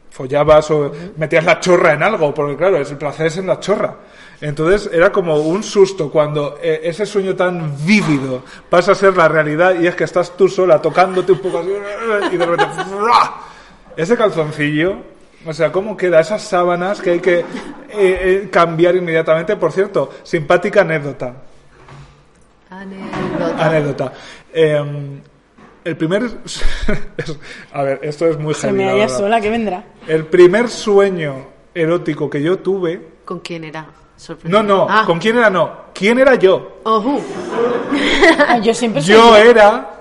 A: follabas o metías la chorra en algo, porque claro, es- el placer es en la chorra. Entonces era como un susto cuando eh, ese sueño tan vívido pasa a ser la realidad y es que estás tú sola tocándote un poco así y de repente ¡fra! ese calzoncillo, o sea, ¿cómo queda? Esas sábanas que hay que eh, eh, cambiar inmediatamente. Por cierto, simpática anécdota.
C: Anécdota.
A: Anécdota. Eh, el primer... es- a ver, esto es muy
E: Se
A: genial.
E: me halla sola, ¿qué vendrá?
A: El primer sueño erótico que yo tuve...
C: ¿Con quién era?
A: No,
C: Sorprendente.
A: no,
C: Ah.
A: ¿con quién era? No, ¿quién era yo?
C: Ojú.
E: Ah, yo siempre
C: Pues
E: soy
A: Yo era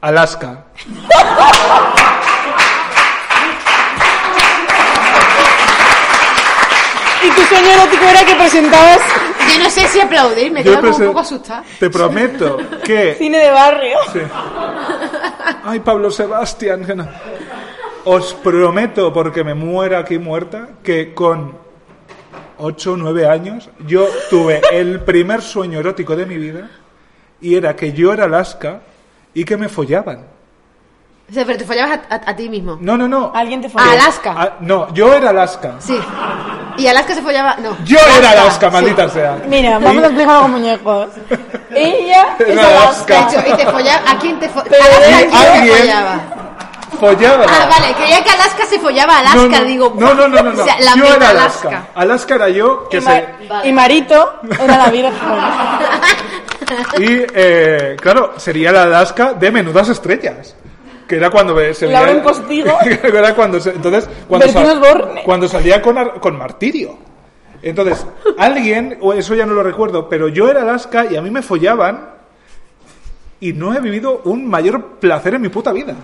A: Alaska. eh.
E: Y tu sueño erótico era que presentabas
C: Yo no sé si aplaudir, me quedo
A: Yo
C: como
A: presen-
C: un poco asustada.
A: Te prometo que
E: cine de barrio.
A: Sí. Ay, Pablo Sebastián. que no. Os prometo, porque me muera aquí muerta, que con 8 o 9 años yo tuve el primer sueño erótico de mi vida y era que yo era Alaska y que me follaban.
C: O sea, pero te follabas a, a- a ti mismo.
A: No, no, no.
E: Alguien te
C: A
E: folló.
C: Alaska.
A: Ah, no, yo era Alaska.
C: Sí. Y Alaska se follaba... No.
A: Yo era Alaska, maldita sea.
E: Mira, vamos a explicarlo con muñecos. Ella es
A: Es
C: De
E: Alaska.
A: Alaska.
C: hecho, y te follaba... ¿A quién te follaba?
E: Pero
C: Alaska, ¿a quién te
A: alguien-
C: follaba?
A: Follaba.
C: Ah, vale, creía que Alaska se follaba a Alaska,
A: No, no,
C: digo.
A: No, no, no, no. no.
C: O sea, la
A: yo
C: meta
A: era
C: Alaska.
A: Alaska. Alaska era yo que
E: Y,
A: se.
E: Mar- y Marito era la virgen.
A: Y eh, claro, sería la Alaska de menudas estrellas. Que era cuando ve- se veía.
E: Lauren Postigo.
A: era cuando se- entonces, cuando,
E: Bertín Osborne.
A: cuando salía con, ar- con Martirio. Entonces, alguien, o eso ya no lo recuerdo, pero yo era Alaska y a mí me follaban. Y no he vivido un mayor placer en mi puta vida.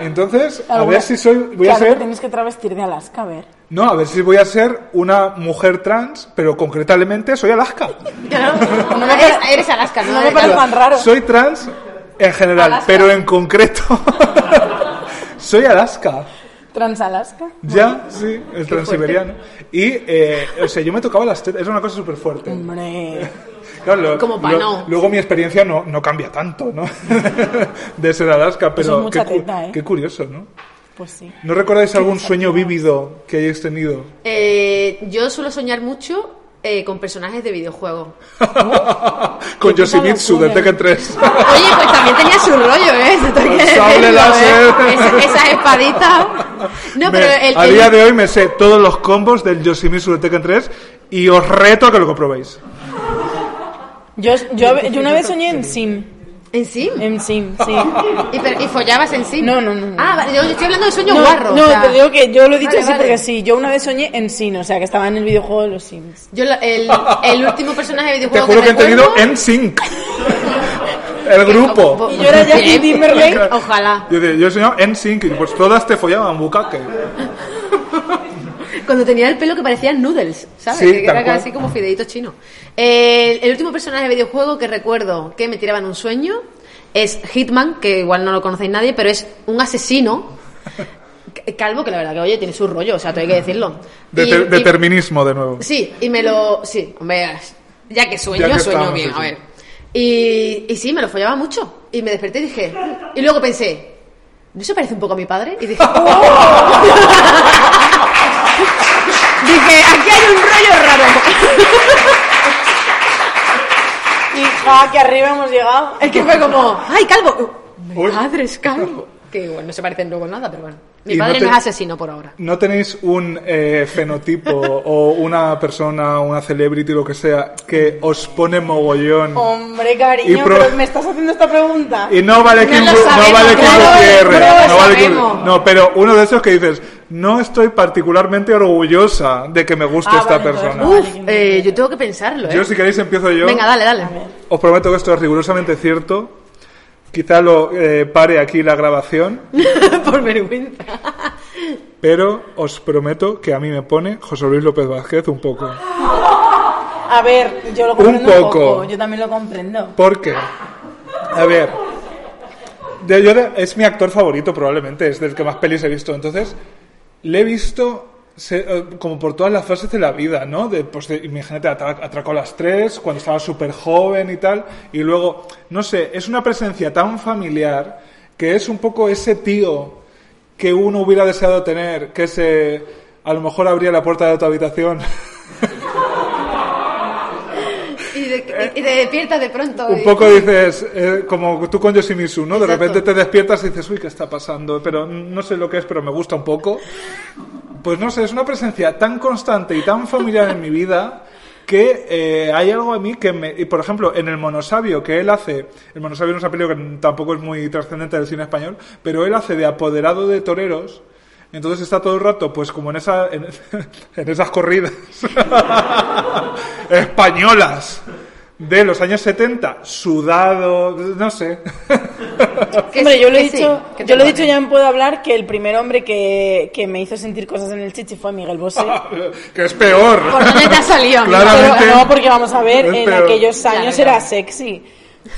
A: Entonces, a
E: Alguna-
A: ver si soy. Voy a
E: Claro,
A: ser.
E: Tienes que travestir de Alaska, a ver.
A: No, a ver si voy a ser una mujer trans, pero concretamente soy Alaska.
C: Claro. No, eres, eres Alaska, ¿no?
E: No me parece tan raro.
A: Soy trans en general,
C: Alaska.
A: pero en concreto soy Alaska.
E: Trans-Alaska.
A: Ya, sí, el transiberiano. Y, eh, o sea, yo me tocaba las tetas, era una cosa súper fuerte.
E: Hombre.
A: Claro, lo-
C: Como pa'
A: lo-
C: no.
A: Luego mi experiencia no, no cambia tanto, ¿no? De ser Alaska,
E: Eso es
A: pero
E: mucha
A: qué, cu-
E: teta, ¿eh?
A: qué curioso, ¿no?
E: Pues sí.
A: ¿No recordáis algún sueño vívido que hayáis tenido?
C: Eh, yo suelo soñar mucho eh, con personajes de videojuegos.
A: Con Yoshimitsu de
E: locura.
A: Tekken 3.
C: Oye, pues también tenía su rollo, ¿eh? Eso tengo que
A: El sable
C: decirlo,
A: láser.
C: ¿eh? Es- esas espaditas. No,
A: Me-
C: pero el,
A: a
C: el-
A: día de hoy me sé todos los combos del Yoshimitsu de Tekken 3 y os reto a que lo comprobéis.
E: Yo, yo, yo una vez soñé en Sim.
C: ¿En sí?
E: En Sim, sí.
C: ¿Y, pero- y follabas en sí?
E: No, no, no, no.
C: Ah, vale, yo yo estoy hablando de sueño
E: No,
C: guarro.
E: no
C: o sea,
E: te digo que yo lo he dicho
C: Vale,
E: así
C: vale.
E: porque sí. Yo una vez soñé en Sim, o sea, que estaba en el videojuego de los Sims.
C: Yo la- el, el último personaje de
A: Te
C: videojuego
A: juro que he
C: recuerdo-
A: tenido en sync el grupo.
E: Y yo era Justin
C: Bien.
E: Timberlake.
C: Ojalá.
A: Yo, decía, yo he enseñado en sync y pues todas te follaban bucaque.
C: Cuando tenía el pelo que parecía noodles, ¿sabes?
A: Sí,
C: que
A: tal
C: era
A: cual.
C: así como fideitos chinos. El, el último personaje de videojuego que recuerdo que me tiraban un sueño es Hitman, que igual no lo conocéis nadie, pero es un asesino c- calvo que la verdad que, oye, tiene su rollo, o sea, todo hay que decirlo.
A: De
C: Y-
A: ter-
C: y-
A: determinismo de nuevo.
C: Sí, y me lo... Sí, hombre, ya que sueño,
A: Ya que
C: sueño
A: estamos,
C: bien,
A: sí,
C: a
A: sí.
C: ver. Y, y sí, me lo follaba mucho. Y me desperté y dije... Y luego pensé, ¿no se parece un poco a mi padre? Y dije... ¡oh! dije, aquí hay un rollo raro. ah,
E: Hija, que arriba hemos llegado.
C: Es que fue como, ¡ay, calvo! ¡Mi
A: Uy.
C: padre es calvo! Que bueno, no se parecen luego en nada, pero bueno. Mi
A: Y no
C: padre no,
A: te-
C: es asesino por ahora.
A: ¿No tenéis un eh, fenotipo o una persona, una celebrity, lo que sea, que os pone mogollón?
C: Oh.
E: Hombre,
A: Y
E: cariño,
A: pro-
E: pero me estás haciendo esta pregunta.
A: Y no vale
C: No
A: Kim
C: lo
A: Gu-
C: sabemos,
A: no vale Kim
C: claro,
A: Gutiérrez,
C: no lo
A: no vale Kim-
C: sabemos.
A: no, pero uno de esos que dices, no estoy particularmente orgullosa de que me guste
E: Ah,
A: esta
E: vale, entonces
A: persona.
E: no.
C: Uf, eh, yo tengo que pensarlo, ¿eh?
A: Yo si queréis empiezo yo.
C: Venga, dale, dale.
A: Os prometo que esto es rigurosamente cierto. Quizá lo eh, pare aquí la grabación,
C: por vergüenza.
A: pero os prometo que a mí me pone José Luis López Vázquez un poco.
E: A ver, yo lo comprendo
A: Un
E: un
A: poco.
E: poco. Yo también lo comprendo.
A: ¿Por qué? A ver, Yo- yo de- es mi actor favorito, probablemente, es del que más pelis he visto. Entonces, le he visto se- eh, como por todas las fases de la vida, ¿no? De, pues, de- imagínate, atra- atracó a las tres, cuando estaba súper joven y tal. Y luego, no sé, es una presencia tan familiar que es un poco ese tío que uno hubiera deseado tener, que se. A lo mejor abría la puerta de tu habitación.
C: Y, de- y te despiertas de pronto.
A: Un
C: y-
A: poco dices, eh, como tú con Yoshimizu, ¿no? De
C: Exacto.
A: repente te despiertas y dices, uy, ¿qué está pasando? Pero no sé lo que es, pero me gusta un poco. Pues no sé, es una presencia tan constante y tan familiar en mi vida que eh, hay algo a mí que me... Y por ejemplo, en El Monosabio que él hace... El Monosabio es una película que tampoco es muy trascendente del cine español, pero él hace de apoderado de toreros. Entonces está todo el rato, pues como en, esa, en, en esas corridas españolas de los años 70, sudado, no sé.
C: que
B: Hombre,
C: sí,
B: yo lo he
C: que sí,
B: dicho,
C: que te
B: yo lo he
C: pone.
B: dicho ya en Puedo Hablar que el primer hombre que, que me hizo sentir cosas en el chichi fue Miguel Bosé.
A: que es peor.
C: ¿Por dónde te ha salido? amigo?
A: Claro.
B: Pero
A: Claramente.
B: no, porque vamos a ver,
A: Es
B: en
A: peor.
B: aquellos
C: Ya,
B: años
C: ya.
B: era sexy.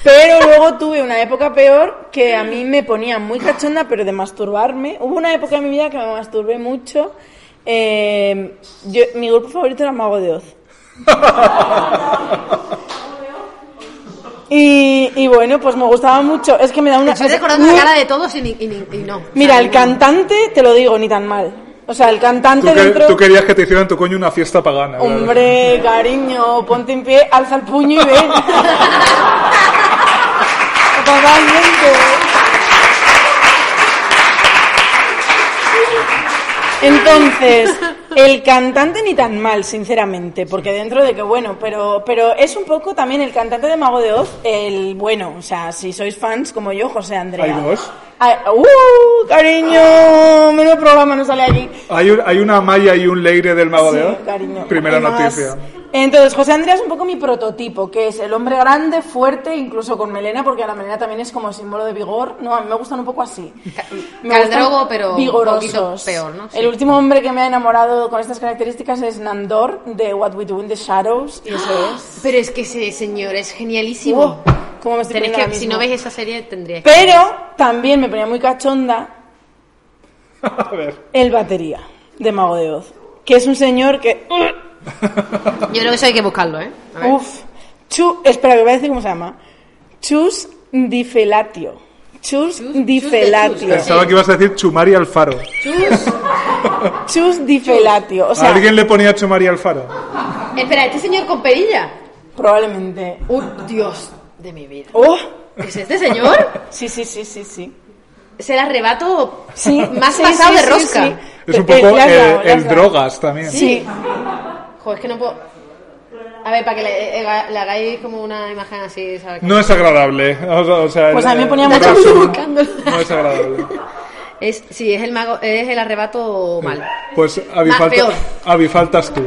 B: Pero luego tuve una época peor que a mí me ponía muy cachonda, pero de masturbarme. Hubo una época en mi vida que me masturbé mucho. Eh, yo- mi grupo favorito era Mago de Oz. Y, y bueno, pues me gustaba mucho. Es que me da una.
C: Estoy
B: o sea,
C: recordando la
B: uh,
C: cara de todos y, ni- y ni- y no.
B: Mira, el cantante, te lo digo, ni tan mal. O sea, el
A: Tú,
B: cantante
A: que-
B: dentro.
A: tú querías que te hicieran tu coño una fiesta pagana. la verdad.
B: Hombre, cariño, ponte en pie, alza el puño y ven. Totalmente. Entonces, el cantante ni tan mal, sinceramente, porque dentro de que bueno, pero, pero es un poco también el cantante de Mago de Oz, el bueno, o sea, si sois fans como yo, José Andrea.
A: Hay dos.
B: Ay, ¡Uh, cariño! Menudo programa no sale aquí.
A: Hay, un- hay una malla y un leire del mago de Oz.
B: Sí, cariño.
A: Primera
B: Y más.
A: noticia.
B: Entonces, José Andrea es un poco mi prototipo, que es el hombre grande, fuerte, incluso con melena, porque la melena también es como símbolo de vigor. No, a mí me gustan un poco así. Me
C: Caldrogo,
B: gustan
C: pero un
B: vigorosos.
C: poquito peor, ¿no? Sí.
B: El último hombre que me ha enamorado con estas características es Nandor, de What We Do in the Shadows, y eso es...
C: Pero es que ese señor es
B: Uf,
C: genialísimo.
B: cómo me estoy
C: Tenéis
B: poniendo
C: que-
B: ahora
C: si
B: mismo.
C: no veis esa serie, tendríais que...
B: Pero también me ponía muy cachonda
A: A ver.
B: el batería de Mago de Oz, que es un señor que...
C: Yo creo que eso hay que buscarlo, ¿eh? A ver.
B: Uf. Chu, espera, que voy a decir cómo se llama. Chus difelatio. Chus,
C: Chus de
B: difelatio.
C: chus,
B: Chus,
C: sí.
A: Pensaba que ibas a decir Chumari Alfaro.
C: Chus.
B: difelatio. O sea,
A: ¿Alguien le ponía Chumari Alfaro?
C: Espera, este señor con perilla.
B: probablemente.
C: ¡Uh, Dios de mi vida!
B: ¡Oh!
C: ¿Es este señor?
B: Sí, sí, sí, sí, sí.
C: Se la arrebato
B: Sí,
C: más
B: sí,
C: pasado
B: sí,
C: de
B: sí,
C: rosca.
B: sí.
A: Es
B: Eh, eh,
A: un poco
B: le has dado,
A: el,
B: le has
A: el
B: dado.
A: drogas también.
B: Sí.
C: Joder, es que no puedo... A ver, para que le, eh, le hagáis como una imagen así, ¿sabes?
A: No es agradable. O sea, o sea,
B: Pues a mí me
A: el-
B: ponía
A: el
B: mucho-
A: brazo
C: Buscándolo.
A: No es agradable.
C: Es, sí, es el mago, es el arrebato mal.
A: Pues
C: Más peor.
A: Abifalta, Abifaltas tú.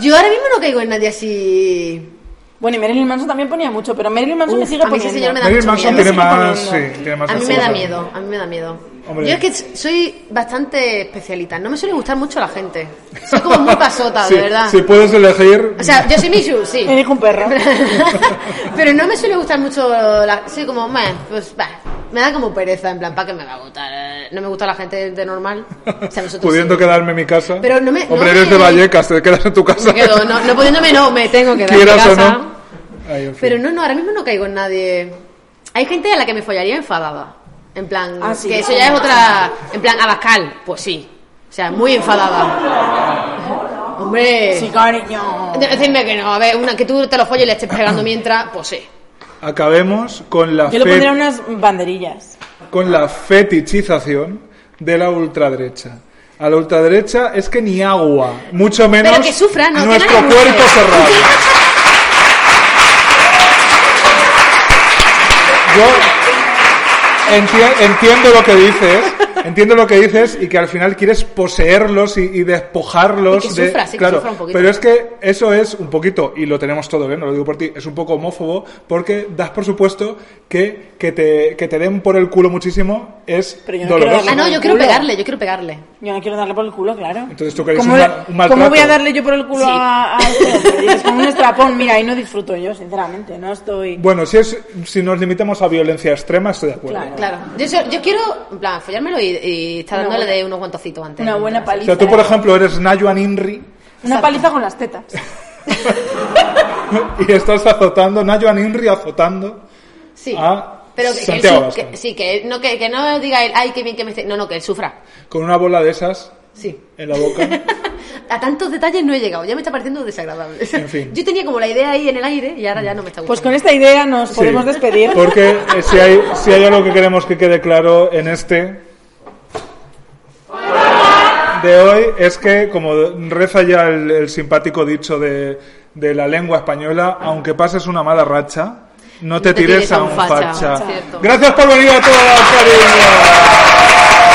C: Yo ahora mismo no caigo en nadie así.
B: Bueno, y Marilyn Manson también ponía mucho, pero Marilyn Manson me
C: Uf,
B: sigue
C: a mí ese
B: poniendo.
C: señor me da
A: Marilyn
C: mucho
A: Manson
C: miedo.
A: tiene más, sí,
B: poniendo.
A: tiene más
C: A mí me da
A: cosas.
C: miedo, a mí me da miedo.
A: Hombre.
C: Yo es que soy bastante especialita, no me suele gustar mucho la gente. Soy como muy pasota,
A: Sí,
C: de verdad.
A: Si puedes elegir,
C: O sea, yo soy Michu, sí.
B: Me dijo un perro.
C: Pero no me suele gustar mucho la... Soy como, meh, pues, bah, me da como pereza, en plan, ¿para qué me va a gustar? Eh, No me gusta la gente de normal. O sea, nosotros
A: pudiendo
C: sí.
A: quedarme en mi casa.
C: Pero no me-
A: Hombre,
C: no
A: eres
C: me-
A: de Vallecas, te quedas en tu casa.
C: Me quedo, no, no pudiéndome, no, me tengo que dar en
A: Quieras o
C: casa.
A: no. Ay, en fin.
C: Pero no, no, ahora mismo no caigo en nadie. Hay gente a la que me follaría enfadada. En plan,
B: Ah, sí.
C: que eso ya es otra. En plan, Abascal, pues sí. O sea, muy enfadada. Hombre.
B: Sí, cariño.
C: De- Decirme que no, a ver, una que tú te lo folles y le estés pegando mientras, pues sí.
A: Acabemos con la,
B: Yo le
A: fe-
B: pondría unas banderillas.
A: con la fetichización de la ultraderecha. A la ultraderecha es que ni agua, mucho menos
C: Pero que sufra, no, que no
A: nuestro
C: le guste.
A: cuerpo cerrado. Yo enti- entiendo lo que dices, entiendo lo que dices y que al final quieres poseerlos y, y despojarlos.
C: Y que
A: de-
C: sufra, sí, que
A: claro,
C: sufra un poquito.
A: Pero es que eso es un poquito, y lo tenemos todo bien, no lo digo por ti, es un poco homófobo porque das por supuesto que, que, te, que te den por el culo muchísimo es
B: Pero yo no quiero
A: doloroso.
B: darle
C: Ah, no, yo quiero
B: culo.
C: pegarle, yo quiero pegarle.
B: Yo no quiero darle por el culo, claro.
A: Entonces, ¿tú queréis
B: ¿Cómo,
A: un
B: le-
A: mal- un
B: cómo
A: maltrato?
B: voy a darle yo por el culo a, a esto? Es como un estrapón, mira, ahí no disfruto yo, sinceramente. No estoy.
A: Bueno, si, es, si nos limitamos a violencia extrema, estoy de acuerdo.
B: Claro.
C: Claro. Yo, so- yo quiero, en plan, follármelo y, y estar
B: Una
C: dándole
B: buena-
C: de unos guantocitos antes.
B: Una buena
A: O
B: paliza.
A: sea, tú, por ejemplo, eres Nayuan Inri
B: Una paliza con las tetas.
A: y estás azotando, Nayuan Inri azotando.
C: Sí.
A: Ah,
C: pero que,
A: Santiago
C: él su-
A: Abascal.
C: que- sí, que él- no que, que no diga él, ay, qué bien que me esté. No, no, que él sufra.
A: con una bola de esas
C: Sí.
A: en la boca.
C: A tantos detalles no he llegado, ya me está pareciendo desagradable.
A: En fin.
C: Yo tenía como la idea ahí en el aire y ahora ya no me está
B: Pues
C: gustando.
B: con esta idea nos
A: Sí,
B: podemos despedir.
A: Porque eh, si, hay, si hay algo que queremos que quede claro en este de hoy es que, como reza ya el, el simpático dicho de, de la lengua española, aunque pases una mala racha, no te, tires, a un facha.
C: Cierto.
A: Gracias por venir a todos, cariño.